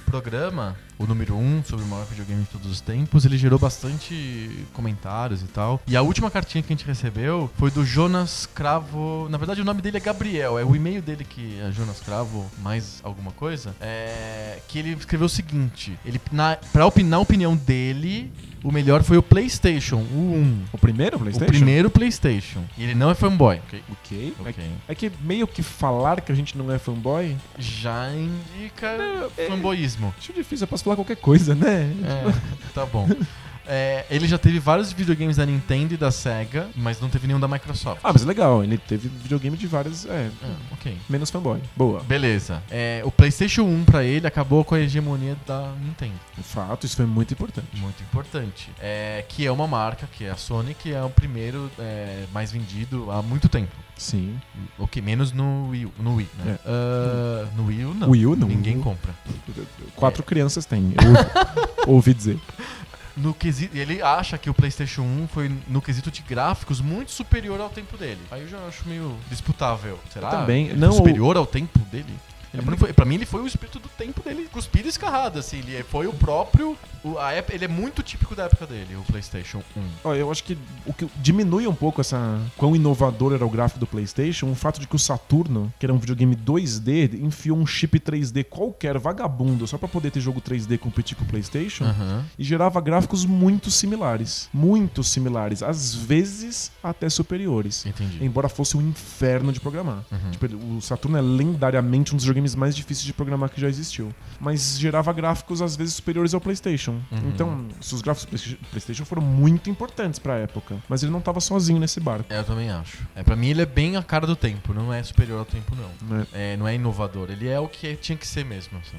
A: programa, o número 1, um, sobre o maior videogame de todos os tempos, ele gerou bastante comentários e tal. E a última cartinha que a gente recebeu foi do Jonas Cravo. Na verdade, o nome dele é Gabriel, é o e-mail dele que é Jonas Cravo, mais alguma coisa. É, que ele escreveu o seguinte: ele, na, pra opinar a opinião dele, o melhor foi o PlayStation, o 1.
B: O primeiro PlayStation?
A: O primeiro PlayStation. E ele não é fanboy.
B: Ok. É,
A: Ok.
B: é que meio que falar que a gente não é fanboy.
A: Já indica
B: é-
A: fanboyismo.
B: Acho difícil, eu posso falar qualquer coisa, né?
A: É, tá bom. É, ele já teve vários videogames da Nintendo e da Sega, mas não teve nenhum da Microsoft.
B: Ah, mas legal, ele teve videogame de várias. É,
A: Ah, ok.
B: menos fanboy. Boa.
A: Beleza. É, o PlayStation 1 pra ele acabou com a hegemonia da Nintendo.
B: De fato, isso foi muito importante.
A: Muito importante. É, que é uma marca, que é a Sony, que é o primeiro é, mais vendido há muito tempo.
B: Sim.
A: O que menos no Wii, U- no Wii né? Ah, no Wii U, não.
B: É. Wii U, não.
A: Ninguém
B: Wii U.
A: compra.
B: Quatro crianças tem, eu ouvi dizer.
A: No quesito, ele acha que o PlayStation 1 foi, no quesito de gráficos, muito superior ao tempo dele. Aí eu já acho meio disputável. Será?
B: também.
A: Ele
B: Não,
A: foi superior ao tempo dele?
B: É
A: Ele
B: porque-
A: não foi- pra mim, ele foi o espírito do tempo dele, cuspido e escarrado, assim. Ele foi o próprio. o- a época- ele é muito típico da época dele, o PlayStation 1.
B: Ó, eu acho que o que diminui um pouco essa quão inovador era o gráfico do PlayStation, o fato de que o Saturno, que era um videogame 2D, enfiou um chip 3D qualquer vagabundo só pra poder ter jogo 3D competir com o PlayStation.
A: Aham.
B: E gerava gráficos muito similares. Muito similares. Às vezes até superiores.
A: Entendi.
B: Embora fosse um inferno de programar.
A: Uhum.
B: Tipo, ele- o Saturno é lendariamente um dos videogames mais difíceis de programar que já existiu. Mas gerava gráficos às vezes superiores ao PlayStation.
A: Uhum.
B: Então, se os gráficos do PlayStation foram muito importantes pra época. Mas ele não tava sozinho nesse barco.
A: É, eu também acho. É, pra mim, ele é bem a cara do tempo, não é superior ao tempo, não.
B: né?
A: É, não é inovador, ele é o que tinha que ser mesmo. assim.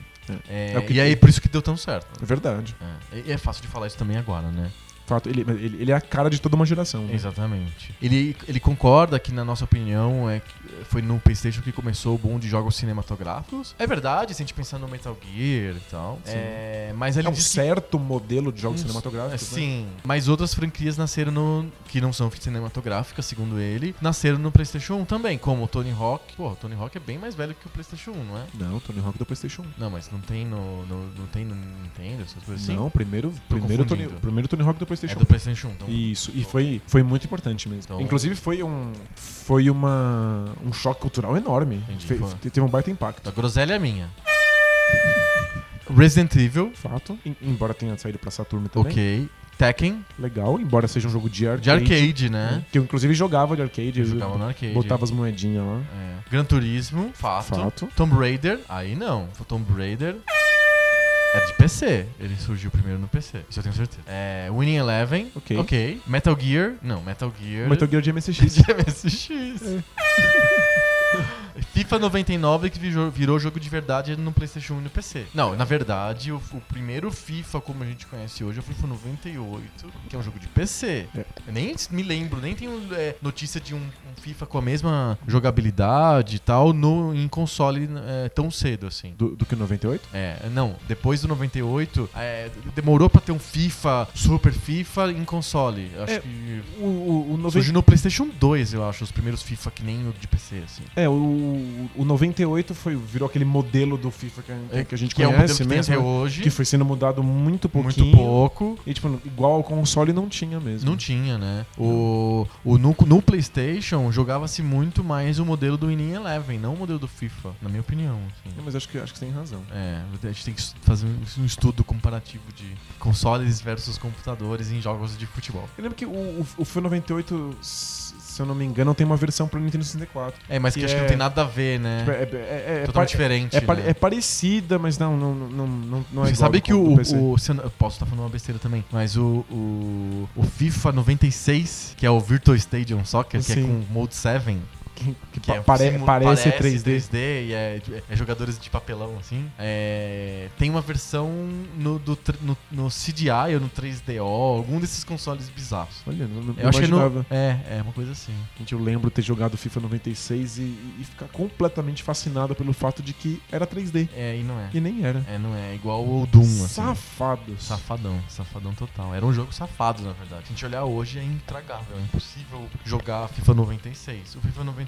A: É,
B: É o que-
A: e aí, por isso que deu tão certo.
B: É verdade.
A: É, e é fácil de falar isso também agora, né?
B: Fato, ele, ele, ele é a cara de toda uma geração. né?
A: Exatamente. Ele, ele concorda que, na nossa opinião, é, que foi no PlayStation que começou o boom de jogos cinematográficos. É verdade, se a gente pensar no Metal Gear e tal.
B: Sim.
A: É, mas ele
B: É um
A: diz que-
B: certo modelo de jogos
A: uns-
B: cinematográficos. né?
A: Sim, mas outras franquias nasceram no. que não são cinematográficas, segundo ele, nasceram no PlayStation 1 também, como o Tony Hawk. Pô, o Tony Hawk é bem mais velho que o PlayStation 1, não é?
B: Não, Tony Hawk do PlayStation 1.
A: Não, mas não tem no. no- não tem no Nintendo, essas coisas assim?
B: Não, primeiro, primeiro, Tony,
A: confundindo.
B: primeiro Tony Hawk do
A: é
B: PlayStation 1.
A: do PlayStation 1. Então,
B: Isso, e foi, foi muito importante mesmo.
A: Então-
B: Inclusive foi um foi uma um choque cultural enorme.
A: Entendi,
B: Fe-
A: foi.
B: te- teve um baita impacto.
A: a groselha é minha. Resident Evil.
B: Fato. Em- embora tenha saído pra Saturno também.
A: Ok. Tekken,
B: Legal, embora seja um jogo de arcade.
A: de arcade, né?
B: Que eu inclusive jogava de arcade.
A: Eu jogava no arcade. Então,
B: Botava as moedinhas lá.
A: É. Gran Turismo, fato.
B: Fato.
A: Tomb Raider, aí não. O Tomb Raider é de PC. Ele surgiu primeiro no PC, isso eu tenho certeza. É, Winning Eleven,
B: Ok.
A: ok. Metal Gear, não, Metal Gear.
B: Metal Gear de MSX.
A: de MSX.
B: É.
A: FIFA 99 que virou, virou jogo de verdade no PlayStation 1 e no PC. Não, na verdade, o, o primeiro FIFA como a gente conhece hoje é o FIFA 98, que é um jogo de PC.
B: É.
A: Eu nem me lembro, nem tenho é, notícia de um, um FIFA com a mesma jogabilidade e tal no, em console é, tão cedo assim.
B: Do, do que 98?
A: É, não, depois do 98, é, demorou pra ter um FIFA, Super FIFA em console. Eu Acho
B: É,
A: que
B: O, o, o
A: Surgiu no PlayStation 2, eu acho, os primeiros FIFA que nem o de PC, assim.
B: É, o, o 98 foi, virou aquele modelo do FIFA que, a- que a gente
A: que é o modelo
B: conhece
A: que um tem
B: mesmo.
A: até
B: né?
A: hoje,
B: que foi sendo mudado muito pouquinho.
A: muito pouco.
B: E, tipo, igual ao console não tinha mesmo.
A: Não tinha, né? O, o, no, no PlayStation jogava-se muito mais o modelo do Winning Eleven, não o modelo do FIFA, na minha opinião. assim.
B: Não, Mas acho que, acho que você tem razão.
A: É, a gente tem que fazer um um estudo comparativo de consoles versus computadores em jogos de futebol.
B: Eu lembro que o, o, o FIFA 98, se se eu não me engano, tem uma versão pro Nintendo 64.
A: É, mas que,
B: Que
A: acho que não
B: é-
A: tem nada a ver, né?
B: Tipo, É, é, é, é,
A: Totalmente
B: pare-
A: diferente,
B: é pare-
A: né?
B: é parecida, mas não, não, não, não, não é
A: Você
B: igual
A: sabe
B: ao
A: que
B: do
A: o,
B: PC.
A: o- se eu não- eu posso estar falando uma besteira também, mas o, o, o FIFA 96, que é o Virtual Stadium Soccer, que é
B: Sim.
A: com o Mode 7,
B: que, que
A: Que é,
B: pare-
A: simu-
B: parece, 3D.
A: 3D e é, é jogadores de papelão, assim. É, tem uma versão no, do tr- no, no CDI ou no 3DO, algum desses consoles bizarros.
B: Olha, não, não
A: Eu acho que
B: imaginava.
A: não. É, é uma coisa assim.
B: Gente, eu lembro ter jogado FIFA 96 e, e ficar completamente fascinado pelo fato de que era 3D.
A: É, e não é.
B: E nem era.
A: É, não é. Igual o Doom, assim.
B: Safados.
A: Safadão, safadão total. Era um jogo safado, na verdade. Se a gente olhar hoje, é intragável. É impossível jogar FIFA 96. O FIFA 98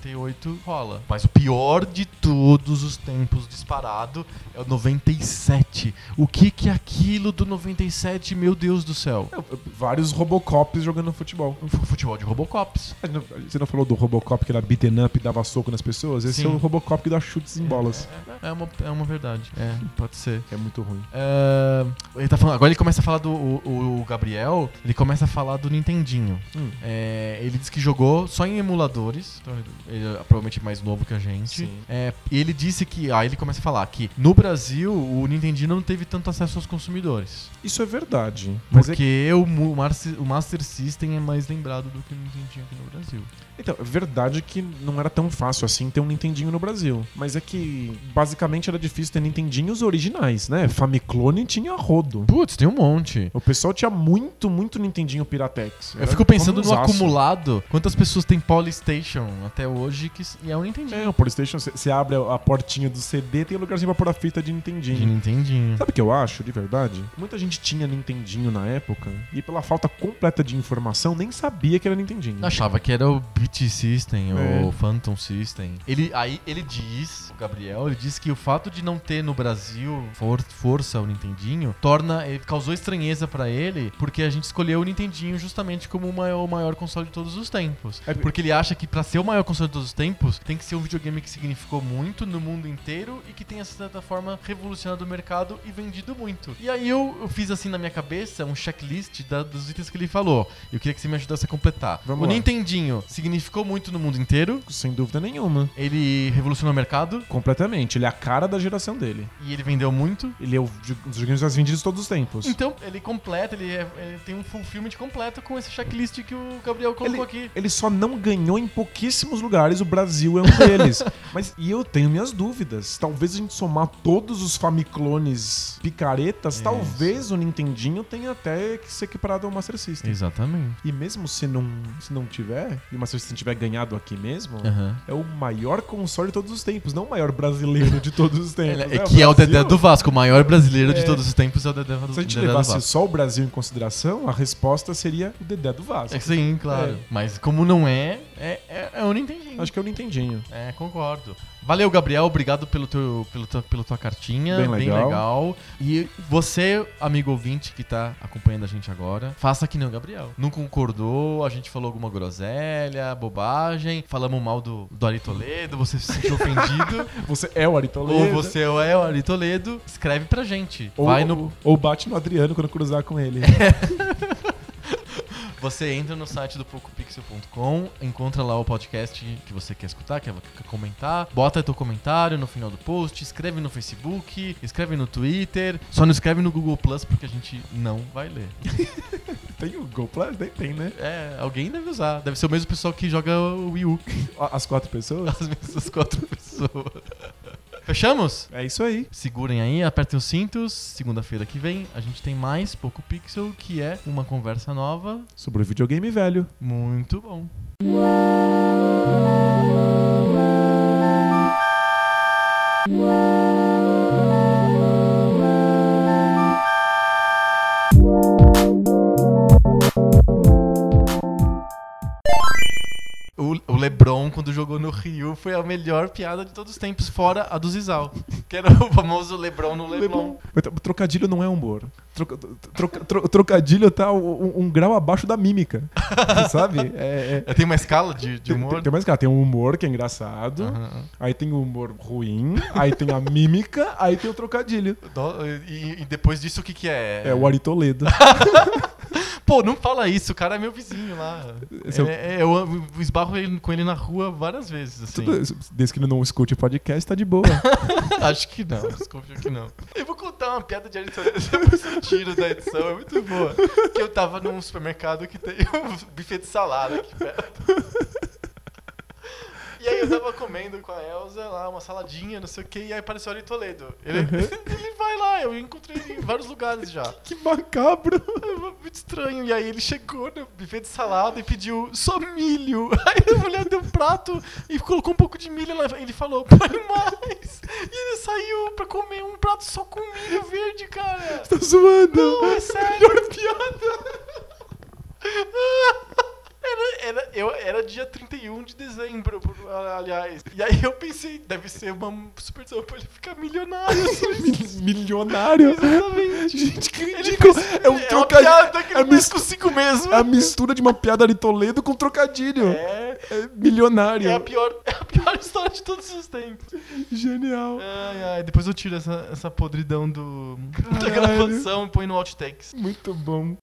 A: rola. Mas o pior de todos os tempos disparado é o 97. O que que é aquilo do 97, meu Deus do céu?
B: É, Vários Robocops jogando futebol.
A: F- Futebol de Robocops.
B: Ah, não, Você não falou do Robocop que era beaten up e dava soco nas pessoas? Esse
A: Sim.
B: é o Robocop que dá chutes em bolas.
A: É uma, é uma verdade. É, pode ser.
B: É muito ruim.
A: É, ele tá falando, agora ele começa a falar do o, o Gabriel, ele começa a falar do Nintendinho.
B: Hum.
A: É, ele disse que jogou só em emuladores. Então ele, ele é provavelmente mais novo que a gente.
B: Sim.
A: É, e ele disse que. Aí ele começa a falar que no Brasil o Nintendinho não teve tanto acesso aos consumidores.
B: Isso é verdade. Mas é que-
A: porque o, mu- o Marci- o Master System é mais lembrado do que o Nintendinho aqui no Brasil.
B: Então, é verdade que não era tão fácil assim ter um Nintendinho no Brasil. Mas é que basicamente era difícil ter Nintendinhos originais, né? Famiclone tinha rodo.
A: Putz, tem um monte.
B: O pessoal tinha muito, muito Nintendinho Piratex.
A: Eu
B: Era
A: fico pensando no
B: comunzaço.
A: acumulado, quantas pessoas têm Polystation até hoje que s- e é um Nintendinho.
B: É, o PlayStation, você abre a a portinha do CD, tem um lugarzinho pra pôr a fita de Nintendinho.
A: De Nintendinho.
B: Sabe o que eu acho, de verdade? Muita gente tinha Nintendinho na época e pela falta completa de informação nem sabia que era Nintendinho.
A: Achava que era o Beat System
B: É.
A: ou o Phantom System. Ele, aí ele diz, o Gabriel, ele diz que o fato de não ter no Brasil for- força o Nintendinho torna, eh, causou estranheza pra ele, porque a gente escolheu o Nintendinho justamente como o maior, o maior console de todos os tempos.
B: É,
A: Porque ele acha que pra ser o maior console de todos os tempos, tem que ser um videogame que significou muito no mundo inteiro e que tenha, de certa forma, revolucionado o mercado e vendido muito. E aí eu, eu fiz assim na minha cabeça um checklist da- dos itens que ele falou. Eu queria que você me ajudasse a completar.
B: Vamos
A: o
B: lá.
A: Nintendinho significou muito no mundo inteiro.
B: Sem dúvida nenhuma.
A: Ele revolucionou o mercado
B: Completamente. Ele é a cara da geração dele.
A: e ele vendeu muito.
B: Ele é o- um dos joguinhos mais vendidos de todos os tempos.
A: Então, ele completa, ele, é- ele tem um fulfillment completo com esse checklist que o Gabriel colocou aqui.
B: Ele só não ganhou em pouquíssimos lugares, o Brasil é um deles. Mas e eu tenho minhas dúvidas. Talvez a gente somar todos os Famiclones picaretas,
A: Isso.
B: talvez o Nintendinho tenha até que ser equiparado ao Master System.
A: Exatamente.
B: E mesmo se não, se não tiver, e o Master System tiver ganhado aqui mesmo, é o maior console de todos os tempos, não o maior brasileiro de todos os tempos.
A: É,
B: né?
A: que é o
B: Brasil.
A: Dedé do Vasco, o maior brasileiro de
B: É.
A: todos os tempos é o Dedé do,
B: Se a gente
A: Dedé do
B: levasse
A: Vasco.
B: só o Brasil em consideração, a resposta seria o Dedé do Vasco.
A: É, sim, claro.
B: É.
A: Mas como não é, é, é, é o Nintendinho.
B: Acho que é o Nintendinho.
A: É, concordo. Valeu, Gabriel. Obrigado pelo teu, pelo teu, pela tua cartinha.
B: Bem legal.
A: E você, amigo ouvinte que tá acompanhando a gente agora, faça que nem o Gabriel. Não concordou, a gente falou alguma groselha, bobagem, falamos mal do, do Ari Toledo, você se sentiu ofendido.
B: Você é o Aritoledo.
A: ou você é o Ari Toledo, escreve pra gente.
B: Ou,
A: Vai no,
B: ou bate no Adriano quando cruzar com ele.
A: Você entra no site do PocoPixel.com, encontra lá o podcast que você quer escutar, quer quer comentar, bota teu comentário no final do post, escreve no Facebook, escreve no Twitter, só não escreve no Google Plus porque a gente não vai ler.
B: tem o Go Plus? Nem tem, né?
A: É, alguém deve usar, deve ser o mesmo pessoal que joga o Wii U,
B: A- As quatro pessoas?
A: as mesmas quatro pessoas. Fechamos?
B: É isso aí.
A: Segurem aí, apertem os cintos. Segunda-feira que vem a gente tem mais Poco Pixel, que é uma conversa nova.
B: Sobre o videogame velho.
A: Muito bom. O, o Lebron, quando jogou no Rio, foi a melhor piada de todos os tempos, fora a do Zizal. Que era o famoso Lebron no Leblon.
B: Mas tro- Trocadilho não é humor. Troca- troca- tro- trocadilho tá um, um grau abaixo da mímica. sabe? É, é-
A: Tem uma escala de, de
B: tem-
A: humor?
B: Tem, tem mais cara, tem o humor que é engraçado,
A: Aham.
B: aí tem o humor ruim, aí tem a mímica, aí tem o trocadilho.
A: Do- E, e depois disso, o que, que é?
B: É o Ari Toledo.
A: Pô, não fala isso, o cara é meu vizinho lá.
B: Esse é o-
A: Ele é- eu eu esbarro ele- com ele na rua várias vezes, assim.
B: Tudo- Desde que ele não escute podcast, tá de boa.
A: Acho que não, desconfio que não. Eu vou contar uma piada de edição, depois eu tiro da edição, é muito boa. Que eu tava num supermercado que tem um buffet de salada aqui perto. E aí aí eu tava comendo com a Elsa lá, uma saladinha, não sei o que, e aí apareceu ali Toledo. Ele,
B: Uhum.
A: ele vai lá, eu encontrei ele em vários lugares já.
B: Que macabro.
A: é Muito estranho. E aí ele chegou no buffet de salada e pediu só milho. Aí a mulher deu um prato e colocou um pouco de milho lá. Ele falou, põe mais. E ele saiu pra comer um prato só com milho verde, cara.
B: Tá zoando.
A: Não, é sério. Melhor piada. Era, era, eu, era dia 31 de dezembro, por- aliás. E aí eu pensei, deve ser uma superstição pra ele ficar milionário. assim.
B: Mil- Milionário.
A: Exatamente.
B: Gente, que
A: Ele
B: ridículo.
A: fez-
B: É um
A: é uma
B: trocadilho.
A: piada que
B: é a
A: ele fez consigo mesmo.
B: É a mistura de uma piada de Toledo com trocadilho.
A: É,
B: É milionário.
A: é a pior, é a pior história de todos os tempos.
B: Genial.
A: Ai, ai, depois eu tiro essa, essa podridão do, da
B: Caralho.
A: gravação e põe no outtakes.
B: Muito bom.